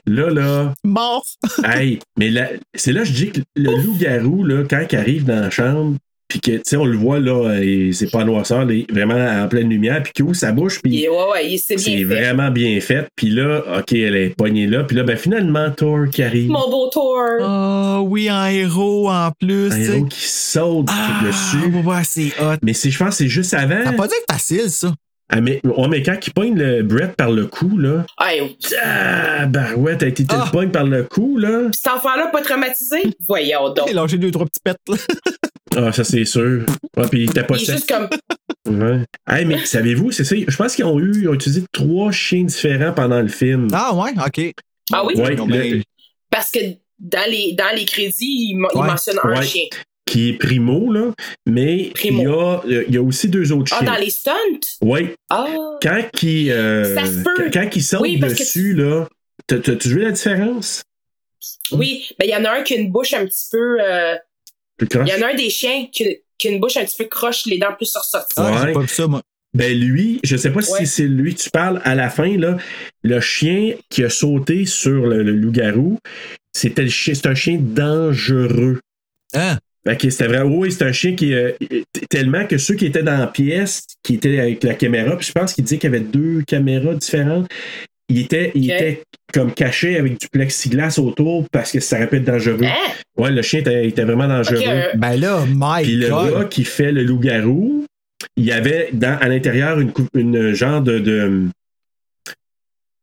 Speaker 2: Là, là.
Speaker 1: Mort!
Speaker 2: Hey, mais là, c'est là que je dis que le loup-garou, là, quand il arrive dans la chambre, puis que, tu sais, on le voit, là, et c'est pas en noirceur, il est vraiment en pleine lumière, puis qu'il ouvre sa bouche, puis
Speaker 7: Il- ouais, ouais, il s'est
Speaker 2: c'est
Speaker 7: bien fait.
Speaker 2: vraiment bien fait. Puis là, OK, elle est poignée là, puis là, ben finalement, Thor qui arrive.
Speaker 7: Mon beau tour.
Speaker 1: Ah oui, un héros en plus.
Speaker 2: un
Speaker 1: tu sais.
Speaker 2: héros qui saute
Speaker 1: Ah,
Speaker 2: dessus.
Speaker 1: ouais, ouais, c'est hot.
Speaker 2: Mais c'est, je pense que c'est juste avant.
Speaker 1: Ça a pas dû être facile, ça.
Speaker 2: Ah, mais, ouais, mais quand il pogne le Brett par le cou, là.
Speaker 7: Hey, pis
Speaker 2: Ah, barouette, t'as été
Speaker 1: Ah.
Speaker 2: le pogne par le cou, là.
Speaker 7: cet enfant-là pas traumatisé? Voyons donc.
Speaker 1: Il a lâché deux, trois petits pets. là.
Speaker 2: Ah, ça, c'est sûr. Ouais, puis il était pas
Speaker 7: Il est
Speaker 2: sec.
Speaker 7: juste
Speaker 1: hein.
Speaker 7: comme,
Speaker 2: Ouais. Hey, mais savez-vous, c'est ça. Je pense qu'ils ont eu, ils ont utilisé trois chiens différents pendant le film.
Speaker 1: Ah ouais, ok.
Speaker 7: ah oui?
Speaker 2: Ouais,
Speaker 1: Non,
Speaker 2: le-
Speaker 1: mais-
Speaker 7: Parce que dans les, dans les crédits, il, mo- il
Speaker 1: Ouais.
Speaker 7: mentionne un
Speaker 2: Ouais.
Speaker 7: chien.
Speaker 2: qui est primo, là. Mais
Speaker 7: Primo.
Speaker 2: Il, y a, euh, il y a aussi deux autres
Speaker 7: Ah,
Speaker 2: chiens.
Speaker 7: dans les stunts?
Speaker 2: Ouais.
Speaker 7: Ah,
Speaker 2: Quand qui euh,
Speaker 7: Ça se peut.
Speaker 2: quand- quand ils sautent
Speaker 7: Oui, parce que-
Speaker 2: dessus, là. t'as- t'as- Tu veux la différence?
Speaker 7: oui. Ben, il y en a un qui a une bouche un petit peu, euh,
Speaker 2: Hein? Plus croche?
Speaker 7: il y en a un des chiens qui, qui a une bouche un petit peu croche, les dents plus sorties.
Speaker 1: Ah,
Speaker 2: Ouais.
Speaker 1: j'ai pas vu ça, moi.
Speaker 2: Ben lui, je sais pas si
Speaker 7: Ouais.
Speaker 2: c'est lui que tu parles à la fin, là. Le chien qui a sauté sur le, le loup-garou, c'était le chien. C'est un chien dangereux.
Speaker 1: Hein?
Speaker 2: Fait que Ben, c'était vrai. Oui, c'est un chien qui. euh, t- tellement que ceux qui étaient dans la pièce, qui étaient avec la caméra, puis je pense qu'il disait qu'il y avait deux caméras différentes, ils étaient, ils
Speaker 7: Ok.
Speaker 2: étaient comme cachés avec du plexiglas autour parce que ça aurait pu être dangereux.
Speaker 7: Hein?
Speaker 2: Ouais, le chien était, était vraiment dangereux.
Speaker 7: Ok, euh,
Speaker 1: Ben là, my
Speaker 2: Puis le
Speaker 1: God.
Speaker 2: gars qui fait le loup-garou, il y avait dans, à l'intérieur une, cou- une genre de, de-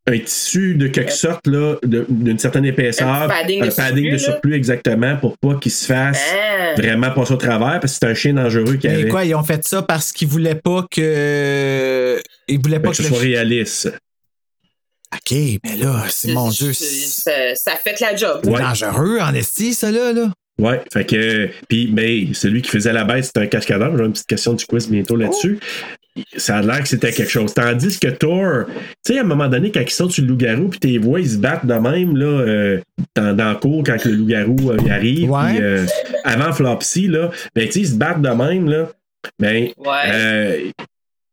Speaker 2: un tissu de quelque sorte là, de- d'une certaine épaisseur,
Speaker 7: Un padding
Speaker 2: padding
Speaker 7: de surplus,
Speaker 2: de
Speaker 7: là.
Speaker 2: surplus exactement pour pas qu'il se fasse
Speaker 7: hein?
Speaker 2: vraiment passé au travers parce que c'est un chien dangereux qui
Speaker 1: Mais
Speaker 2: avait.
Speaker 1: quoi, ils ont fait ça parce qu'ils voulaient pas que. Ils voulaient
Speaker 2: Fait
Speaker 1: pas
Speaker 2: Ben, que
Speaker 1: que,
Speaker 2: ce
Speaker 1: le
Speaker 2: soit
Speaker 1: chien-
Speaker 2: réaliste.
Speaker 1: OK, mais là, c'est mon Dieu. C'est
Speaker 7: Ça, ça fait la job.
Speaker 2: Ouais.
Speaker 1: dangereux en esti, ça, là. là.
Speaker 2: Ouais, fait que. Puis, mais celui qui faisait la bête, c'était un cascadeur. J'ai une petite question du quiz bientôt là-dessus.
Speaker 1: Oh!
Speaker 2: Ça a l'air que c'était quelque chose. Tandis que Thor, tu sais, à un moment donné, quand ils sautent sur le loup-garou, puis tes voix, ils se battent de même, là, euh, dans, dans le cours, quand le loup-garou euh, il arrive.
Speaker 1: Ouais.
Speaker 2: puis, euh, avant Flopsy, là, ben, tu sais, ils se battent de même, là. Ben,
Speaker 7: Ouais.
Speaker 2: euh,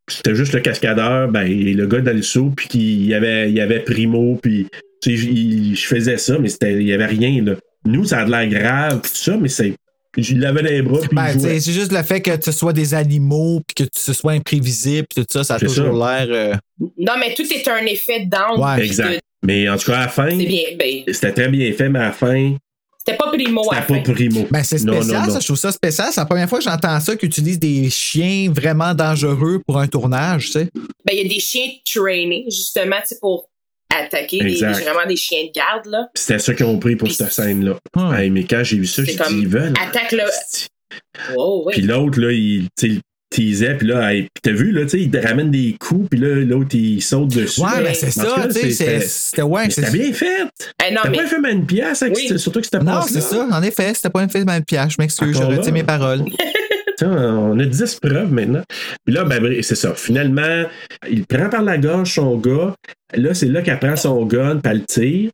Speaker 2: c'était juste le cascadeur, ben, et le gars dans le seau, puis qu'il y avait, il y avait Primo, puis tu sais, j- il- je faisais ça, mais c'était- il n'y avait rien. Là. Nous, ça a de l'air grave, puis tout ça, mais c'est. Je l'avais dans les bras, puis il
Speaker 1: Ben, tu
Speaker 2: jouait.
Speaker 1: sais, c'est juste le fait que ce soit des animaux, puis que ce soit imprévisible, puis tout ça, ça a
Speaker 2: C'est
Speaker 1: toujours l'air. euh,
Speaker 7: Non, mais tout est un effet d'angle.
Speaker 1: Ouais.
Speaker 2: Exact. Mais en tout cas, à la fin,
Speaker 7: C'est bien. Ben,
Speaker 2: c'était très bien fait, mais à la fin,
Speaker 7: c'était pas primo à la
Speaker 2: c'était
Speaker 7: fin.
Speaker 2: pas Primo.
Speaker 1: Ben, c'est
Speaker 2: Non,
Speaker 1: spécial,
Speaker 2: non, non.
Speaker 1: ça. Je trouve ça spécial. C'est la première fois que j'entends ça, qu'ils utilisent des chiens vraiment dangereux pour un tournage, tu sais.
Speaker 7: Ben, il y a des chiens trainés, justement, tu sais, pour attaquer. Des,
Speaker 2: Exact.
Speaker 7: vraiment des chiens de garde, là.
Speaker 2: Puis C'était ça qu'ils ont pris pour
Speaker 7: Puis-
Speaker 2: cette scène-là.
Speaker 1: Hmm.
Speaker 2: Hey, mais quand j'ai vu ça,
Speaker 7: C'est
Speaker 2: j'ai dit,
Speaker 7: comme-
Speaker 2: ils veulent.
Speaker 7: Attaque le.
Speaker 2: Asti.
Speaker 7: Oh,
Speaker 2: Puis
Speaker 7: oui.
Speaker 2: l'autre, là, il tu sais, il teasait, puis là, hey, puis t'as vu, là, tu sais, il te ramène des coups, puis là, l'autre, il saute dessus.
Speaker 1: Ouais,
Speaker 7: mais-
Speaker 1: ben, c'est
Speaker 2: En tout
Speaker 1: ça,
Speaker 2: cas,
Speaker 1: tu sais.
Speaker 2: c'est-
Speaker 1: c'est-
Speaker 2: c'est-
Speaker 1: C'était, ouais,
Speaker 2: Mais
Speaker 1: c'est
Speaker 2: C'était bien fait!
Speaker 7: Eh, non,
Speaker 2: T'as
Speaker 7: mais.
Speaker 2: pas fait même une pièce, avec
Speaker 7: Oui.
Speaker 2: ce- surtout que c'était
Speaker 1: Non,
Speaker 2: pas
Speaker 1: c'est ça. En effet, c'était pas une film piège. Je m'excuse, je
Speaker 2: Encore
Speaker 1: retire
Speaker 2: là.
Speaker 1: mes paroles.
Speaker 2: Tiens, on a 10 preuves maintenant. Puis là, ben, bref, c'est ça. Finalement, il prend par la gorge son gars. Là, c'est là qu'elle prend son gun, puis elle le tire.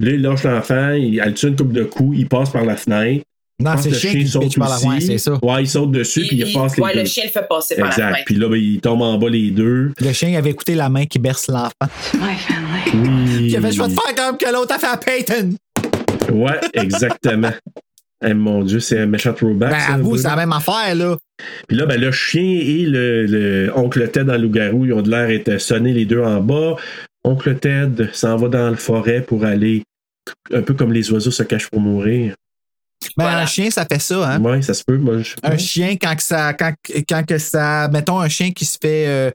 Speaker 2: Là, il lâche l'enfant, il- elle tue une coupe de coups, il passe par la fenêtre.
Speaker 1: Non,
Speaker 2: Pense
Speaker 1: Ah, c'est
Speaker 2: le
Speaker 1: chien qui
Speaker 2: saute
Speaker 1: pitch par la
Speaker 2: aussi.
Speaker 1: ouais, c'est ça.
Speaker 2: Ouais, il saute dessus, puis il, passe les
Speaker 7: ouais,
Speaker 2: deux.
Speaker 7: le chien le fait passer par la
Speaker 2: exact.
Speaker 7: fin.
Speaker 2: Puis là, ben, il tombe en bas les deux.
Speaker 1: Le chien avait écouté la main qui berce l'enfant.
Speaker 4: My family.
Speaker 2: Oui.
Speaker 1: Il avait je vais te faire comme que l'autre a fait à Peyton.
Speaker 2: Ouais, exactement. Eh, mon Dieu, c'est un méchant throwback.
Speaker 1: Ben,
Speaker 2: ça,
Speaker 1: à
Speaker 2: un
Speaker 1: vous,
Speaker 2: peu,
Speaker 1: c'est
Speaker 2: là.
Speaker 1: la même affaire, là.
Speaker 2: Puis là, ben, le chien et le, le oncle Ted dans Loup-Garou, ils ont de l'air d'être sonnés les deux en bas. Oncle Ted s'en va dans la forêt pour aller, un peu comme les oiseaux se cachent pour mourir.
Speaker 1: Ben,
Speaker 7: Voilà.
Speaker 1: un chien, ça fait ça, hein.
Speaker 2: Ouais, ça se peut. Moi, je-
Speaker 1: Un chien, quand que ça. Quand, quand que ça. Mettons un chien qui se fait euh,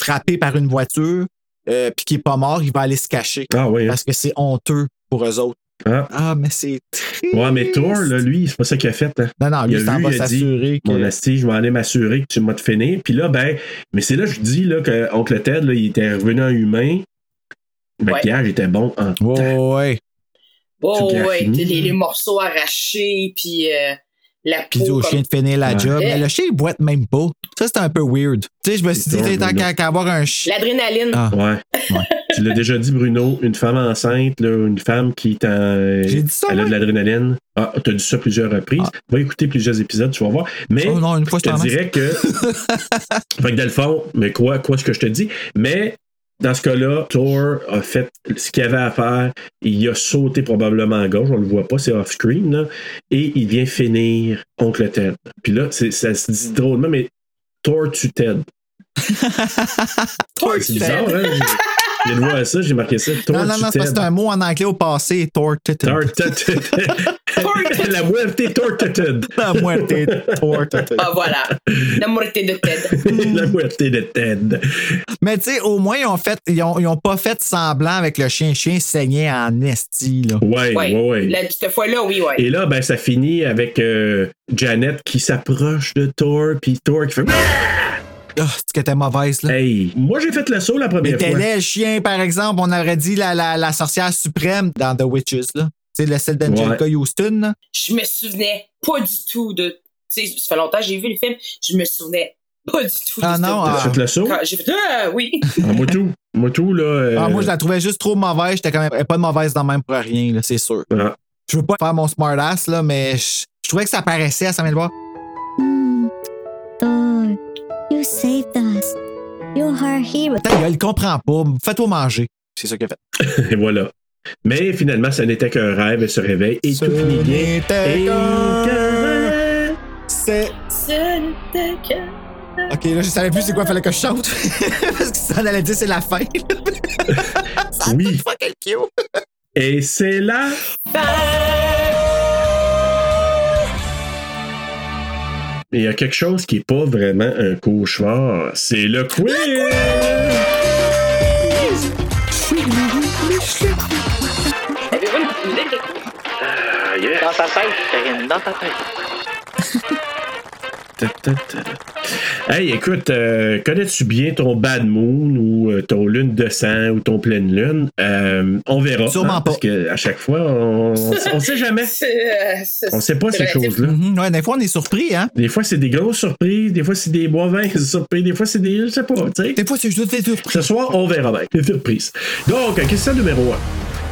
Speaker 1: frapper par une voiture, euh, puis qui est pas mort, il va aller se cacher.
Speaker 2: Ah ouais. hein.
Speaker 1: Parce que c'est honteux pour eux autres.
Speaker 2: Ah.
Speaker 1: mais c'est triste.
Speaker 2: Ouais, mais Thor, là, lui, c'est pas ça qu'il a fait. hein.
Speaker 1: Non, non,
Speaker 2: il
Speaker 1: lui,
Speaker 2: a
Speaker 1: ça
Speaker 2: vu,
Speaker 1: va
Speaker 2: il a dit,
Speaker 1: s'assurer que.
Speaker 2: Mon asti, je m'en allais m'assurer que tu m'as te fini. Puis là, ben, mais c'est là que je dis là, que oncle Ted, là, il était revenu en humain. Le
Speaker 7: Ouais.
Speaker 2: maquillage était bon en
Speaker 1: Ouais, ouais, ouais.
Speaker 7: Oh,
Speaker 2: Tu l'as
Speaker 7: ouais.
Speaker 2: fini.
Speaker 7: Les, les morceaux arrachés, puis euh, la
Speaker 1: Puis
Speaker 7: peau.
Speaker 1: au
Speaker 7: comme-
Speaker 1: chien de finir la
Speaker 2: Ouais.
Speaker 1: job. Mais le chien, il boite même pas. Ça, c'est un peu weird. Tu sais, je me suis dit,
Speaker 2: C'est
Speaker 1: t'sais, tant
Speaker 2: horrible.
Speaker 1: qu'à qu'à avoir un chien.
Speaker 7: L'adrénaline.
Speaker 1: Ah.
Speaker 2: Ouais. tu l'as déjà dit, Bruno, une femme enceinte, là, une femme qui est en-
Speaker 1: J'ai dit ça,
Speaker 2: Elle a
Speaker 1: ouais.
Speaker 2: de l'adrénaline. Ah, tu as dit ça plusieurs reprises. Va écouter plusieurs épisodes, tu vas voir. Mais
Speaker 1: Oh non, une fois, je
Speaker 2: je
Speaker 1: t'en
Speaker 2: te dirais
Speaker 1: dirais... *laughs*
Speaker 2: que. fait que dans le fond, mais quoi, quoi ce que je te dis? Mais dans ce cas-là, Thor a fait ce qu'il avait à faire. Il a sauté probablement à gauche, on le voit pas, c'est off-screen, là. Et il vient finir Oncle Ted. Puis là, c'est- ça se dit drôlement, mais Thor tue Ted.
Speaker 7: Thor
Speaker 2: C'est
Speaker 7: tue Ted.
Speaker 2: bizarre, hein? J'ai- J'ai le voir à ça, j'ai marqué ça. Thor
Speaker 1: *laughs* Non, non, non,
Speaker 2: tue
Speaker 1: c'est parce
Speaker 2: Ted.
Speaker 1: que c'est un mot en anglais au passé, torted.
Speaker 2: Thor tue Ted. *laughs* La moitié Thor tue Ted.
Speaker 1: La *laughs* moitié torted.
Speaker 7: Ah, voilà. La mortée de
Speaker 2: *laughs*
Speaker 7: Ted.
Speaker 2: La moitié de Ted.
Speaker 1: Mais tu sais, au moins, ils ont, fait, ils, ont, ils ont pas fait semblant avec le chien. Le chien saignait en esti, là.
Speaker 2: Ouais,
Speaker 7: Ouais.
Speaker 2: ouais, ouais.
Speaker 7: La- cette fois-là, oui, ouais.
Speaker 2: Et là, ben, ça finit avec euh, Janet qui s'approche de Thor, puis Thor qui fait
Speaker 1: Ah, c'est que t'es mauvaise, là.
Speaker 2: Hey, moi j'ai fait le saut la
Speaker 1: Mais
Speaker 2: première
Speaker 1: t'es
Speaker 2: fois.
Speaker 1: laid, le chien, par exemple. On aurait dit la, la, la sorcière suprême dans The Witches, là. Tu sais, le celle d'Angelica Houston, là.
Speaker 7: Je me souvenais pas du tout de. Tu sais, ça fait longtemps que j'ai vu le film. Je me souvenais pas du tout
Speaker 1: Ah
Speaker 7: de
Speaker 1: non,
Speaker 2: T'as
Speaker 1: ah.
Speaker 2: fait le saut?
Speaker 7: Quand j'ai fait. Ah,
Speaker 2: *laughs*
Speaker 7: oui.
Speaker 2: Ah, moi tout. Moi tout, là. euh,
Speaker 1: Ah, moi, je la trouvais juste trop mauvaise. J'étais quand même elle est pas de mauvaise dans le même pour rien, là, c'est sûr.
Speaker 2: Ah.
Speaker 1: Je veux pas faire mon smartass, là, mais je, je trouvais que ça paraissait à Samuel Voir.
Speaker 9: Mm,
Speaker 5: Thor, you saved us. You're our hero.
Speaker 1: Ta gueule, il comprend pas. Fais-toi manger. C'est ça qu'il a fait.
Speaker 2: Et *laughs* voilà. Mais finalement, ce n'était qu'un rêve, elle se réveille et
Speaker 1: Ce
Speaker 2: tout finit bien.
Speaker 1: n'était
Speaker 2: Et
Speaker 1: qu'un
Speaker 2: qu'un-
Speaker 1: C'est.
Speaker 7: Ce n'était que-
Speaker 1: Ok, là, je savais plus c'est quoi, fallait que je chante. *laughs* Parce que ça, on allait dire, c'est la fin. *laughs*
Speaker 2: Oui.
Speaker 1: Fucking cute.
Speaker 2: Et c'est là. Il y a quelque chose qui n'est pas vraiment un cauchemar. C'est le quiz!
Speaker 10: Dans sa tête, Karine, dans ta tête.
Speaker 2: Ta, ta, ta. Hey, écoute, euh, connais-tu bien ton bad moon ou euh, ton lune de sang ou ton pleine lune? Euh, on verra.
Speaker 1: Sûrement
Speaker 2: Parce
Speaker 1: pas.
Speaker 2: que à chaque fois, on, on sait jamais.
Speaker 7: C'est, euh, c'est-
Speaker 2: On sait pas
Speaker 7: c'est
Speaker 2: ces
Speaker 7: relatif.
Speaker 2: choses-là.
Speaker 1: Mhm, ouais, des fois, on est surpris, hein?
Speaker 2: Des fois, c'est des grosses surprises. Des fois, c'est des mauvaises *laughs* surprises. Des fois, c'est des. Je sais pas, tu sais.
Speaker 1: Des fois, c'est juste des surprises.
Speaker 2: Ce soir, on verra bien. Des surprises. Donc, question numéro 1.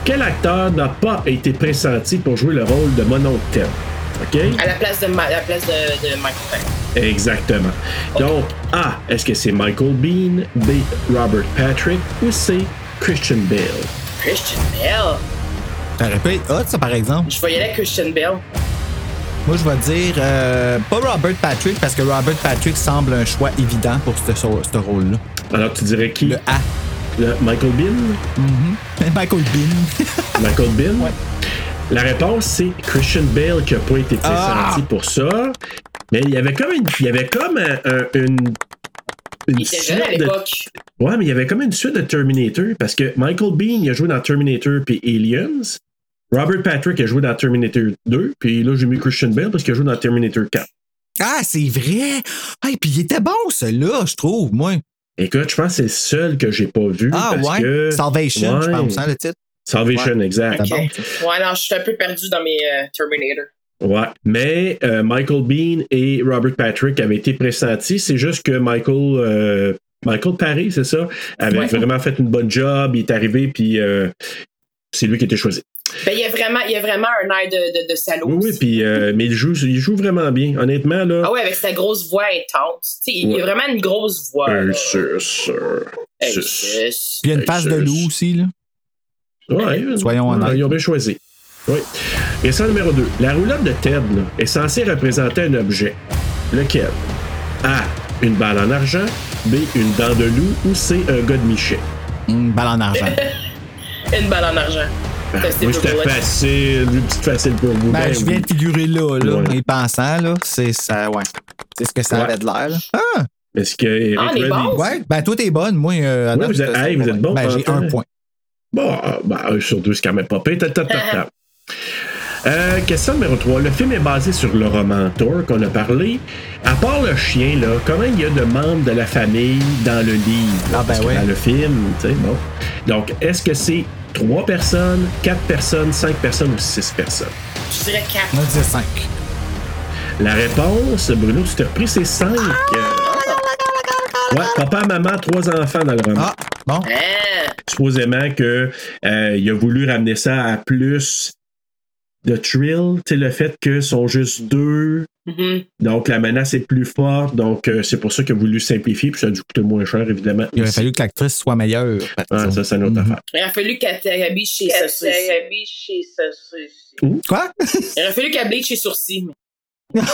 Speaker 2: Quel acteur n'a pas été pressenti pour jouer le rôle de mon oncle Ted? OK?
Speaker 7: À la place de, Ma- à la place de, de Mike Tyson.
Speaker 2: Exactement. Donc, A, est-ce que c'est Michael Bean, B, Robert Patrick ou C, Christian Bale?
Speaker 7: Christian Bell.
Speaker 1: Ça aurait pu être hot, ça, par exemple.
Speaker 7: Je vais y aller avec Christian Bell.
Speaker 1: Moi, je vais dire euh, pas Robert Patrick, parce que Robert Patrick semble un choix évident pour ce, ce- ce rôle-là.
Speaker 2: Alors, tu dirais qui?
Speaker 1: Le A.
Speaker 2: Le Michael Bean?
Speaker 1: *laughs* Michael Bean.
Speaker 2: Michael Bean? La réponse, c'est Christian Bale qui n'a pas été pressenti
Speaker 1: Ah!
Speaker 2: pour ça. Mais il y avait comme une. Il y avait comme un- un- une. une
Speaker 7: Il était jeune à
Speaker 2: suite de-
Speaker 7: l'époque.
Speaker 2: Ouais, mais il y avait comme une suite de Terminator parce que Michael Bean il a joué dans Terminator puis Aliens. Robert Patrick a joué dans Terminator 2, puis là j'ai mis Christian Bale parce qu'il a joué dans Terminator 4.
Speaker 1: *laughs* ah, c'est vrai. Hey, puis il était bon, celui-là, je trouve, moi.
Speaker 2: Écoute, je pense que c'est le seul que j'ai pas vu.
Speaker 1: Ah,
Speaker 2: parce
Speaker 1: ouais.
Speaker 2: Que...
Speaker 1: Salvation, je
Speaker 2: Ouais.
Speaker 1: pense, hein, le titre.
Speaker 2: Salvation, exact.
Speaker 1: C'était bon.
Speaker 7: Ouais, non, je suis un peu perdu dans mes euh, Terminator.
Speaker 2: Ouais. Mais euh, Michael Bean et Robert Patrick avaient été pressentis. C'est juste que Michael. euh, Michael Parry, c'est ça, avait
Speaker 7: Ouais.
Speaker 2: vraiment fait une bonne job. Il est arrivé, puis euh, c'est lui qui a été choisi.
Speaker 7: Ben, il y a vraiment, il y a vraiment un air de, de, de salaud.
Speaker 2: Oui, oui, puis euh, mais il joue, il joue vraiment bien. Honnêtement, là.
Speaker 7: Ah ouais, avec sa grosse voix intense. Tu sais, il y
Speaker 2: Ouais.
Speaker 7: a vraiment une grosse voix.
Speaker 2: Euh,
Speaker 7: là.
Speaker 2: c'est sûr.
Speaker 7: Ah Hey,
Speaker 2: c'est-
Speaker 7: sus.
Speaker 1: Puis il y a une face de loup aussi, là.
Speaker 2: Ouais,
Speaker 1: Soyons
Speaker 2: ouais,
Speaker 1: honnêtes.
Speaker 2: Ils ont bien choisi. Oui. Question numéro 2. La roulotte de Ted là, est censée représenter un objet. Lequel? A. Une balle en argent. B. Une dent de loup. Ou C. Un gars de michet.
Speaker 1: Hum, balle en argent.
Speaker 7: Une balle en argent.
Speaker 2: Ah,
Speaker 7: C'est
Speaker 2: moi, c'était
Speaker 7: Bullet.
Speaker 2: facile. Une petite facile pour vous.
Speaker 1: ben,
Speaker 2: Ben
Speaker 1: je viens
Speaker 2: oui.
Speaker 1: de figurer là, là,
Speaker 2: Ouais.
Speaker 1: en y pensant, là. C'est ça, ouais. C'est ce que ça
Speaker 2: Ouais.
Speaker 1: avait de l'air, là. Ah,
Speaker 2: Est-ce que Eric
Speaker 7: Ah, on est
Speaker 2: Red,
Speaker 7: bon?
Speaker 2: il-
Speaker 1: ouais. Ben, toi, t'es bonne, moi. euh, à
Speaker 2: Ouais,
Speaker 1: date,
Speaker 2: vous êtes-
Speaker 1: euh,
Speaker 2: hey, vous êtes bon, hein.
Speaker 1: Ben, j'ai
Speaker 2: Quentin.
Speaker 1: un point.
Speaker 2: Bon, ah, ben, un sur deux, c'est quand même pas pire. Ta, ta, ta,
Speaker 1: *laughs*
Speaker 2: ta. Euh, question numéro 3. Le film est basé sur le roman Thor qu'on a parlé. À part le chien, là, comment il y a de membres de la famille dans le livre?
Speaker 1: Ah, ben
Speaker 2: Parce que
Speaker 1: ouais.
Speaker 2: Dans le film, tu sais, bon. Donc, est-ce que c'est trois personnes, quatre personnes, cinq personnes ou six personnes?
Speaker 7: Je dirais quatre.
Speaker 1: On a dit 5.
Speaker 2: La réponse, Bruno, tu t'es repris, c'est cinq.
Speaker 1: Ah!
Speaker 2: Euh, Ouais, papa, maman, trois enfants dans le roman.
Speaker 1: Ah, bon.
Speaker 7: Hein?
Speaker 2: supposément que euh, il a voulu ramener ça à plus de thrill, tu sais, le fait que sont juste deux,
Speaker 7: Mhm.
Speaker 2: donc la menace est plus forte, donc euh, c'est pour ça qu'il a voulu simplifier, puis ça a dû coûter moins cher, évidemment.
Speaker 1: Il aurait fallu que l'actrice soit meilleure. par
Speaker 2: Ah,
Speaker 1: exemple.
Speaker 2: ça, c'est une autre
Speaker 1: Mhm.
Speaker 2: affaire.
Speaker 7: Il aurait fallu qu'elle t'habille chez sa sourcil.
Speaker 1: Quoi? *laughs*
Speaker 7: Il aurait fallu qu'elle bleach chez sourcils.
Speaker 2: Tant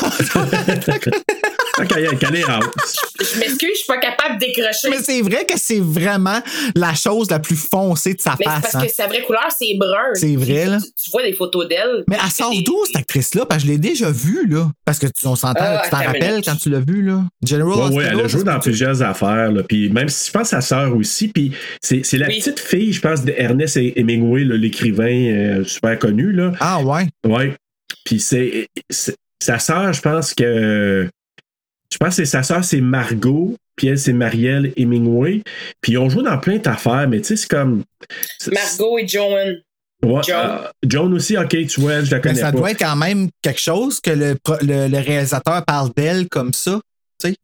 Speaker 2: qu'à y être, qu'elle est out.
Speaker 7: *laughs* Je m'excuse, je suis pas capable de décrocher.
Speaker 1: Mais c'est vrai que c'est vraiment la chose la plus foncée de sa
Speaker 7: Mais c'est
Speaker 1: face.
Speaker 7: parce
Speaker 1: hein.
Speaker 7: que sa vraie couleur, c'est brun.
Speaker 1: C'est vrai, là.
Speaker 7: Tu, tu vois des photos d'elle.
Speaker 1: Mais elle sort d'où, cette actrice-là? Parce que je l'ai déjà vue, là. Parce que tu, on s'entend,
Speaker 7: Ah,
Speaker 1: tu t'en
Speaker 7: attends une
Speaker 1: rappelles
Speaker 7: minute.
Speaker 1: quand tu l'as vue, là? General
Speaker 2: Ouais, ouais,
Speaker 1: Hospital,
Speaker 2: elle a joué
Speaker 1: ça,
Speaker 2: dans
Speaker 1: c'est-
Speaker 2: plusieurs affaires, là, puis même si je pense à sa sœur aussi, puis c'est c'est la
Speaker 7: Oui.
Speaker 2: petite fille, je pense, de Ernest Hemingway, là, l'écrivain euh, super connu, là.
Speaker 1: Ah, ouais.
Speaker 2: Ouais. Puis c'est c'est- sa sœur, je pense que je pense que sa sœur c'est Margot, puis elle c'est Marielle Hemingway. Puis ils ont joué dans plein d'affaires, mais tu sais c'est comme c'est-
Speaker 7: Margot et Joan.
Speaker 2: Ouais,
Speaker 7: Joan.
Speaker 2: euh, Joan aussi, ok, tu vois, je la
Speaker 1: Mais
Speaker 2: connais
Speaker 1: Ben, ça
Speaker 2: pas.
Speaker 1: doit être quand même quelque chose que le, pro- le, le réalisateur parle d'elle comme ça.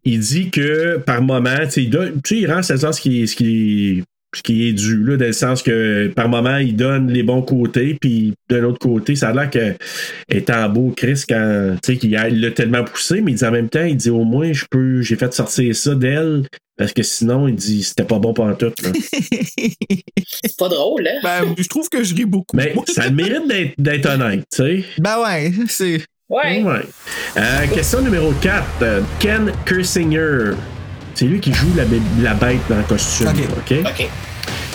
Speaker 2: Il dit que par moment, tu sais, il, donne- tu sais, il rend César ce qui, ce qui, ce qui est dû, là, dans le sens que par moment, il donne les bons côtés, puis de l'autre côté, ça a l'air que étant beau, Chris, quand tu sais, qu'il a- il l'a tellement poussé, mais il dit en même temps, il dit au moins je peux, j'ai fait sortir ça d'elle. Parce que sinon, il dit c'était pas bon pour tout. là.
Speaker 7: C'est pas drôle, hein?
Speaker 1: *laughs* ben, je trouve que je ris beaucoup.
Speaker 2: Mais Ben, ça a le mérite d'être- d'être honnête, tu sais.
Speaker 1: Ben ouais, c'est.
Speaker 7: Ouais.
Speaker 2: Ouais. Euh, question numéro 4. euh, Ken Kersinger. C'est lui qui joue la, bé- la bête dans le costume.
Speaker 1: Ok.
Speaker 2: OK?
Speaker 7: OK.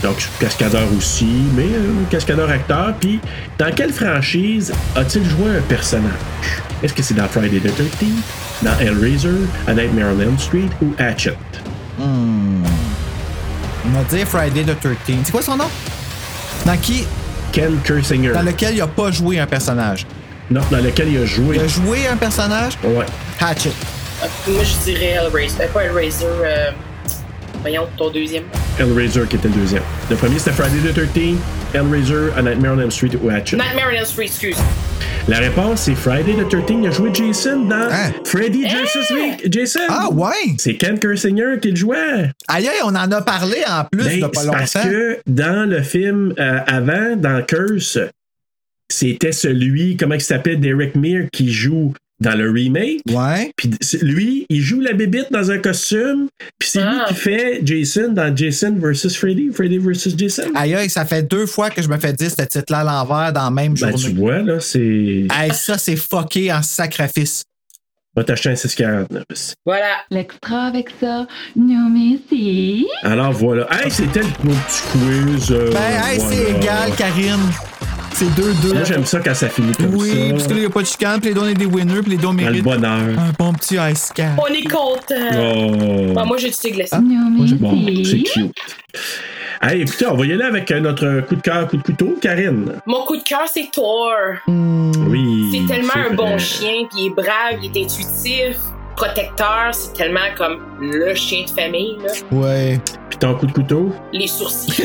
Speaker 2: Donc, cascadeur aussi, mais euh, cascadeur-acteur. Puis, dans quelle franchise a-t-il joué un personnage? Est-ce que c'est dans Friday the 13th, dans Hellraiser, à Nightmare on Elm Street ou Hatchet?
Speaker 1: Hmm. On va dire Friday the 13th. C'est quoi son nom? Dans qui?
Speaker 2: Ken Kersinger.
Speaker 1: Dans lequel il n'a pas joué un personnage.
Speaker 2: Non, dans lequel il a joué.
Speaker 1: Il a joué un personnage?
Speaker 2: Ouais.
Speaker 1: Hatchet.
Speaker 7: Ah, Moi, je dirais Hellraiser. Euh, pas Hellraiser. euh, Voyons, ton deuxième.
Speaker 2: Hellraiser qui était le deuxième. Le premier c'était Friday the 13th, Hellraiser, A Nightmare on Elm Street ou Hatchet.
Speaker 7: Nightmare on Elm Street, excuse.
Speaker 2: La réponse c'est Friday the 13th. Il a joué Jason dans
Speaker 1: Hein?
Speaker 2: Freddy versus
Speaker 7: Hein?
Speaker 2: Rick- Jason.
Speaker 1: Ah ouais!
Speaker 2: C'est Ken Kersinger qui le jouait.
Speaker 1: Aïe, aïe, on en a parlé en plus
Speaker 2: Ben,
Speaker 1: il y a pas
Speaker 2: c'est parce
Speaker 1: longtemps.
Speaker 2: que dans le film euh, avant, dans Curse, c'était celui, comment il s'appelle, Derek Meir qui joue dans le remake.
Speaker 1: Ouais.
Speaker 2: Puis c'est- lui, il joue la bébite dans un costume. Puis c'est lui
Speaker 7: Ah.
Speaker 2: qui fait Jason dans Jason versus Freddy, Freddy versus Jason.
Speaker 1: Aïe, aïe, ça fait deux fois que je me fais dire ce titre-là à l'envers dans la même
Speaker 2: Ben, tu
Speaker 1: journée.
Speaker 2: vois, là, c'est.
Speaker 1: Aïe, ça, c'est fucké en sacrifice.
Speaker 2: Va t'acheter un 649.
Speaker 7: Voilà.
Speaker 11: L'extra avec ça. Non, mais si.
Speaker 2: Alors voilà. Hey, c'était le mon petit quiz. euh,
Speaker 1: Ben, hey,
Speaker 2: voilà.
Speaker 1: c'est égal, Karine. C'est 2-2.
Speaker 2: Moi, j'aime ça quand ça finit comme
Speaker 1: oui,
Speaker 2: ça.
Speaker 1: parce que là, il n'y a pas de chicane, puis les deux, on est des winners, puis les deux, on
Speaker 2: Dans le
Speaker 1: méritent
Speaker 2: bonheur.
Speaker 1: un bon petit ice cap.
Speaker 7: On est content.
Speaker 2: Oh.
Speaker 7: Ah, moi, j'ai du thé glacé.
Speaker 11: Non, mais
Speaker 2: Bon, c'est
Speaker 11: si.
Speaker 2: cute. Allez, écoutez, on va y aller avec euh, notre coup de cœur, coup de couteau, Karine.
Speaker 7: Mon coup de cœur, c'est Thor.
Speaker 1: Mm.
Speaker 2: Oui.
Speaker 7: C'est tellement un
Speaker 2: vrai.
Speaker 7: bon chien, puis il est brave, il est intuitif, protecteur, c'est tellement comme le chien de famille, là.
Speaker 1: Ouais.
Speaker 2: Puis ton coup de couteau,
Speaker 7: les sourcils.
Speaker 1: *laughs*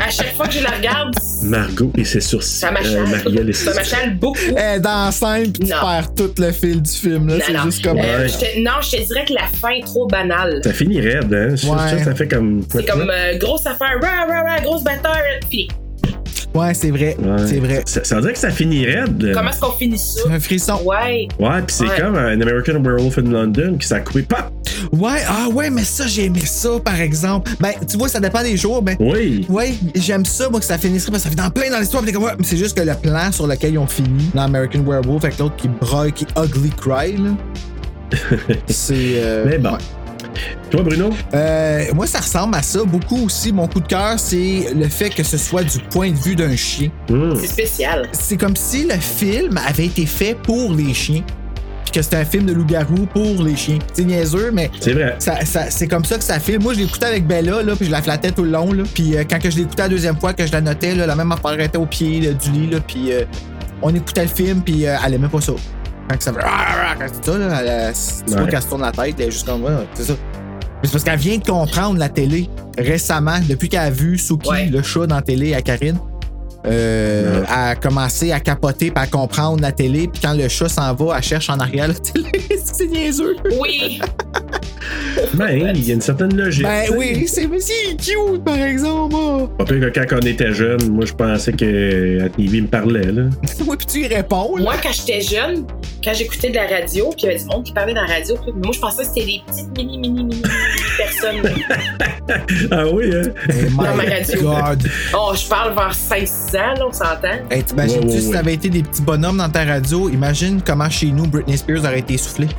Speaker 7: à chaque fois que je la regarde,
Speaker 2: Margot et ses sourcils.
Speaker 7: ça m'achale.
Speaker 2: Euh, Marielle et ses
Speaker 7: ça m'achale beaucoup.
Speaker 1: Elle est dans la scène, puis tu
Speaker 7: Non.
Speaker 1: perds tout le fil du film. là.
Speaker 7: Non,
Speaker 1: Euh, C'est
Speaker 7: non.
Speaker 1: juste comme.
Speaker 7: Euh,
Speaker 2: Ouais.
Speaker 7: je te- non, je te dirais que la fin est trop banale.
Speaker 2: Ça finit raide, hein? Je trouve
Speaker 1: Ouais.
Speaker 2: Ça, ça fait comme.
Speaker 7: C'est comme euh, grosse affaire, rah, rah, rah, grosse bataille, fini.
Speaker 1: Ouais, c'est vrai.
Speaker 2: Ouais.
Speaker 1: C'est vrai.
Speaker 2: Ça, ça veut dire que ça finit raide.
Speaker 7: Comment est-ce qu'on finit ça?
Speaker 1: Un frisson.
Speaker 7: Ouais.
Speaker 2: Ouais, puis c'est
Speaker 7: Ouais.
Speaker 2: comme un American Werewolf in London qui s'est coupé. Pop!
Speaker 1: Ouais, ah ouais, mais ça, j'ai aimé ça, par exemple. Ben, tu vois, ça dépend des jours, mais.
Speaker 2: Oui!
Speaker 1: Ouais, j'aime ça, moi, que ça finisse parce que ça fait dans plein dans l'histoire. puis t'es comme, ouais, mais c'est juste que le plan sur lequel ils ont fini, dans American Werewolf, avec l'autre qui broye, qui ugly cry,
Speaker 2: *laughs*
Speaker 1: là. c'est. euh,
Speaker 2: Mais bon.
Speaker 1: ouais.
Speaker 2: Toi, Bruno?
Speaker 1: Euh, moi, ça ressemble à ça beaucoup aussi. Mon coup de cœur, c'est le fait que ce soit du point de vue d'un chien.
Speaker 2: Hmm.
Speaker 7: C'est spécial.
Speaker 1: C'est comme si le film avait été fait pour les chiens. Puis que c'était un film de loup-garou pour les chiens. C'est niaiseux, mais
Speaker 2: C'est vrai.
Speaker 1: ça- ça- c'est comme ça que ça filme. Moi, je l'écoutais avec Bella, là, puis je la flattais tout le long. Là. Puis euh, quand que je l'écoutais la deuxième fois, que je la notais, là, la même affaire était au pied là, du lit. Là, puis euh, on écoutait le film, puis euh, elle aimait pas ça. Quand que ça fait. Ah, ah, Quand c'est ça, là, elle, euh, c'est- tu vois
Speaker 2: Ouais.
Speaker 1: qu'elle se tourne la tête, elle est juste comme. Ouais, c'est ça. Mais c'est parce qu'elle vient de comprendre la télé récemment, depuis qu'elle a vu Suki,
Speaker 7: Ouais.
Speaker 1: le chat dans la télé à Karine. Euh,
Speaker 2: Ouais.
Speaker 1: Elle a commencé à capoter puis à comprendre la télé. Puis quand le chat s'en va, elle cherche en arrière la télé. *laughs* c'est niaiseux.
Speaker 7: Oui.
Speaker 2: Ben, il y a une certaine logique.
Speaker 1: Ben oui, c'est mais c'est cute par exemple. *laughs* Moi,
Speaker 2: Pas pire que quand on était jeune, moi, je pensais que la TV me parlait, là. *laughs*
Speaker 1: moi puis tu y réponds. Là.
Speaker 7: Moi, quand j'étais jeune, quand j'écoutais de la radio, puis il y avait du monde qui parlait dans la radio, puis moi, je pensais que c'était des petites mini, mini, mini, mini *laughs* personnes.
Speaker 2: Ah oui, hein?
Speaker 1: Hey,
Speaker 7: Dans ma radio.
Speaker 1: Eh God.
Speaker 7: Oh, je parle vers 5-6 ans, là, on s'entend.
Speaker 2: Eh,
Speaker 1: Hey, T'imagines-tu
Speaker 2: Ouais, ouais,
Speaker 1: si
Speaker 2: ouais.
Speaker 1: ça avait été des petits bonhommes dans ta radio? Imagine comment chez nous Britney Spears aurait été essoufflée. *laughs*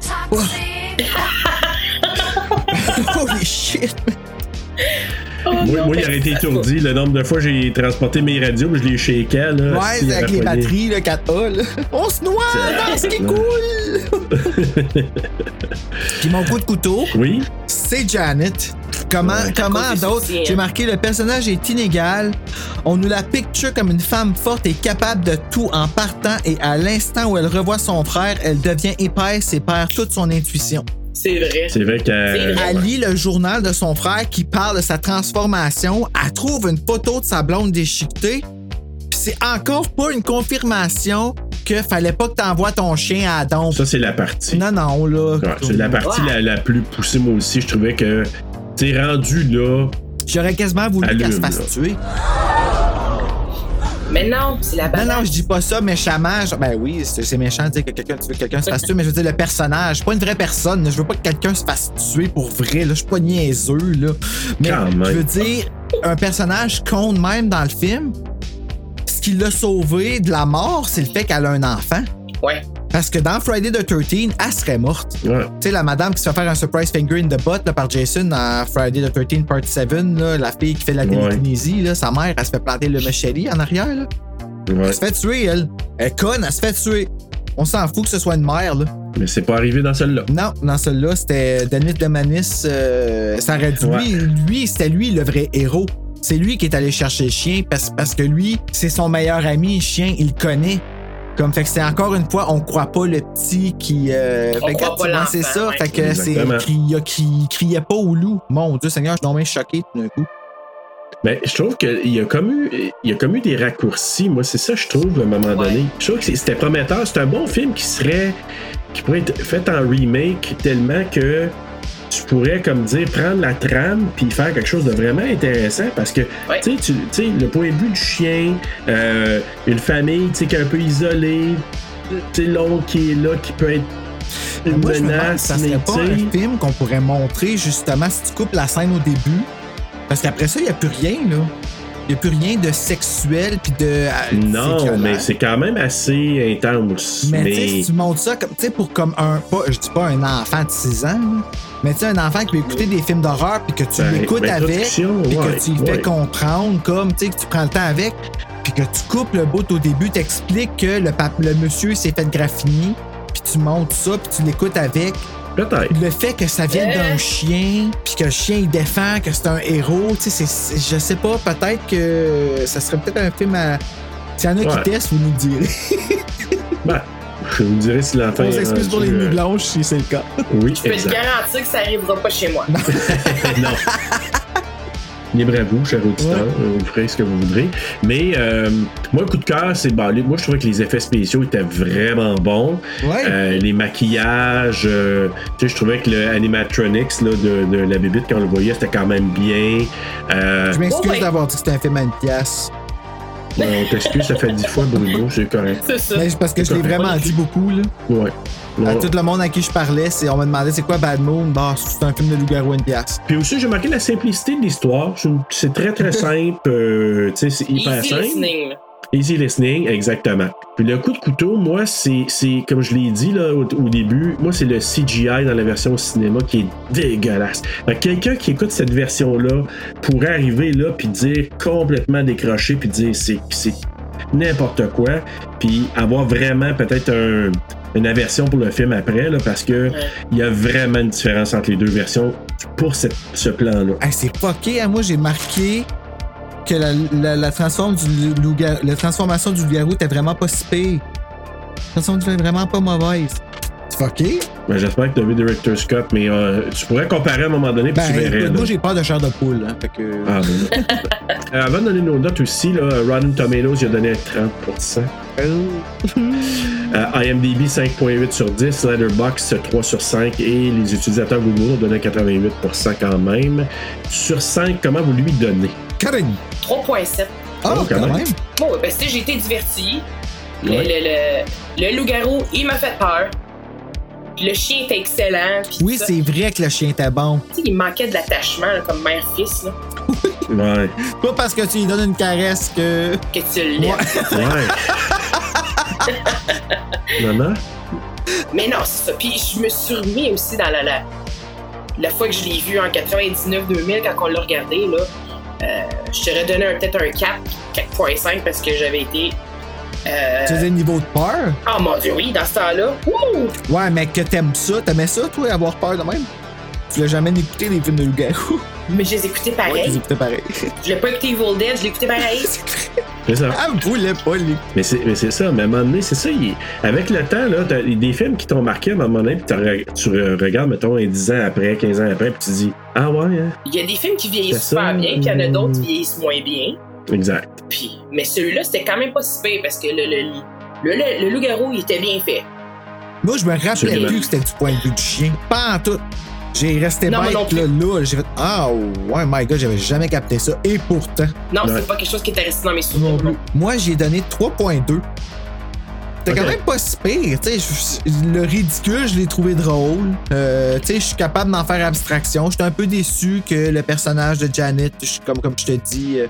Speaker 1: Holy shit!
Speaker 7: Oh,
Speaker 2: Moi,
Speaker 7: non,
Speaker 2: moi, il
Speaker 7: mais-
Speaker 2: aurait été étourdi. Le nombre de fois j'ai transporté mes radios, je les shakeais. Là,
Speaker 1: Ouais,
Speaker 2: s'il
Speaker 1: avec
Speaker 2: avait
Speaker 1: les
Speaker 2: poigné.
Speaker 1: batteries, le 4A, là. *laughs* On se noie dans ce qui
Speaker 2: Ouais.
Speaker 1: coule! Puis mon coup
Speaker 2: *laughs*
Speaker 1: de couteau,
Speaker 2: Oui,
Speaker 1: c'est Janet. Comment,
Speaker 2: Ouais.
Speaker 1: comment
Speaker 7: cause des
Speaker 1: d'autres?
Speaker 7: sourcils,
Speaker 1: J'ai
Speaker 7: hein.
Speaker 1: marqué le personnage est inégal. On nous la picture comme une femme forte et capable de tout en partant et à l'instant où elle revoit son frère, elle devient épaisse et perd toute son intuition.
Speaker 7: C'est vrai.
Speaker 2: c'est vrai
Speaker 7: C'est
Speaker 2: qu'à.
Speaker 7: vrai.
Speaker 1: Elle lit le journal de son frère qui parle de sa transformation. Elle trouve une photo de sa blonde déchiquetée. Puis c'est encore pas une confirmation que fallait pas que t'envoies ton chien à Adam.
Speaker 2: Ça, c'est la partie.
Speaker 1: Non, non, là.
Speaker 2: Ouais, c'est la partie la, la plus poussée, moi aussi. Je trouvais que. T'es rendu là.
Speaker 1: J'aurais quasiment voulu
Speaker 2: Allume,
Speaker 1: qu'elle se fasse
Speaker 2: là.
Speaker 1: tuer.
Speaker 7: Mais non, c'est la
Speaker 1: Non,
Speaker 7: banane.
Speaker 1: non, je dis pas ça méchamment. Je- Ben oui, c'est c'est méchant de dire que quelqu'un, tu veux que quelqu'un se fasse tuer, mais je veux dire le personnage. Pas une vraie personne. là. Je veux pas que quelqu'un se fasse tuer pour vrai. Là. Je suis pas niaiseux. Là. Mais
Speaker 2: Quand même.
Speaker 1: je veux dire, un personnage compte même dans le film. Ce qui l'a sauvé de la mort, c'est le fait qu'elle a un enfant.
Speaker 7: Ouais.
Speaker 1: Parce que dans Friday the 13, elle serait morte.
Speaker 2: Ouais.
Speaker 1: Tu sais, la madame qui se fait faire un surprise finger in the butt là, par Jason dans Friday the 13 Part 7, là, la fille qui fait de la
Speaker 2: Ouais.
Speaker 1: télékinésie, là, sa mère, elle se fait planter le machete en arrière. Là.
Speaker 2: ouais.
Speaker 1: Elle se fait tuer, elle. Elle est conne, elle se fait tuer. On s'en fout que ce soit une mère, là.
Speaker 2: Mais c'est pas arrivé dans celle-là.
Speaker 1: Non, dans celle-là, c'était Denis de Manis. euh, ça aurait dû.
Speaker 2: Ouais.
Speaker 1: Lui, lui, c'était lui le vrai héros. C'est lui qui est allé chercher le chien parce, parce que lui, c'est son meilleur ami, le chien, il le connaît. Comme fait que c'est encore une fois, on croit pas le petit qui. euh,
Speaker 7: On
Speaker 1: fait que,
Speaker 7: croit pas
Speaker 1: tu vois,
Speaker 7: l'enfant,
Speaker 1: c'est ça.
Speaker 7: ouais.
Speaker 1: Fait que c'est
Speaker 2: Exactement.
Speaker 1: qui, qui criait pas au loup. Mon Dieu Seigneur, je suis tombé choqué tout d'un coup.
Speaker 2: Ben, je trouve qu'il y a comme eu, il y a comme eu des raccourcis. Moi, c'est ça, je trouve, à un moment donné. Je trouve que c'est- c'était prometteur. C'est un bon film qui serait, qui pourrait être fait en remake tellement que tu pourrais, comme dire, prendre la trame puis faire quelque chose de vraiment intéressant parce que,
Speaker 7: Ouais.
Speaker 2: tu sais, tu- tu sais, le point de vue du chien, euh, une famille, tu sais, qui est un peu isolée, tu sais, l'oncle qui est là, qui peut être une
Speaker 1: Moi, je me demande si
Speaker 2: menace,
Speaker 1: ça
Speaker 2: mais
Speaker 1: serait pas
Speaker 2: tu sais-
Speaker 1: un film qu'on pourrait montrer justement si tu coupes la scène au début. Parce qu'après ça, il n'y a plus rien, là. Il n'y a plus rien de sexuel puis de. ah,
Speaker 2: Non,
Speaker 1: violent.
Speaker 2: mais c'est quand même assez intense.
Speaker 1: Mais, tu sais,
Speaker 2: mais...
Speaker 1: si tu montes ça comme, tu sais, pour comme un. Pas, je dis pas un enfant de 6 ans, là, mais tu sais, un enfant qui peut écouter des films d'horreur puis que tu
Speaker 2: Ben,
Speaker 1: l'écoutes avec, puis
Speaker 2: l'introduction, ouais,
Speaker 1: que tu lui fais
Speaker 2: ouais.
Speaker 1: comprendre, comme, tu sais, que tu prends le temps avec, puis que tu coupes le bout au début, t'expliques que le, pape, le monsieur s'est fait graffiner, puis tu montes ça, puis tu l'écoutes avec.
Speaker 2: Peut-être.
Speaker 1: Le fait que ça vienne d'un
Speaker 7: Eh.
Speaker 1: chien, puis que le chien il défend, que c'est un héros, tu sais, c'est- c'est- je sais pas, peut-être que ça serait peut-être un film à. S'il y en a
Speaker 2: Ouais.
Speaker 1: qui testent, vous nous le direz.
Speaker 2: Ben, je vous dirais si l'enfant.
Speaker 1: *laughs* On
Speaker 2: est
Speaker 1: s'excuse pour les
Speaker 2: rendu,
Speaker 1: nuits
Speaker 2: euh,
Speaker 1: blanches si c'est le cas.
Speaker 2: Oui,
Speaker 7: Je peux te
Speaker 2: exact.
Speaker 7: garantir que ça arrivera pas chez moi.
Speaker 2: non. Libre à vous, cher auditeur. euh, Vous ferez ce que vous voudrez. Mais euh, moi, coup de cœur, c'est. Bon, les- moi, je trouvais que les effets spéciaux étaient vraiment bons.
Speaker 1: Ouais.
Speaker 2: Euh, les maquillages. euh, tu sais, je trouvais que le animatronics là, de, de la bébite, quand on le voyait, c'était quand même bien. Euh,
Speaker 1: je m'excuse
Speaker 7: oh, ouais.
Speaker 1: d'avoir dit que c'était un film à une pièce.
Speaker 2: on t'excuse, ça fait dix fois, Bruno. C'est correct.
Speaker 7: C'est ça.
Speaker 1: Mais c'est parce que je l'ai vraiment dit beaucoup. Là.
Speaker 2: Ouais.
Speaker 1: À
Speaker 2: Ouais.
Speaker 1: tout le monde à qui je parlais, c'est- on me demandait c'est quoi Bad Moon. Bah, c'est un film de loup-garou à une pièce.
Speaker 2: Puis aussi, j'ai marqué la simplicité de l'histoire. C'est une- C'est très, très simple. euh, tu sais, c'est hyper
Speaker 7: Easy
Speaker 2: simple.
Speaker 7: listening. là.
Speaker 2: Easy listening, exactement. Puis le coup de couteau, moi, c'est, c'est comme je l'ai dit là, au, au début, moi, c'est le CGI dans la version cinéma qui est dégueulasse. Fait que quelqu'un qui écoute cette version-là pourrait arriver là puis dire complètement décroché puis dire c'est, c'est n'importe quoi puis avoir vraiment peut-être un- une aversion pour le film après là, parce que il y a vraiment une différence entre les deux versions pour cette- ce plan-là.
Speaker 1: Hey, c'est fucké. hein. Moi, j'ai marqué que la, la- la transforme du loup-gar- la transformation du loup-garou était vraiment pas si pire. La transformation était vraiment pas mauvaise. C'est fucké.
Speaker 2: Ben, j'espère que tu as vu Director Scott, mais euh, tu pourrais comparer à un moment donné puis
Speaker 1: Ben,
Speaker 2: tu verrais.
Speaker 1: écoute,
Speaker 2: là.
Speaker 1: moi, j'ai peur de chair de poule. hein, fait que-
Speaker 2: Ah, ben là. Euh, avant de donner nos notes aussi, là, Rotten Tomatoes, il a donné 30%. Euh, IMDb 5.8 sur 10, Letterboxd 3 sur 5 et les utilisateurs Google ont donné 88% quand même. Sur 5, comment vous lui donnez
Speaker 1: Karen.
Speaker 7: 3.7.
Speaker 1: Ah,
Speaker 2: Oh, quand
Speaker 1: quand
Speaker 2: même.
Speaker 1: même.
Speaker 7: Bon, ben, tu sais, j'ai été divertie. Le,
Speaker 2: Ouais.
Speaker 7: le- le- le loup-garou, il m'a fait peur. Puis le chien était excellent. puis
Speaker 1: Oui,
Speaker 7: ça.
Speaker 1: c'est vrai que le chien était bon.
Speaker 7: Tu sais, Il manquait de l'attachement, là, comme mère-fils, là,
Speaker 2: Ouais.
Speaker 1: Pas parce que tu lui donnes une caresse que.
Speaker 7: que tu l'aimes.
Speaker 2: Ouais. Maman
Speaker 7: Mais non, c'est ça. Puis je me suis remis aussi dans la, la, la fois que je l'ai vu en 99-2000, quand on l'a regardé, là, euh, je t'aurais donné un- peut-être un 4, 4.5, parce que j'avais été... euh,
Speaker 1: Tu faisais le niveau de peur?
Speaker 7: Oh mon dieu, oui, dans ce temps-là. Ouh!
Speaker 1: Ouais, mais que t'aimes ça. T'aimais ça, toi, avoir peur de même? Tu l'as jamais écouté les films de loup-garou?
Speaker 7: Mais je les
Speaker 1: Ouais, tu
Speaker 7: écoutais
Speaker 1: les
Speaker 7: pareil.
Speaker 1: écoutais pareil. *laughs*
Speaker 7: Je l'ai pas écouté Evil Dead, je l'écoutais pareil.
Speaker 2: C'est ça.
Speaker 1: ah, vous voulez pas les.
Speaker 2: Mais c'est, mais c'est ça, mais à un moment donné, c'est ça. il- avec le temps, là, t'as des films qui t'ont marqué à un moment donné, puis t'as re- tu re- regardes, mettons, 10 ans après, 15 ans après, puis tu dis Ah ouais, hein?
Speaker 7: Il y a des films qui
Speaker 2: C'est
Speaker 7: vieillissent
Speaker 2: ça.
Speaker 7: super bien, puis il y en a d'autres qui vieillissent moins bien.
Speaker 2: Exact.
Speaker 7: Puis, mais celui-là, c'était quand même pas si pire, parce que le, le, le, le- le loup-garou, il était bien fait.
Speaker 1: Moi, je me rappelais
Speaker 2: Absolument.
Speaker 1: plus que c'était du point de vue du chien. Pas en tout. J'ai resté
Speaker 7: Non, moi
Speaker 1: bête,
Speaker 7: non plus.
Speaker 1: là, là. J'ai fait, ah, ouais, my god, j'avais jamais capté ça. Et pourtant.
Speaker 7: Non,
Speaker 2: Ouais.
Speaker 7: c'est pas quelque chose qui était resté dans mes souvenirs.
Speaker 1: Moi, j'ai donné 3.2. C'était
Speaker 2: Ok.
Speaker 1: quand même pas si pire. tu sais, je- je- le ridicule, je l'ai trouvé drôle. Euh, tu sais, je suis capable d'en faire abstraction. J'étais un peu déçu que le personnage de Janet, je- comme, comme je te dis. euh,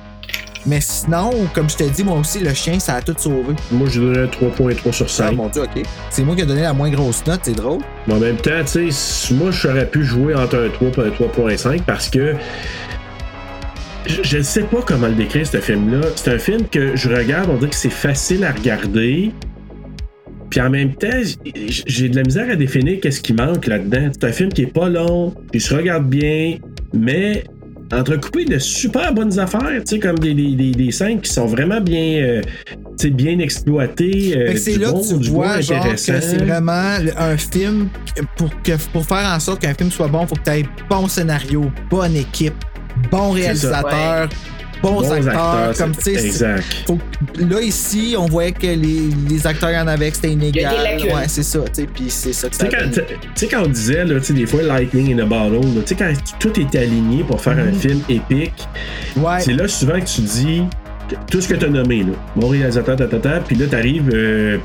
Speaker 1: mais sinon, comme je te dis, moi aussi, le chien, ça a tout sauvé.
Speaker 2: Moi, je donnerais 3.3 sur
Speaker 1: Ah
Speaker 2: 5.
Speaker 1: mon dieu, ok. C'est moi qui ai donné la moins grosse note, c'est drôle.
Speaker 2: Mais en même temps, tu sais, moi, j'aurais pu jouer entre un 3 et un 3.5 parce que je- je ne sais pas comment le décrire, ce film-là. C'est un film que je regarde, on dirait que c'est facile à regarder. Puis en même temps, j- j'ai de la misère à définir qu'est-ce qui manque là-dedans. C'est un film qui est pas long, il se regarde bien, mais entrecoupé de super bonnes affaires, tu sais, comme des, des, des, des scènes qui sont vraiment bien, euh, tu sais, bien exploitées. euh,
Speaker 1: Fait que c'est
Speaker 2: du
Speaker 1: là
Speaker 2: bon-
Speaker 1: que tu
Speaker 2: du bon
Speaker 1: vois genre, que
Speaker 2: intéressant.
Speaker 1: c'est vraiment le- un film que- pour, que, pour faire en sorte qu'un film soit bon, faut que tu aies bon scénario, bonne équipe, bon réalisateur, bons,
Speaker 2: Bons
Speaker 1: acteurs.
Speaker 2: acteurs,
Speaker 1: comme
Speaker 2: c'est-
Speaker 1: tu sais, c'est-
Speaker 2: Exact.
Speaker 1: faut que- là ici, on voyait que les, les acteurs en avaient que c'était inégal.
Speaker 7: Il y a des lacunes.
Speaker 1: ouais, c'est ça, tu sais, puis c'est ça que ça
Speaker 2: Tu sais, quand,
Speaker 1: donne.
Speaker 2: tu sais, quand on disait, là, tu sais, des fois, Lightning in a Bottle, là, tu sais, quand tout est aligné pour faire un film épique,
Speaker 1: Mhm. Ouais.
Speaker 2: c'est là souvent que tu dis que- tout ce que tu as nommé, là. Mon réalisateur, ta, ta, ta, puis là, tu arrives, là,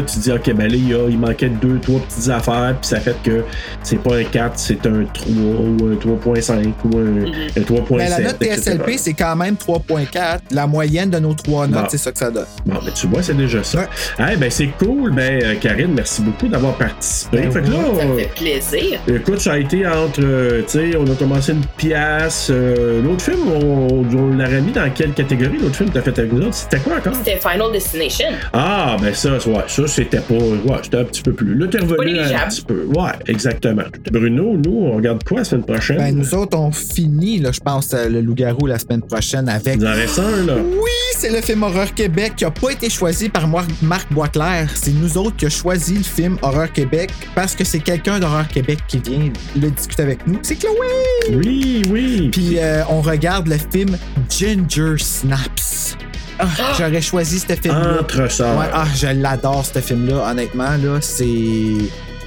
Speaker 2: tu dis, OK, ben là, il, y a- il manquait deux, trois petites affaires, puis ça fait que c'est pas un 4, c'est un 3 ou un 3.5 ou un, un 3.7.
Speaker 1: Mais Ben, la note
Speaker 2: etc.
Speaker 1: TSLP, c'est quand même 3.4. La moyenne de nos trois notes,
Speaker 2: Bon.
Speaker 1: c'est ça que ça donne.
Speaker 2: Bon, ben tu vois, c'est déjà ça. Eh ben c'est cool. Ben, euh, Karine, merci beaucoup d'avoir participé.
Speaker 1: Ben
Speaker 2: fait que là,
Speaker 7: Ça
Speaker 2: on-
Speaker 7: me fait plaisir.
Speaker 2: Écoute, ça a été entre, euh, tu sais, on a commencé une pièce. euh, l'autre film, on, on l'aurait mis dans quelle catégorie L'autre film que t'as fait avec nous autres, c'était quoi encore
Speaker 7: C'était Final Destination.
Speaker 2: Ah, ben ça, ouais, ça c'était pas, ouais, c'était un petit peu plus. Là, t'es
Speaker 7: Pas
Speaker 2: revenu un
Speaker 7: négligeable.
Speaker 2: petit peu. Ouais, exactement. Bruno, nous, on regarde quoi la semaine prochaine
Speaker 1: Ben, nous autres, on finit, là, je pense, euh, le loup-garou la semaine prochaine avec.
Speaker 2: Il en reste un là.
Speaker 1: Oui, c'est le film Horreur Québec qui n'a pas été choisi par moi, Marc Boisclair. C'est nous autres qui a choisi le film Horreur Québec parce que c'est quelqu'un d'Horreur Québec qui vient le discuter avec nous. C'est Chloé!
Speaker 2: Oui, oui.
Speaker 1: Puis euh, on regarde le film Ginger Snaps. Ah, J'aurais choisi ce film-là.
Speaker 2: Entre ça.
Speaker 1: Ouais, ah, je l'adore ce film-là, honnêtement. Là, c'est.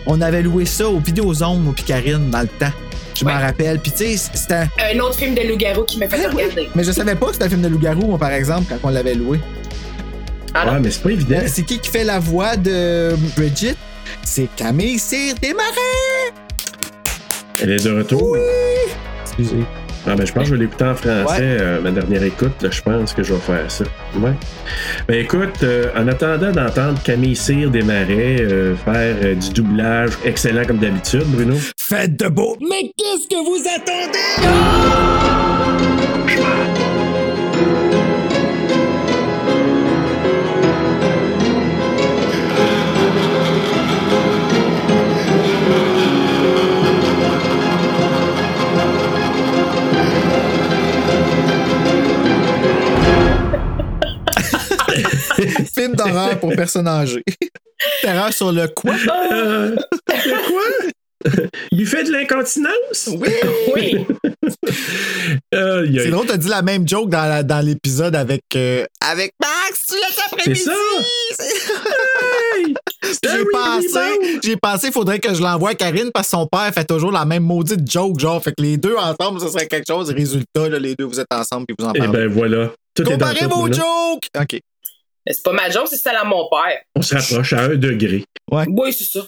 Speaker 1: On avait loué ça au Vidéozone au Picarine dans le temps. Je m'en
Speaker 7: Ouais.
Speaker 1: rappelle. Puis tu sais, c'était. un-
Speaker 7: Un autre film de loup-garou qui m'a fait
Speaker 1: Ah oui.
Speaker 7: regarder.
Speaker 1: Mais je savais pas que c'était un film de loup-garou, moi, par exemple, quand on l'avait loué.
Speaker 2: Ouais, mais c'est pas évident.
Speaker 1: Euh, C'est qui qui fait la voix de Bridget? C'est Camille Cyr Desmarais!
Speaker 2: Elle est de retour.
Speaker 1: Excusez.
Speaker 2: Ah ben je pense que je vais l'écouter en français, euh, ma dernière écoute, là, je pense que je vais faire ça. Ouais. Ben écoute, euh, en attendant d'entendre Camille Cyr démarrer, euh, faire euh, du doublage excellent comme d'habitude, Bruno.
Speaker 1: Faites de beau! Mais qu'est-ce que vous attendez? film d'horreur pour personnes âgées. Terreur sur le quoi?
Speaker 2: Euh, le quoi? *laughs* Il lui fait de l'incontinence?
Speaker 1: Oui!
Speaker 2: *laughs*
Speaker 7: Oui.
Speaker 2: Euh, il y a-
Speaker 1: C'est drôle, t'as dit la même joke dans, la- dans l'épisode avec, euh, avec Max, tu l'as après-midi!
Speaker 2: C'est ça. Hey! Ben
Speaker 1: J'ai
Speaker 2: Jerry
Speaker 1: pensé,
Speaker 2: Rebound!
Speaker 1: j'ai pensé, il faudrait que je l'envoie à Karine parce que son père fait toujours la même maudite joke, genre. Fait que les deux ensemble, ce serait quelque chose. Résultat, là, les deux, vous êtes ensemble puis vous en
Speaker 2: Eh
Speaker 1: parlez.
Speaker 2: ben voilà. Tout est dans
Speaker 1: Comparez
Speaker 2: tout,
Speaker 1: vos
Speaker 2: Bruno.
Speaker 1: jokes! OK.
Speaker 7: Mais C'est pas ma job, c'est celle à mon père.
Speaker 2: On se rapproche à un degré.
Speaker 7: Oui, c'est ça.